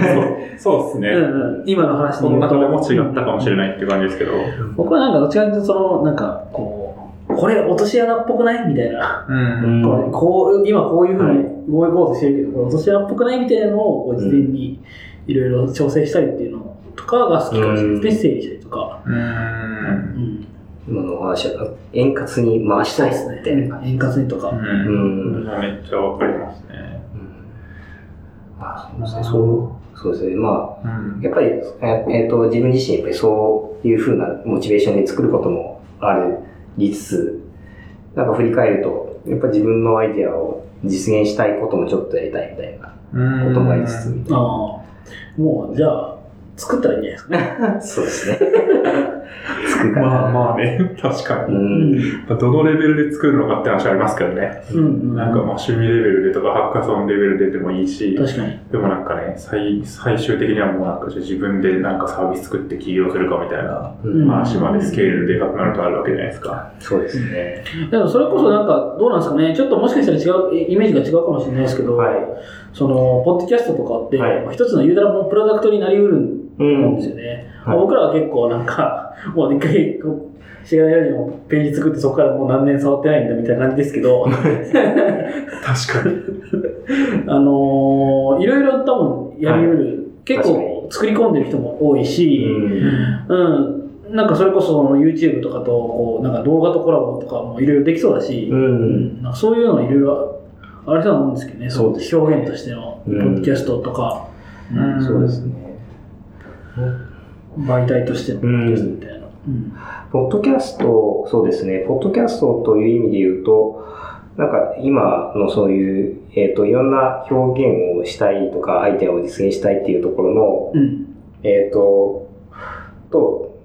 Speaker 2: で
Speaker 3: そうですね。
Speaker 2: うんうん今の話
Speaker 3: そ
Speaker 2: に
Speaker 3: の
Speaker 2: よると
Speaker 3: 中でも違ったかもしれないっていう感じですけど。
Speaker 2: 僕はなんかどっちかというとそのなんかこうこれ落とし穴っぽくないみたいな、
Speaker 3: うん
Speaker 1: う
Speaker 2: こ
Speaker 1: ん
Speaker 2: うこう今こういうふう
Speaker 1: は
Speaker 2: に合意構成してるけどこれ落とし穴っぽくないみたいなのをこう事前にいろいろ調整したりっていうのとかが好きかもしれないですね、整理したりとか、
Speaker 3: うーん
Speaker 2: うん、
Speaker 1: 今のお話は、円滑に回したいですね。
Speaker 2: 円滑にとか、
Speaker 1: う
Speaker 3: うん
Speaker 1: ん
Speaker 3: めっちゃわかりますね。
Speaker 1: あそうですね。そうそうですね。ま
Speaker 3: う
Speaker 1: あ、
Speaker 3: ん
Speaker 1: やっぱり、ええーと、自分自身、やっぱりそういうふうなモチベーションで作ることもありつつ、なんか振り返ると、やっぱり自分のアイデアを実現したいこともちょっとやりたいみたいなこともありつつ、
Speaker 2: ああもうじゃあ作ったらいいんじゃないですかね。
Speaker 1: そうですね。つくかな。
Speaker 3: まあまあね、 確か
Speaker 1: う
Speaker 3: に。
Speaker 1: ん。
Speaker 3: まあどのレベルで作るのかって話ありますけどね。
Speaker 2: うん
Speaker 3: なんかまあ趣味レベルでとかハッカソンレベルででもいいし、
Speaker 2: 確かに。
Speaker 3: でもなんかね、最最終的にはもうなんか自分でなんかサービス作って起業するかみたいな
Speaker 1: うん
Speaker 3: 話までスケールでかくなるとあるわけじゃないですか。
Speaker 1: そうですね。
Speaker 2: でもそれこそなんか、どうなんですかね。ちょっともしかしたら違う、イイメージが違うかもしれないですけど、
Speaker 1: はい。
Speaker 2: その、ポッドキャストとかって、
Speaker 1: はい
Speaker 2: まあ一つの言うたらもうプロダクトになりうるん
Speaker 1: う
Speaker 2: 思うん
Speaker 1: ん
Speaker 2: です。よね。
Speaker 1: はい
Speaker 2: 僕らは結構なんか、 もう一回、こう、しがないラジオのページ作ってそこからもう何年触ってないんだみたいな感じですけ ど、
Speaker 3: 確かに。
Speaker 2: あのーいろいろ多分やりうる、結
Speaker 1: 確か
Speaker 2: 構作り込んでる人も多いし、
Speaker 1: うん
Speaker 2: うん、なんかそれこそその YouTube とかとこうなんか動画とコラボとかもいろいろできそうだし、
Speaker 1: うん。
Speaker 2: なんかそういうのいろいろありそうなもんですけどね、
Speaker 1: そうです
Speaker 2: 表現としての、
Speaker 1: うん
Speaker 2: ポッドキャストとか、うん
Speaker 1: そうですね。
Speaker 2: 媒体としてのポッドキャストみたいな。うん
Speaker 1: ポッドキャスト、そうですね。ポッドキャストという意味で言うと、なんか今のそういう、えっ、と、いろんな表現をしたいとか、アイデアを実現したいっていうところの、
Speaker 2: うん
Speaker 1: えっ、と、と、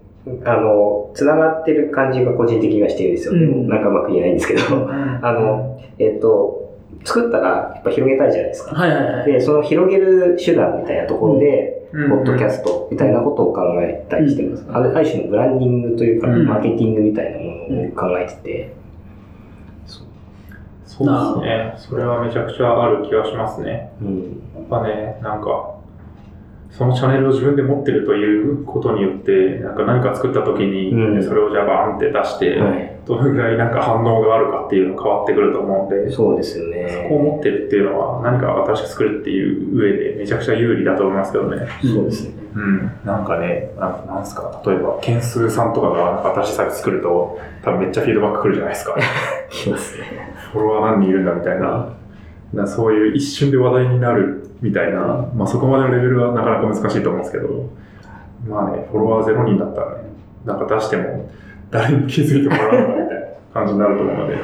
Speaker 1: あの、つながってる感じが個人的にはしてるんですよ。
Speaker 2: う
Speaker 1: で
Speaker 2: ん
Speaker 1: も、なんかうまく言えないんですけど。あの、えっ、と、作ったらやっぱ広げたいじゃないですか。
Speaker 2: はいはいはい。
Speaker 1: で、その広げる手段みたいなところで、ポッドキャ
Speaker 3: ス
Speaker 1: ストみたいなことを考えたりしてます。
Speaker 2: うん
Speaker 1: あるある種のブランディングというか、
Speaker 2: うん
Speaker 1: マーケティングみたいなものを考えてて。
Speaker 3: トそうですね。それはめちゃくちゃある気がしますね。
Speaker 1: うん。
Speaker 3: やっぱね、なんか、そのチャンネルを自分で持ってるということによって、なんか何か作った時に、
Speaker 1: うん
Speaker 3: それをじゃあバーンって出して、
Speaker 1: はい。
Speaker 3: どのぐらいなんか反応があるかっていうの変わってくると思うんで、そ
Speaker 1: そうですよ
Speaker 3: こを
Speaker 1: ね。
Speaker 3: 持ってるっていうのは何か新しく作るっていう上でめちゃくちゃ有利だと思いますけどね。
Speaker 1: そうですね。
Speaker 3: うん。なんかね、なんなんすか、例えば、件数さんとかがなんか新しいサービス作ると、多分めっちゃフィードバック来るじゃないですか。
Speaker 1: きますね。
Speaker 3: フォロワー何人いるんだみたいな、なそういう一瞬で話題になるみたいな、まあ、そこまでのレベルはなかなか難しいと思うんですけど、まあね、フォロワー0人だったらね、なんか出しても誰に気づいてもらうのかみたいな感じになると思うので、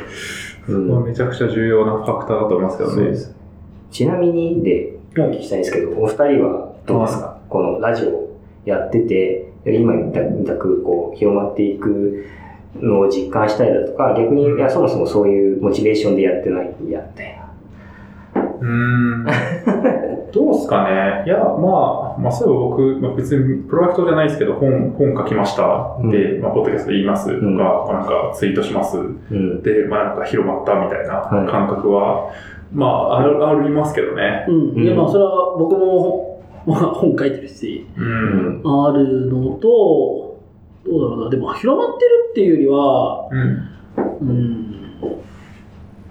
Speaker 1: うん
Speaker 3: まあめちゃくちゃ重要なファクターだと思いますけど
Speaker 1: そうで
Speaker 3: ね。
Speaker 1: すちなみにで、お聞きしたいんですけど、お二人はどうですかこのラジオやってて、今みたみたくこう広まっていくのを実感したりだとか、逆に、いや、そもそもそういうモチベーションでやってないんやみたいな。
Speaker 3: うーんどうすかねいや、まあ、まあ、そういえば僕、まあ、別にプロダクトじゃないですけど、本、本書きました。で、まあ、ポッドキャストで言いますとか、
Speaker 1: うん
Speaker 3: まあなんかツイートします。
Speaker 1: うん。
Speaker 3: で、まあ、なんか広まったみたいな
Speaker 1: はい
Speaker 3: 感覚は、まあ、ある、ありますけどね。
Speaker 2: うん。いや
Speaker 1: うん
Speaker 2: まあそれは僕も本本書いてるし、
Speaker 3: う。
Speaker 1: うんん。
Speaker 2: あるのと、どうだろうな、でも広まってるっていうよりは、
Speaker 3: うん。
Speaker 2: うん、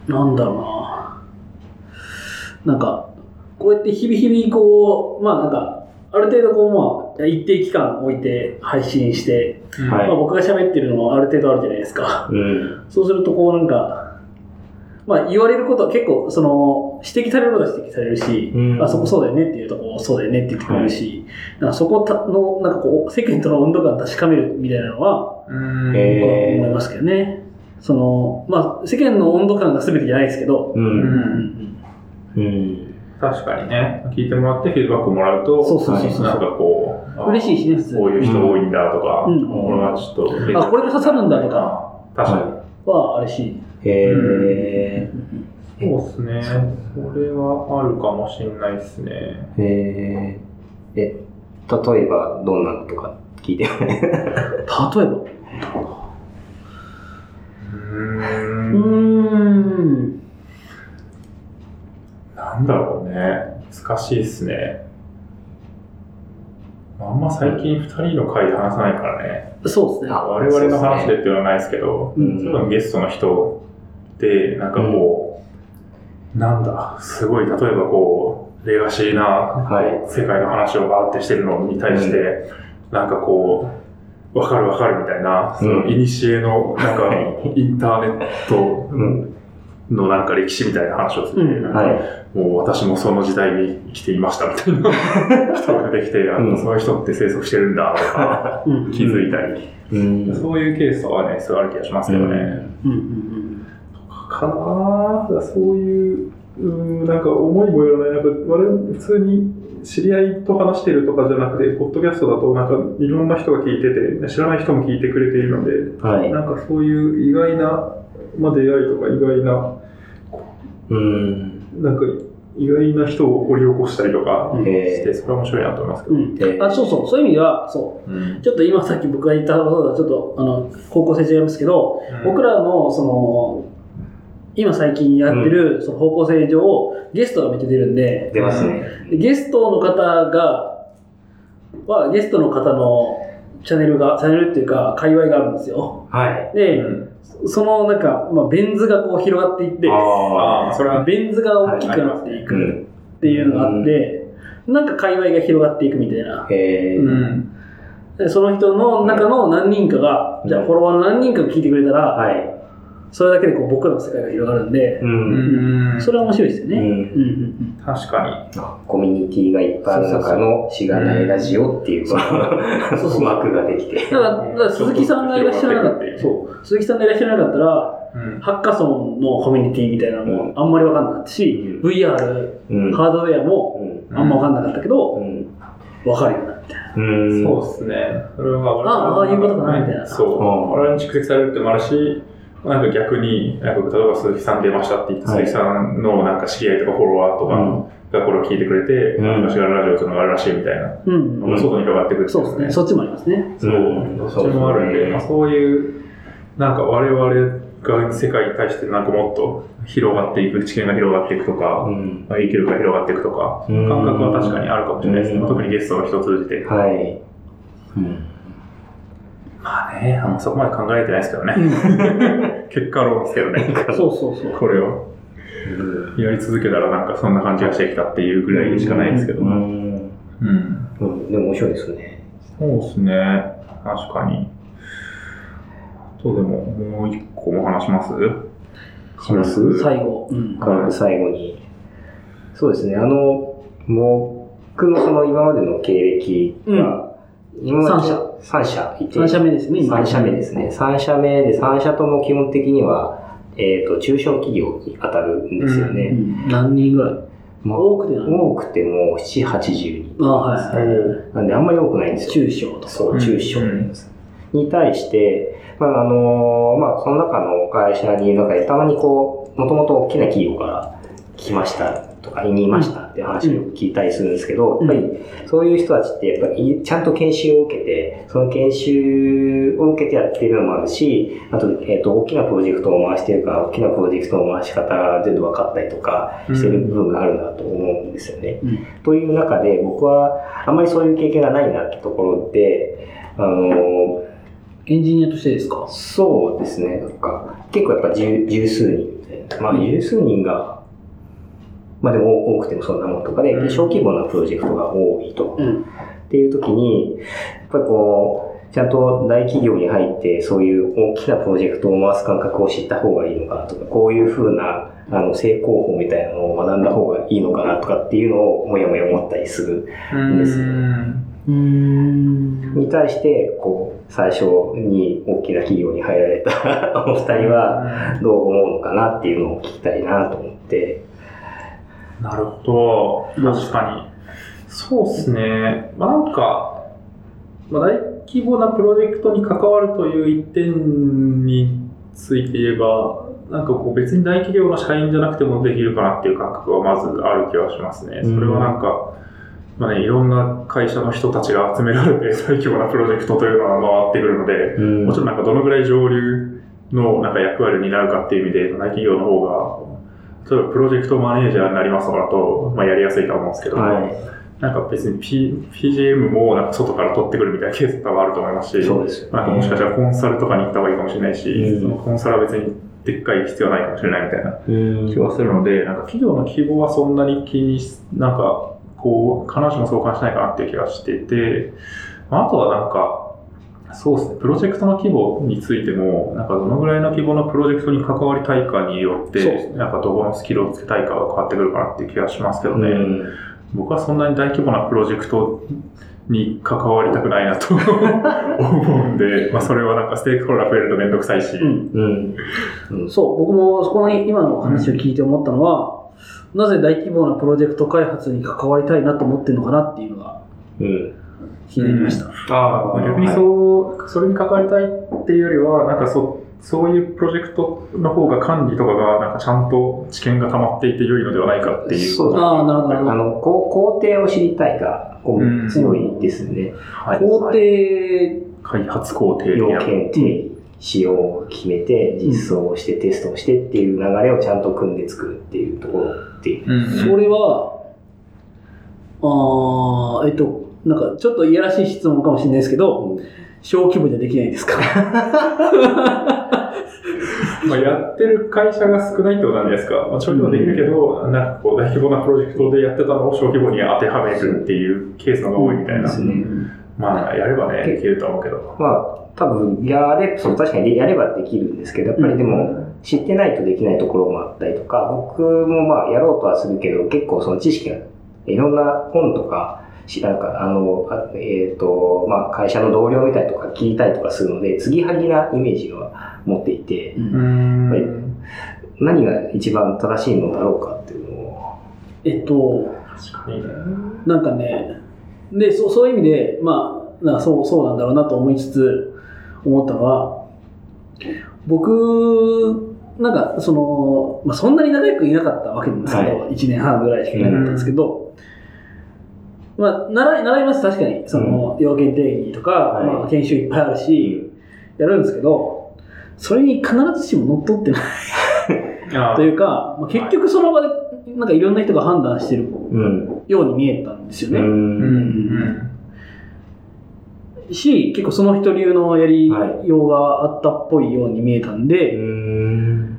Speaker 2: なんだろうな、なんか、こうやって日々日々こう、まあなんか、ある程度こう、まあ、一定期間置いて配信して、
Speaker 1: はい
Speaker 2: まあ僕が喋ってるのもある程度あるじゃないですか。
Speaker 1: うん。
Speaker 2: そうするとこうなんか、まあ言われることは結構、その、指摘されることは指摘されるし、
Speaker 1: うん
Speaker 2: あそこそうだよねっていうとこそうだよねって言ってくれるし、なんかそこたの、なんかこう、世間との温度感を確かめるみたいなのは、
Speaker 3: うん。
Speaker 1: え
Speaker 2: 僕は
Speaker 1: へー
Speaker 2: 思いますけどね。その、まあ、世間の温度感が全てじゃないですけど、
Speaker 1: う。
Speaker 3: うんん。
Speaker 1: うん。
Speaker 3: 確かにね。聞いてもらってフィードバックもらうと、
Speaker 2: そうそうそうそう
Speaker 3: なんかこう、あ
Speaker 2: 嬉しいしね、普通
Speaker 3: こういう人多いんだとか、
Speaker 2: うん
Speaker 3: これはちょっと嬉しい
Speaker 2: あこれが刺さるんだとか。
Speaker 3: 確かに。
Speaker 2: はあれし、
Speaker 1: へー
Speaker 3: そうですね。それはあるかもしれないですね。
Speaker 1: へーえ、例えばどんなのとか聞いてもね。
Speaker 2: 例えば、う
Speaker 3: うー
Speaker 2: ー
Speaker 3: ん。
Speaker 2: ん、
Speaker 3: なんだろうね。難しいですね。あんま最近2人の回で話さないからね。
Speaker 2: そうですね。
Speaker 1: あ
Speaker 3: 我々の話でっていうのはないですけど、
Speaker 2: う
Speaker 1: うん
Speaker 3: 多
Speaker 1: ん。
Speaker 3: 分ゲストの人で、なんかこう、なんだ、すごい、例えばこう、レガシーな
Speaker 1: はい。
Speaker 3: 世界の話をバーってしてるのに対して、なんかこう、わかるわかるみたいな、その、
Speaker 1: うん
Speaker 3: いにしえの、なんか
Speaker 1: は、
Speaker 3: インターネット
Speaker 1: うん。
Speaker 3: のなんか歴史みたいな話をす
Speaker 2: う
Speaker 3: る、
Speaker 2: ん
Speaker 3: なんか
Speaker 1: はい。
Speaker 3: もう私もその時代に生きていましたみたいな 人が出てきて、あ
Speaker 1: うん
Speaker 3: そういう人って生息してるんだとか、
Speaker 2: うん、うん
Speaker 3: 気づいたり、
Speaker 1: うん。
Speaker 3: そういうケースはね、すごいある気がしますけどね。
Speaker 2: うんうん
Speaker 3: かなあそういう、うん、なんか思いもよらない、なんか、我々普通に知り合いと話してるとかじゃなくて、ポッドキャストだと、なんかいろんな人が聞いてて、知らない人も聞いてくれているので、
Speaker 1: はい。
Speaker 3: なんかそういう意外な、まあ、出会いとか意外な、
Speaker 1: うん。
Speaker 3: なんか意外な人を掘り起こしたりとか
Speaker 1: へ
Speaker 3: し
Speaker 1: え
Speaker 3: て、それは面白いなと思いますけ
Speaker 2: う
Speaker 3: ど。
Speaker 2: ん。
Speaker 1: で
Speaker 2: あ、そうそう。そういう意味では、そう。
Speaker 3: うん
Speaker 2: ちょっと今さっき僕が言ったことはちょっと、あの、方向性違いますけど、僕らの、その、今最近やってる、その方向性上、ゲストがめっちゃ出るんで、
Speaker 1: 出ますね。
Speaker 2: でゲストの方が、は、ゲストの方のチャンネルが、チャンネルっていうか、界隈があるんですよ。
Speaker 1: はい。
Speaker 2: で、
Speaker 3: うん
Speaker 2: そのなんか、まあ、ベン図がこう広がっていって、
Speaker 3: ああ、それは、
Speaker 2: ベン図が大きくなっていく
Speaker 1: うん。
Speaker 2: っていうのがあって、なんか界隈が広がっていくみたいな。
Speaker 1: へえ
Speaker 2: うでその人の中の何人かが、
Speaker 1: うん
Speaker 2: じゃあフォロワーの何人かが聞いてくれたら、
Speaker 1: はい。
Speaker 2: それだけでこう僕らの世界が広がるんで、
Speaker 1: う。
Speaker 3: うんん
Speaker 2: それは面白いですよね。
Speaker 1: う
Speaker 2: うんんうん
Speaker 3: 確か
Speaker 1: あコミュニティがいっぱいある中のしがないラジオっていうこの
Speaker 2: そうそう
Speaker 1: 枠ができて
Speaker 2: う。ん、だからだから鈴木さんがいらっしゃらなかった
Speaker 3: ちょ
Speaker 2: そう鈴木さんがいらっしゃらなかったら
Speaker 3: に。うん
Speaker 2: ハッカソンのコミュニティみたいなのもあんまり分かんなかったし、
Speaker 1: う
Speaker 2: VR
Speaker 1: うん
Speaker 2: ハードウェアも
Speaker 1: う
Speaker 2: あんま分かんなかったけど、
Speaker 1: ん。
Speaker 2: 分かるようになった
Speaker 1: うん。
Speaker 3: そうですね。それは
Speaker 2: あああいうことかなみたいな
Speaker 3: そう。
Speaker 1: うん
Speaker 3: 我々に蓄積されるってもあるし、なんか逆に、なんか例えば鈴木さん出ましたって言って、
Speaker 1: はい
Speaker 3: 鈴木さんのなんか知り合いとかフォロワーとかがこれを聞いてくれて、
Speaker 1: うん
Speaker 3: なんかシガララジオっていうのがあるらしいみたいな、
Speaker 2: うんうん
Speaker 1: ん
Speaker 3: 外に広がってくるってい
Speaker 2: そうう
Speaker 3: で
Speaker 2: ですすね
Speaker 3: ね。
Speaker 2: そっちもありますね
Speaker 3: そう
Speaker 1: うん
Speaker 3: どっちもあるんで、まあそういう、なんか我々が世界に対してなんかもっと広がっていく、知見が広がっていくと
Speaker 1: う
Speaker 3: か、
Speaker 1: ん。
Speaker 3: まあ影響力が広がっていくとか、
Speaker 1: うん
Speaker 3: 感覚は確かにあるかもしれないですね。
Speaker 1: うん
Speaker 3: 特にゲストの人を通じて。
Speaker 1: はい。うん。
Speaker 3: まあね、あんまそこまで考えてないですけどね。 結果論ですけどね。
Speaker 2: そうそうそう
Speaker 3: これをやり続けたらなんかそんな感じがしてきたっていうぐらいしかないですけど。
Speaker 1: う
Speaker 3: うん。
Speaker 1: ん。うん。でも面白いですね。
Speaker 3: そうですね。確かに。とでも、もう一個も話します
Speaker 1: します
Speaker 2: 最後、うん、
Speaker 1: 軽く最後に。そうですね。あの、僕のその今までの経歴が、今ま
Speaker 2: 三
Speaker 1: で
Speaker 2: 社。
Speaker 1: 三社いて。
Speaker 2: 3社目ですね今
Speaker 1: 3社目ですね。3社目で、3社とも基本的には、えっ、と、中小企業に当たるんですよ
Speaker 2: う
Speaker 1: ね。
Speaker 2: ん何人ぐらい
Speaker 1: まあ
Speaker 2: 多くて何人
Speaker 1: 多くても7、80人。
Speaker 2: あはいはいは
Speaker 1: なんで、あんまり多くないんで
Speaker 2: い
Speaker 1: すよ。
Speaker 2: 中小とか
Speaker 1: そう、中小です。に対して、まあ、あのまあ、その中の会社に、なんか、たまにこう、もともと大きな企業から来ましたとか、にいましたっていう話を聞いたりするんですけど、
Speaker 2: うん
Speaker 1: やっぱり、そういう人たちって、やっぱり、ちゃんと研修を受けて、その研修を受けてやってるのもあるし、あと、えっ、と、大きなプロジェクトを回してるから、大きなプロジェクトの回し方が全部分かったりとか、してる部分があるなと思うんですよね。
Speaker 2: うん
Speaker 1: という中で僕はあんまりそういう経験がないなってところで、あの
Speaker 2: エンジニアとしてですか
Speaker 1: そうですねなんか結構やっぱ十十数人みたいなまあ十数人が、まあでも多くてもそんなもんとかで
Speaker 3: うん
Speaker 1: 小規模なプロジェクトが多いと、
Speaker 2: うん
Speaker 1: っていう時にやっぱりこうちゃんと大企業に入ってそういう大きなプロジェクトを回す感覚を知った方がいいのかなとかこういうふうなあの成功法みたいなのを学んだ方がいいのかなとかっていうのをもやもや思ったりする
Speaker 3: うん
Speaker 1: ですね
Speaker 2: うーん
Speaker 1: に対して、こう、最初に大きな企業に入られた お二人は、どう思うのかなっていうのを聞きたいなと思って。
Speaker 3: なるほ
Speaker 2: ど
Speaker 3: ど。
Speaker 2: う
Speaker 3: 確かに。そうですね。まあ、なんか、まあ、大規模なプロジェクトに関わるという一点について言えば、なんかこう別に大企業の社員じゃなくてもできるかなっていう感覚はまずある気はしますね。
Speaker 1: う
Speaker 3: そ
Speaker 1: ん
Speaker 3: れはなんか、まあね、いろんな会社の人たちが集められて大規模なプロジェクトというのが回ってくるので、
Speaker 1: うん
Speaker 3: もちろんなんかどのぐらい上流のなんか役割になるかっていう意味で、大企業の方が、例えばプロジェクトマネージャーになりますとかだと、まあ、やりやすいと思うんですけど、
Speaker 1: は
Speaker 3: なんか別に、P、PGM もなんか外から取ってくるみたいなケース多分あると思います
Speaker 1: い。
Speaker 3: し、
Speaker 1: そうですよね。
Speaker 3: なんかもしかしたらコンサルとかに行った方がいいかもしれないし、
Speaker 1: うん
Speaker 3: そのコンサルは別にでっかい必要ないかもしれないみたいな
Speaker 1: うん
Speaker 3: 気はするので、なんか企業の規模はそんなに気にし、なんか、こう、必ずしも相関しないかなっていう気がしてて、まああとはなんか、そうですね、プロジェクトの規模についても、なんかどのぐらいの規模のプロジェクトに関わりたいかによっ
Speaker 2: そうで
Speaker 3: て、なんかどこのスキルをつけたいかが変わってくるかなっていう気がしますけどね。
Speaker 1: うん
Speaker 3: 僕はそんなに大規模なプロジェクトに関わりたくないなと 思うんで、まあそれはなんかステークホルダー増えるとめんどくさいし、
Speaker 2: うん
Speaker 1: うん。うん
Speaker 2: そう僕もそこの今の話を聞いて思ったのは、なぜ大規模なプロジェクト開発に関わりたいなと思ってるのかなっていうのが
Speaker 1: うん。
Speaker 2: 気になりました。
Speaker 3: ああ、逆にそう、それに関わりたいっていうよりは、なんかそ、そういうプロジェクトの方が管理とかが、なんかちゃんと知見が溜まっていて良いのではないかっていう。
Speaker 1: そうだ
Speaker 2: ああ、なるほど、なる
Speaker 1: あ
Speaker 2: ほど。
Speaker 1: の、こう工程を知りたいが、こ
Speaker 3: うん
Speaker 1: う、強いですね。
Speaker 3: はい
Speaker 2: 工程、
Speaker 3: 開発工程的
Speaker 1: 要
Speaker 3: な。
Speaker 1: 件定義、仕様を決めて、実装をして、テストをしてっていう流れをちゃんと組んで作るっていうところっていう。
Speaker 3: うん
Speaker 2: それは、ああ、えっと、なんかちょっといやらしい質問かもしれないですけど、小規模じゃできないですか
Speaker 3: まあ、やってる会社が少ないってことなんじゃないですか。まあ、小規模できるけど、なんかこう、大規模なプロジェクトでやってたのを小規模に当てはめるっていうケースの方が多いみたいな。
Speaker 1: ですね。
Speaker 3: まあ、やればね、できると思うけど。
Speaker 1: まあ、多分、やれ、そう、確かにやればできるんですけど、やっぱりでも、知ってないとできないところもあったりとか、僕もまあやろうとはするけど、結構その知識が、いろんな本とか、しなんかあの、あえっ、と、まあ会社の同僚みたいとか聞いたりとかするので、継ぎはぎなイメージは持っていて、
Speaker 2: う
Speaker 3: うんん
Speaker 1: はい何が一番正しいのだろうかっていうのを、
Speaker 2: えっと、
Speaker 3: 確かにね。
Speaker 2: なんかね、で、そうそういう意味で、まあ、なんかそう、そうなんだろうなと思いつつ、思ったのは、僕、なんか、その、まあ、そんなに長くいなかったわけなんですけど、1年半ぐらいしかいなかったんですけど、まあ、習い、習います、確かに。その、要件定義とか、
Speaker 1: はい
Speaker 2: まあ、研修いっぱいあるし、やるんですけど、それに必ずしも乗っ取ってない
Speaker 3: ああ
Speaker 2: というか、まあ、結局その場で、なんかいろんな人が判断してる
Speaker 1: うん。
Speaker 2: ように見えたんですよね。
Speaker 3: うん
Speaker 1: ん。
Speaker 3: うん
Speaker 2: し、結構その人流のやりようがあったっぽいように見えたん
Speaker 1: う
Speaker 2: で、
Speaker 1: ん。
Speaker 2: なん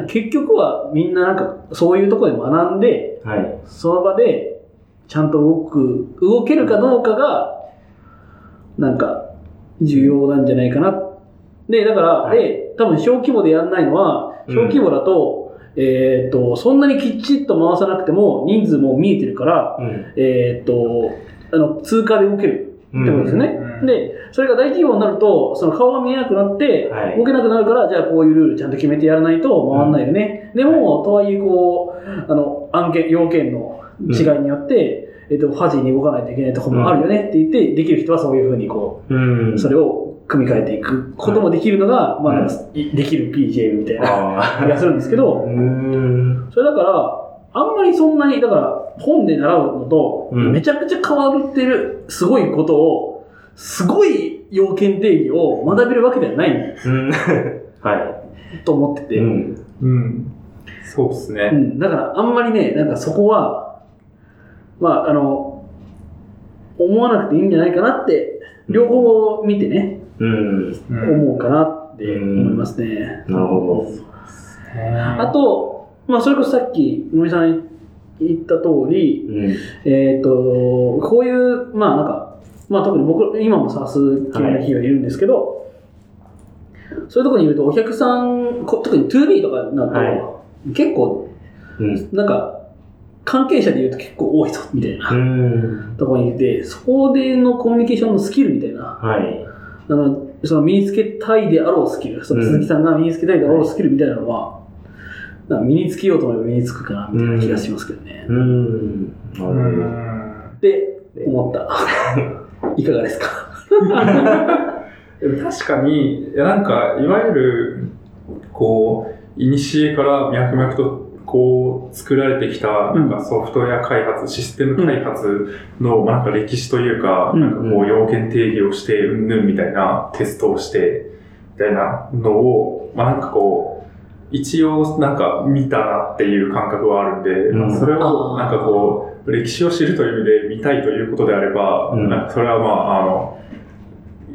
Speaker 2: か結局はみんななんかそういうところで学んで、
Speaker 1: はい。
Speaker 2: その場でちゃんと動く、動けるかどうかが、なんか重要なんじゃないかな。で、だから、
Speaker 1: はい
Speaker 2: で、多分小規模でやんないのは、
Speaker 1: うん
Speaker 2: 小規模だと、えーっと、そんなにきっちりと回さなくても人数も見えてるから、
Speaker 1: うん。
Speaker 2: えーっと、あの、通過で動ける。ってことですよね。
Speaker 3: うん
Speaker 2: で、それが大企業になると、その顔が見えなくなって、
Speaker 1: はい
Speaker 2: 動けなくなるから、じゃあこういうルールちゃんと決めてやらないと回んないよね。でも、とはいえ、こう、あの、案件、要件の違いによって、えっと、ファジーに動かないといけないところもあるよねって言って、できる人はそういうふうにこ
Speaker 1: う
Speaker 2: う、それを組み替えていくこともできるのが、まあなんか、いできる PJ みたいな
Speaker 1: ああ。
Speaker 2: 気がするんですけど、
Speaker 1: うん。
Speaker 2: それだから、あんまりそんなに、だから、本で習うのと、
Speaker 1: うん
Speaker 2: めちゃくちゃ変わってる、すごいことを、すごい要件定義を学べるわけではない
Speaker 1: うん。は
Speaker 2: と思って
Speaker 1: い。
Speaker 2: て。
Speaker 1: ん。
Speaker 3: うん。そうです
Speaker 2: う
Speaker 3: ね。
Speaker 2: んだから、あんまりね、なんかそこは、まあ、あの、思わなくていいんじゃないかなって、両方を見てね、
Speaker 1: うん。
Speaker 3: うん
Speaker 2: 思うかなって思いますね。
Speaker 1: なるほど。
Speaker 3: 哦
Speaker 2: あと、まあ、それこそさっき、野見さん言った通り、
Speaker 1: うん。
Speaker 2: えっ、と、こういう、まあなんか、まあ特に僕、今もさ、数系の企業にいるんですけど、そういうところにいるとお客さん、こ特に 2B とかになると、
Speaker 1: は
Speaker 2: 結構、
Speaker 1: うん。
Speaker 2: なんか、関係者で言うと結構多いぞ、みたいな
Speaker 1: うん。
Speaker 2: ところにいて、そこでのコミュニケーションのスキルみたいな、
Speaker 1: はい。
Speaker 2: あのその身につけたいであろうスキル、その鈴木さんが身につけたいであろうスキルみたいなのは、なんか身につけようと思えば身につくかな、みたいな気がしますけどね。
Speaker 1: うん。なるほ
Speaker 3: う
Speaker 1: ど。
Speaker 3: ん
Speaker 2: って思った。 いかがですか
Speaker 3: 確かに、いやなんか、いわゆる、こう、いにしえから脈々と、こう、作られてきた、なんかソフトウェア開発、システム開発の、まあなんか歴史というか、
Speaker 2: うん
Speaker 3: なんかこう、要件定義をして、うんぬんみたいな、テストをして、みたいなのを、まあなんかこう、一応、なんか、見たなっていう感覚はあるんで、
Speaker 1: うん
Speaker 3: まあそれを、
Speaker 2: あー
Speaker 3: なんかこう、歴史を知るという意味で見たいということであれば、
Speaker 1: うん
Speaker 3: なんかそれはまあ、あの、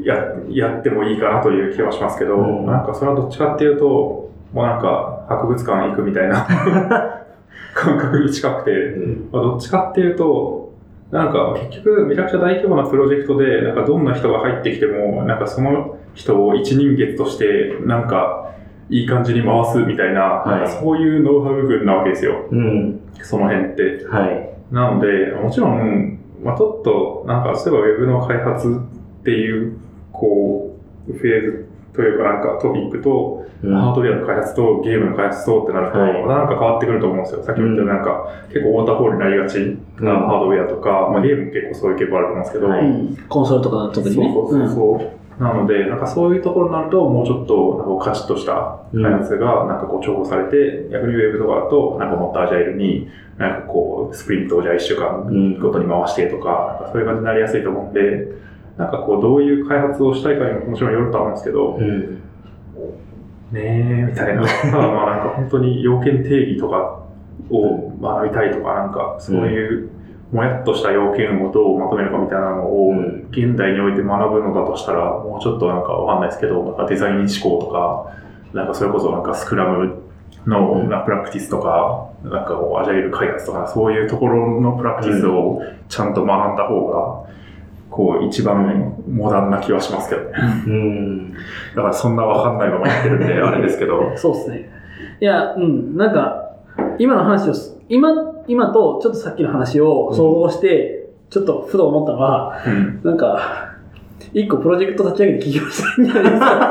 Speaker 3: ややってもいいかなという気はしますけど、
Speaker 1: うん
Speaker 3: なんかそれはどっちかっていうと、もうなんか博物館行くみたいな 感覚に近くて、
Speaker 1: うん
Speaker 3: まあ、どっちかっていうと、なんか結局めちゃくちゃ大規模なプロジェクトで、なんかどんな人が入ってきても、なんかその人を一人月として、なんかいい感じに回すみたいな、
Speaker 1: い
Speaker 3: なんかそういうノウハウ群なわけですよ、
Speaker 1: うん。
Speaker 3: その辺って。
Speaker 1: はい。
Speaker 3: なので、もちろん、まあ、ちょっと、なんか、そういえばウェブの開発っていう、こう、フェーズというかなんかトピックと、
Speaker 1: うん
Speaker 3: ハードウェアの開発とゲームの開発とってなると、
Speaker 1: はい
Speaker 3: なんか変わってくると思うんですよ。さっきも言ったようになんか、結構ウォーターフォールになりがちな
Speaker 1: うん
Speaker 3: ハードウェアとか、まあ、ゲームも結構そういう傾向あると思うんですけど、
Speaker 1: は
Speaker 2: う
Speaker 1: い
Speaker 2: んコンソールとか特にね。
Speaker 3: そうそうそうそう。なので、なんかそういうところになると、もうちょっと、カチッとした開発が、なんかこう、重宝されて、逆にウェブとかだと、なんかもっとアジャイルに、なんかこう、スプリントをじゃあ1週間
Speaker 1: うん
Speaker 3: ごとに回してとか、なんかそういう感じになりやすいと思うんで、なんかこう、どういう開発をしたいかにももちろんよるとは思うんですけど、
Speaker 1: うん。
Speaker 3: ねえ、みたいな。ただまあなんか本当に要件定義とかを学びたいとか、なんかそういう、もやっとした要件をどうまとめるかみたいなのを、
Speaker 1: うん
Speaker 3: 現代において学ぶのだとしたら、もうちょっとなんかわかんないですけど、なんかデザイン思考とか、なんかそれこそなんかスクラム
Speaker 1: う
Speaker 3: の
Speaker 1: ん
Speaker 3: なプラクティスとか、なんかこうアジャイル開発とか、そういうところのプラクティスをちゃんと学んだ方が、こう一番モダンな気はしますけどね。
Speaker 1: うん。
Speaker 3: だからそんなわかんないままやってるんで、あれですけど。
Speaker 2: そうですね。いや、うん、なんか、今の話をす、今、今とちょっとさっきの話を総合して、ちょっとふと思ったのは、
Speaker 3: うん
Speaker 2: なんか、一個プロジェクト立ち上げて起業したいんじゃないですか。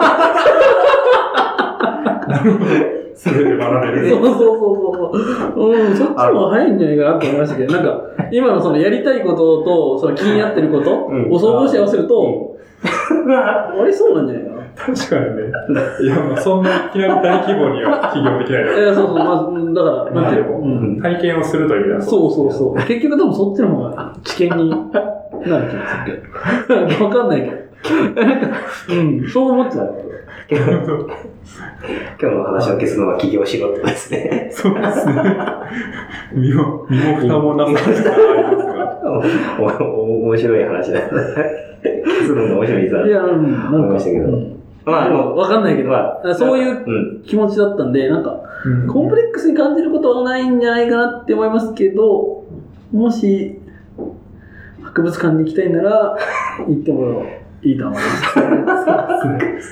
Speaker 3: それで学べ
Speaker 2: そう
Speaker 3: る。
Speaker 2: そうそうそう。うん、そっちの方が早いんじゃないかなと思いましたけど、なんか、今のそのやりたいことと、その気になってること
Speaker 1: うん
Speaker 2: を総合して合わせると、終わりそうなんじゃないかな。
Speaker 3: 確かにね。いや、まあそんないきなり大規模には起業できないです
Speaker 2: いや、そうそう、まあうん、だから、なんていうの、
Speaker 3: う
Speaker 2: うん
Speaker 3: 体験をするという意味だ
Speaker 2: そうそうそう。 結局でもそっちの方が知見になる気がするけど。わかんないけど。なんか、うん、そう思ってた。
Speaker 1: 今日の話の結論は起業しろってことですね。
Speaker 3: そうですね。身も、身も蓋もなさそうなありますが。
Speaker 1: おお面白い話だ。結論が面白いです
Speaker 2: いや、うん、な
Speaker 1: 思い
Speaker 2: ん
Speaker 1: ま
Speaker 2: か
Speaker 1: したけど、まあ、あの、
Speaker 2: わかんないけど、
Speaker 1: ま
Speaker 2: そういう
Speaker 1: うん。
Speaker 2: 気持ちだったんで、なんか、コンプレックスに感じることはないんじゃないかなって思いますけど、もし、博物館に行きたいなら、行ってもいいと思い ます。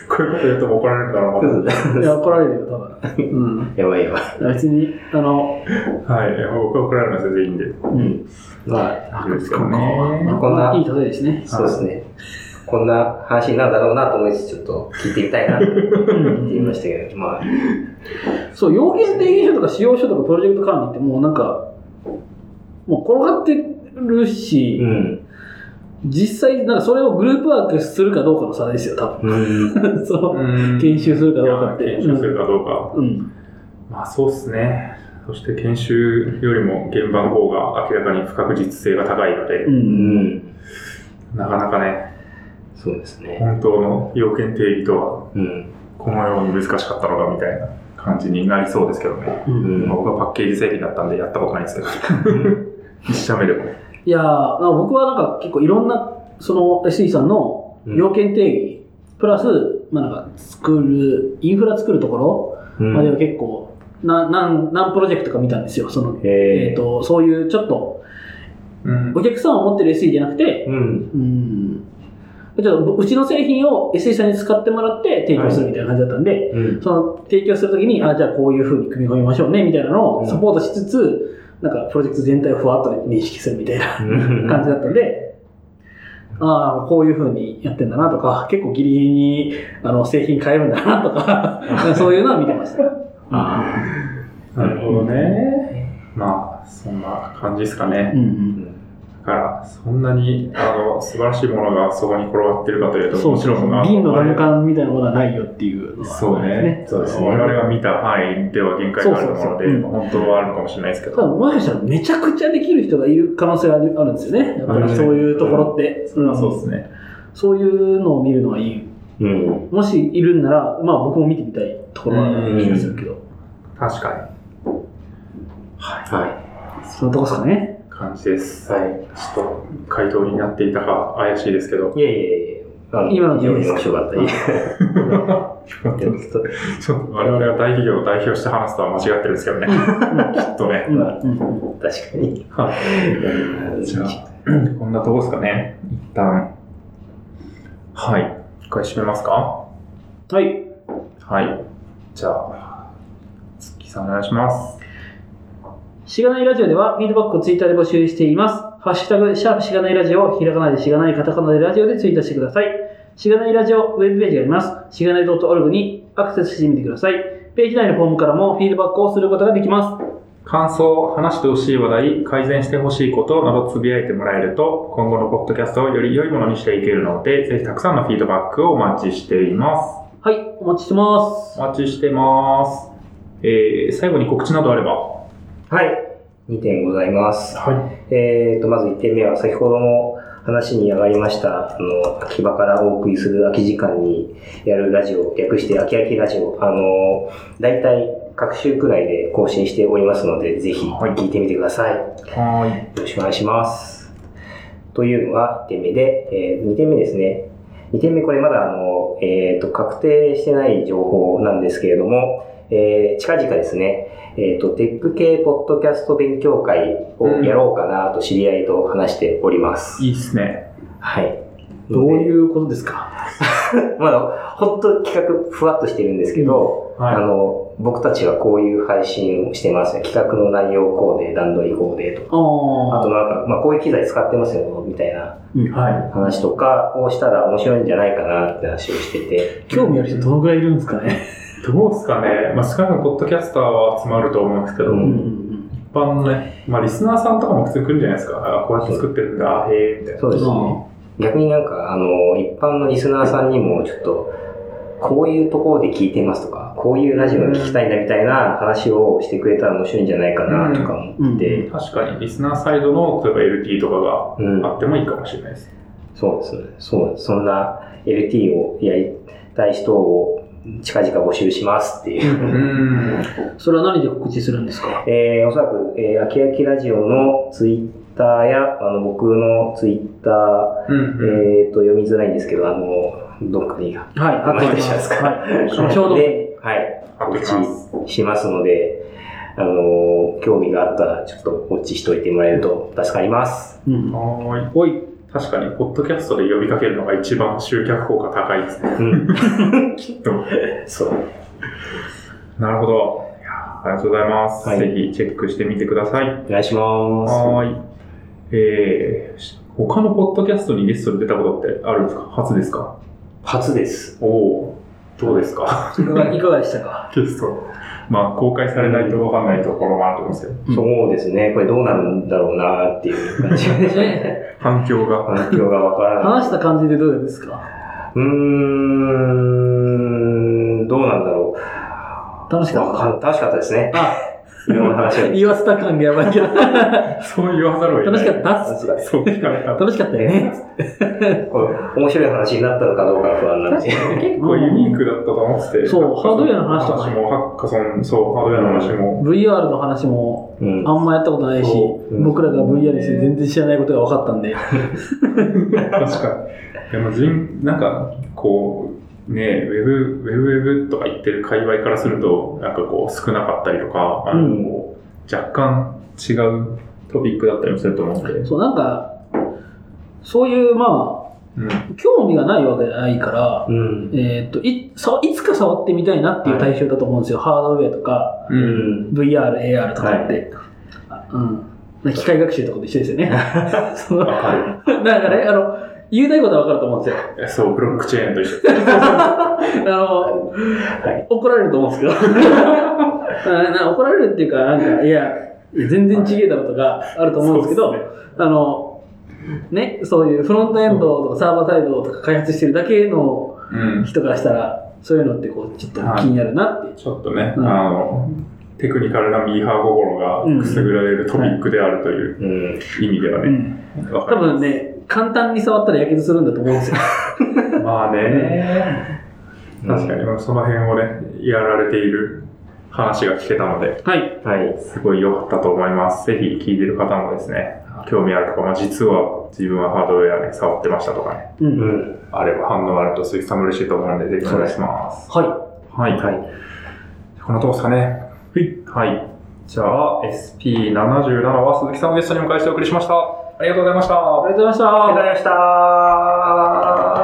Speaker 3: こういうこと言うとも怒られるんだろう
Speaker 2: いや、怒られるよ、多分。
Speaker 1: やばいやばい。
Speaker 2: うん。別に、あの、
Speaker 3: な。はい。いや僕は怒られるのは全然いいんで。
Speaker 2: うん。
Speaker 1: まあ、
Speaker 3: 博物
Speaker 1: 館
Speaker 3: ね
Speaker 1: こんない
Speaker 2: い例えですね。
Speaker 1: そうですね。こんな話になるだろうなと思いつつ、ちょっと聞いてみたいなと
Speaker 2: うん
Speaker 1: 言いましたけど、まあ、
Speaker 2: そう、要件定義書とか使用書とかプロジェクト管理ってもうなんか、もう転がってるし、
Speaker 1: うん。
Speaker 2: 実際、なんかそれをグループワークするかどうかの差ですよ、多
Speaker 1: うん。
Speaker 2: 分。 その、
Speaker 3: うん
Speaker 2: 研修するかどうかって
Speaker 3: いや研修するかどうか。
Speaker 2: うん。
Speaker 3: まあそうですね。そして研修よりも現場の方が明らかに不確実性が高いので
Speaker 2: う、。
Speaker 1: うんん。
Speaker 3: なかなかね、
Speaker 1: そうですね。
Speaker 3: 本当の要件定義とは
Speaker 1: うん。
Speaker 3: このように難しかったのかみたいな感じになりそうですけどね。
Speaker 2: うん
Speaker 1: うん
Speaker 3: 僕はパッケージ整備だったんでやったことないん ですけど。一社目でもね。
Speaker 2: いやーなんか僕はなんか結構いろんな、その SE さんの要件定義、プラス、まあなんか作る、インフラ作るところ
Speaker 1: うん
Speaker 2: までは結構、ななん何プロジェクトか見たんですよ。その、えっ、
Speaker 1: えー、
Speaker 2: と、そういうちょっと、
Speaker 3: うん
Speaker 2: お客さんを持ってる SE じゃなくて、
Speaker 1: うん。
Speaker 2: うん、ちょっとうちの製品を SE さんに使ってもらって提供するみたいな感じだったんで、
Speaker 1: うん。
Speaker 2: その提供するときに、あ、じゃあこういうふうに組み込みましょうね、みたいなの
Speaker 1: う
Speaker 2: を
Speaker 1: ん
Speaker 2: サポートしつつ、なんかプロジェクト全体をふわっと認識するみたいな。
Speaker 1: うん
Speaker 2: 感じだったんで、ああ、こういう風にやってんだなとか、結構ギリギリにあの製品変えるんだなと か、そういうのは見てました。
Speaker 1: あ
Speaker 3: なるほどね。まあ、そんな感じですかね。
Speaker 1: ー
Speaker 2: ん
Speaker 3: だから、そんなに、あの、素晴らしいものがそこに転がってるかというと、
Speaker 2: そう
Speaker 3: もちろんあ
Speaker 2: 銀の弾丸みたいなものはないよっていうのは
Speaker 3: そうね。
Speaker 1: そうですね
Speaker 3: 我々が見た範囲では限界があると思うので、
Speaker 2: そうそうそううん
Speaker 3: 本当はあるのかもしれないですけ
Speaker 2: ただ、
Speaker 3: ど。
Speaker 2: もしかしたらめちゃくちゃできる人がいる可能性があるあるんですよね。やっぱりそういうところって。うん
Speaker 3: そうですね。
Speaker 2: そういうのを見るのはいい。
Speaker 1: うん。
Speaker 2: もしいるんなら、まあ僕も見てみたいところは気がするけど。
Speaker 3: 確か
Speaker 1: は
Speaker 2: そのとこですかね。
Speaker 3: に。感じです。
Speaker 1: い。は
Speaker 3: ちょっと、回答になっていたか怪しいですけど。
Speaker 1: い。いやいやいやあ
Speaker 2: 今の
Speaker 1: 非常に面白かった。い やちょっと
Speaker 3: そう我々が大企業を代表して話すとは間違ってるんですけどね。きっとね。
Speaker 2: うんうん
Speaker 1: 確かに。
Speaker 3: はいじゃあ、こんなとこですかね。一旦。はい。一回閉めますか
Speaker 2: はい。
Speaker 3: はい。じゃあ、月さんお願いします。
Speaker 2: しがないラジオでは、フィードバックをツイッターで募集しています。ハッシュタグ、シャープしがないラジオ、ひらがなでしがない、カタカナでラジオでツイートしてください。しがないラジオウェブページがあります。しがない .org にアクセスしてみてください。ページ内のフォームからもフィードバックをすることができます。
Speaker 3: 感想、話してほしい話題、改善してほしいことなどつぶやいてもらえると、今後のポッドキャストをより良いものにしていけるので、ぜひたくさんのフィードバックをお待ちしていま
Speaker 2: はい、お待ちしてます
Speaker 3: す。。お待ちしてます。えー、最後に告知などあれば。
Speaker 1: はい。2点ございます。
Speaker 3: は
Speaker 1: えー、と、まず1点目は、先ほども話に上がりました、あの、秋葉からお送りする空き時間にやるラジオ、略して秋秋ラジオ、あの、大体各週くらいで更新しておりますので、ぜひ
Speaker 3: はい
Speaker 1: 聞いてみてください。よ
Speaker 3: い。は
Speaker 1: ろしくお願いします。というのが1点目で、え2点目ですね。2点目、これまだあの、えー、と、確定してない情報なんですけれども、えー近々ですね、えっ、と、テック系ポッドキャスト勉強会をやろうかなと知り合いと話しております。
Speaker 3: い。いいっすね。
Speaker 1: はい。、
Speaker 5: どういううことですか
Speaker 1: まだ、ほんと企画ふわっとしてるんですけど、
Speaker 3: はい
Speaker 1: あの、僕たちはこういう配信をしてますね。企画の内容こうで、段取りこうでとか。
Speaker 2: あ
Speaker 1: あ
Speaker 2: あ
Speaker 1: となんか、まあ、こういう機材使ってますよ、みたいな
Speaker 3: は
Speaker 1: 話とかをしたら面白いんじゃないかなって話をしてて。
Speaker 5: 興味ある人どのくらいいるんですかね。
Speaker 3: い。どうっすかね。まあ、少なくともポッドキャスターは集まると思うんですけど、
Speaker 1: う
Speaker 2: うんんうん
Speaker 3: 一般のね、まあ、リスナーさんとかも普通に来るんじゃないですか。あこうやって作ってるんだ、へえ、みたいな。
Speaker 1: そうですね。
Speaker 2: う
Speaker 1: 逆になんか、あの、一般のリスナーさんにも、ちょっと、こういうところで聞いてますとか、こういうラジオが聞きたいんだみたいな話をしてくれたら面白いんじゃないかなとか思って、
Speaker 3: 確かに、リスナーサイドの、例えば LT とか
Speaker 1: うん、
Speaker 3: があってもいいかもしれないです。
Speaker 1: そうですね。そう、そんな LT をやりたい人を近々募集しますっていう。
Speaker 3: うん。
Speaker 2: んそれは何で告知するんですか
Speaker 1: えーおそらく、えー、あきあきラジオのツイッターや、あの、僕のツイッター、
Speaker 3: うん。
Speaker 1: えっと、読みづらいんですけど、あの、どっかに
Speaker 2: はい、
Speaker 1: あとでしますか
Speaker 2: はい、その衝動。
Speaker 1: で、はい。
Speaker 3: あと
Speaker 1: 告
Speaker 3: 一ます。
Speaker 1: 知しますので、あのー興味があったら、ちょっとウォッチしといてもらえると助かります。
Speaker 2: うん
Speaker 3: は
Speaker 2: おい、
Speaker 3: ーい。確かに、ポッドキャストで呼びかけるのが一番集客効果高いですね。
Speaker 1: うん。
Speaker 3: きっと。
Speaker 1: そう。
Speaker 3: なるほど。いやーありがとうございます。
Speaker 1: はい
Speaker 3: ぜひチェックしてみてください。
Speaker 1: お願いします。
Speaker 3: はーい。えー、し他のポッドキャストにゲストで出たことってあるんですか初ですか
Speaker 1: 初です。
Speaker 3: おおーどうですか
Speaker 2: いかがいかがでしたか
Speaker 3: ゲスト。まあ、公開されないとわかんないところもあると思うんですけど、
Speaker 2: うん
Speaker 1: そうですね。これどうなるんだろうなっていう感じ
Speaker 2: ね
Speaker 3: 反響が。
Speaker 1: 環境がわからない。
Speaker 2: 話した感じでどうですか
Speaker 1: うーん、どうなんだろ
Speaker 2: 楽し
Speaker 1: う。わ
Speaker 2: かっ
Speaker 1: かん楽しかったですね。
Speaker 2: た。あ、
Speaker 1: いろんな話を。
Speaker 2: 言わせた感がやば いけど。
Speaker 3: そう言わざるを得
Speaker 2: 楽
Speaker 3: ない。
Speaker 2: しかったっつって
Speaker 1: こ
Speaker 3: そう聞かれた。
Speaker 2: 楽しかったよね。
Speaker 1: れ面白い話になったのかどうか不安なんで。
Speaker 3: 結構ユニークだったと思ってて。
Speaker 2: そうハードウェアの話とかね
Speaker 3: も。ハッカソン、そう、ハードウェアの話も。
Speaker 2: VR の話も
Speaker 1: うん
Speaker 2: あんまやったことないし
Speaker 3: そ、
Speaker 1: うん
Speaker 2: 僕らが VR にして全然知らないことが分かったんで。
Speaker 3: 確かに。でも人、なんか、こう、ね、ウェブ、ウェブウェブとか言ってる界隈からすると、なんかこう、少なかったりとか、あのこう若干違うトピックだったりもすると思うんで。
Speaker 2: そう、なんか、そういう、ま
Speaker 3: うん。
Speaker 2: あ、興味がないわけじゃないから、
Speaker 1: うん。
Speaker 2: えーっといさいつか触ってみたいなっていう対象だと思うんですよ、ハードウェアとか
Speaker 3: う。
Speaker 1: うんん。
Speaker 2: VR、AR とかって、あうん、機械学習とかと一緒ですよね。 そのだ
Speaker 3: わかる。
Speaker 2: からねあの、言いたいことは分かると思うんですよ。
Speaker 3: えそう、ブロックチェーンと一緒。
Speaker 2: あの、怒られると思うんですけ どあな怒られるっていうか、なんか、いや、全然違えだろとかあると思うんですけど、
Speaker 3: そう
Speaker 2: あの、ね、そういうフロントエンドとかサーバーサイドとか開発してるだけの
Speaker 3: うん。
Speaker 2: 人からしたら、そういうのってこう、ちょっと気になるなっていう。
Speaker 3: ちょっとね、
Speaker 2: うん
Speaker 3: あの、テクニカルなミーハー心がくすぐられるトピックであるという
Speaker 1: うん。
Speaker 3: 意味では
Speaker 2: う
Speaker 3: ね、
Speaker 2: ん
Speaker 3: わか
Speaker 2: 多
Speaker 3: る
Speaker 2: 分ね、簡単に触ったらやけどするんだと思うんですよ。
Speaker 3: まあね、確かにまあその辺をね、やられている話が聞けたので、
Speaker 2: はい。
Speaker 1: はい。
Speaker 3: すごい良かったと思います。ぜひ聞いてる方もですね、興味あるとか、まあ、実は自分はハードウェアね、触ってましたとかね、
Speaker 2: う。
Speaker 1: うんん。
Speaker 3: あれば反応あると鈴木さんも嬉しいと思うんで、ぜひお願いします。
Speaker 2: は
Speaker 3: はい。
Speaker 1: はい。
Speaker 3: このとこですかね。はい。はい。じゃあ、SP77 は鈴木さんをゲストにお迎えしてお送りしました。ありがとうございました。
Speaker 2: い。ありがとうございました。
Speaker 1: ありがとうございました。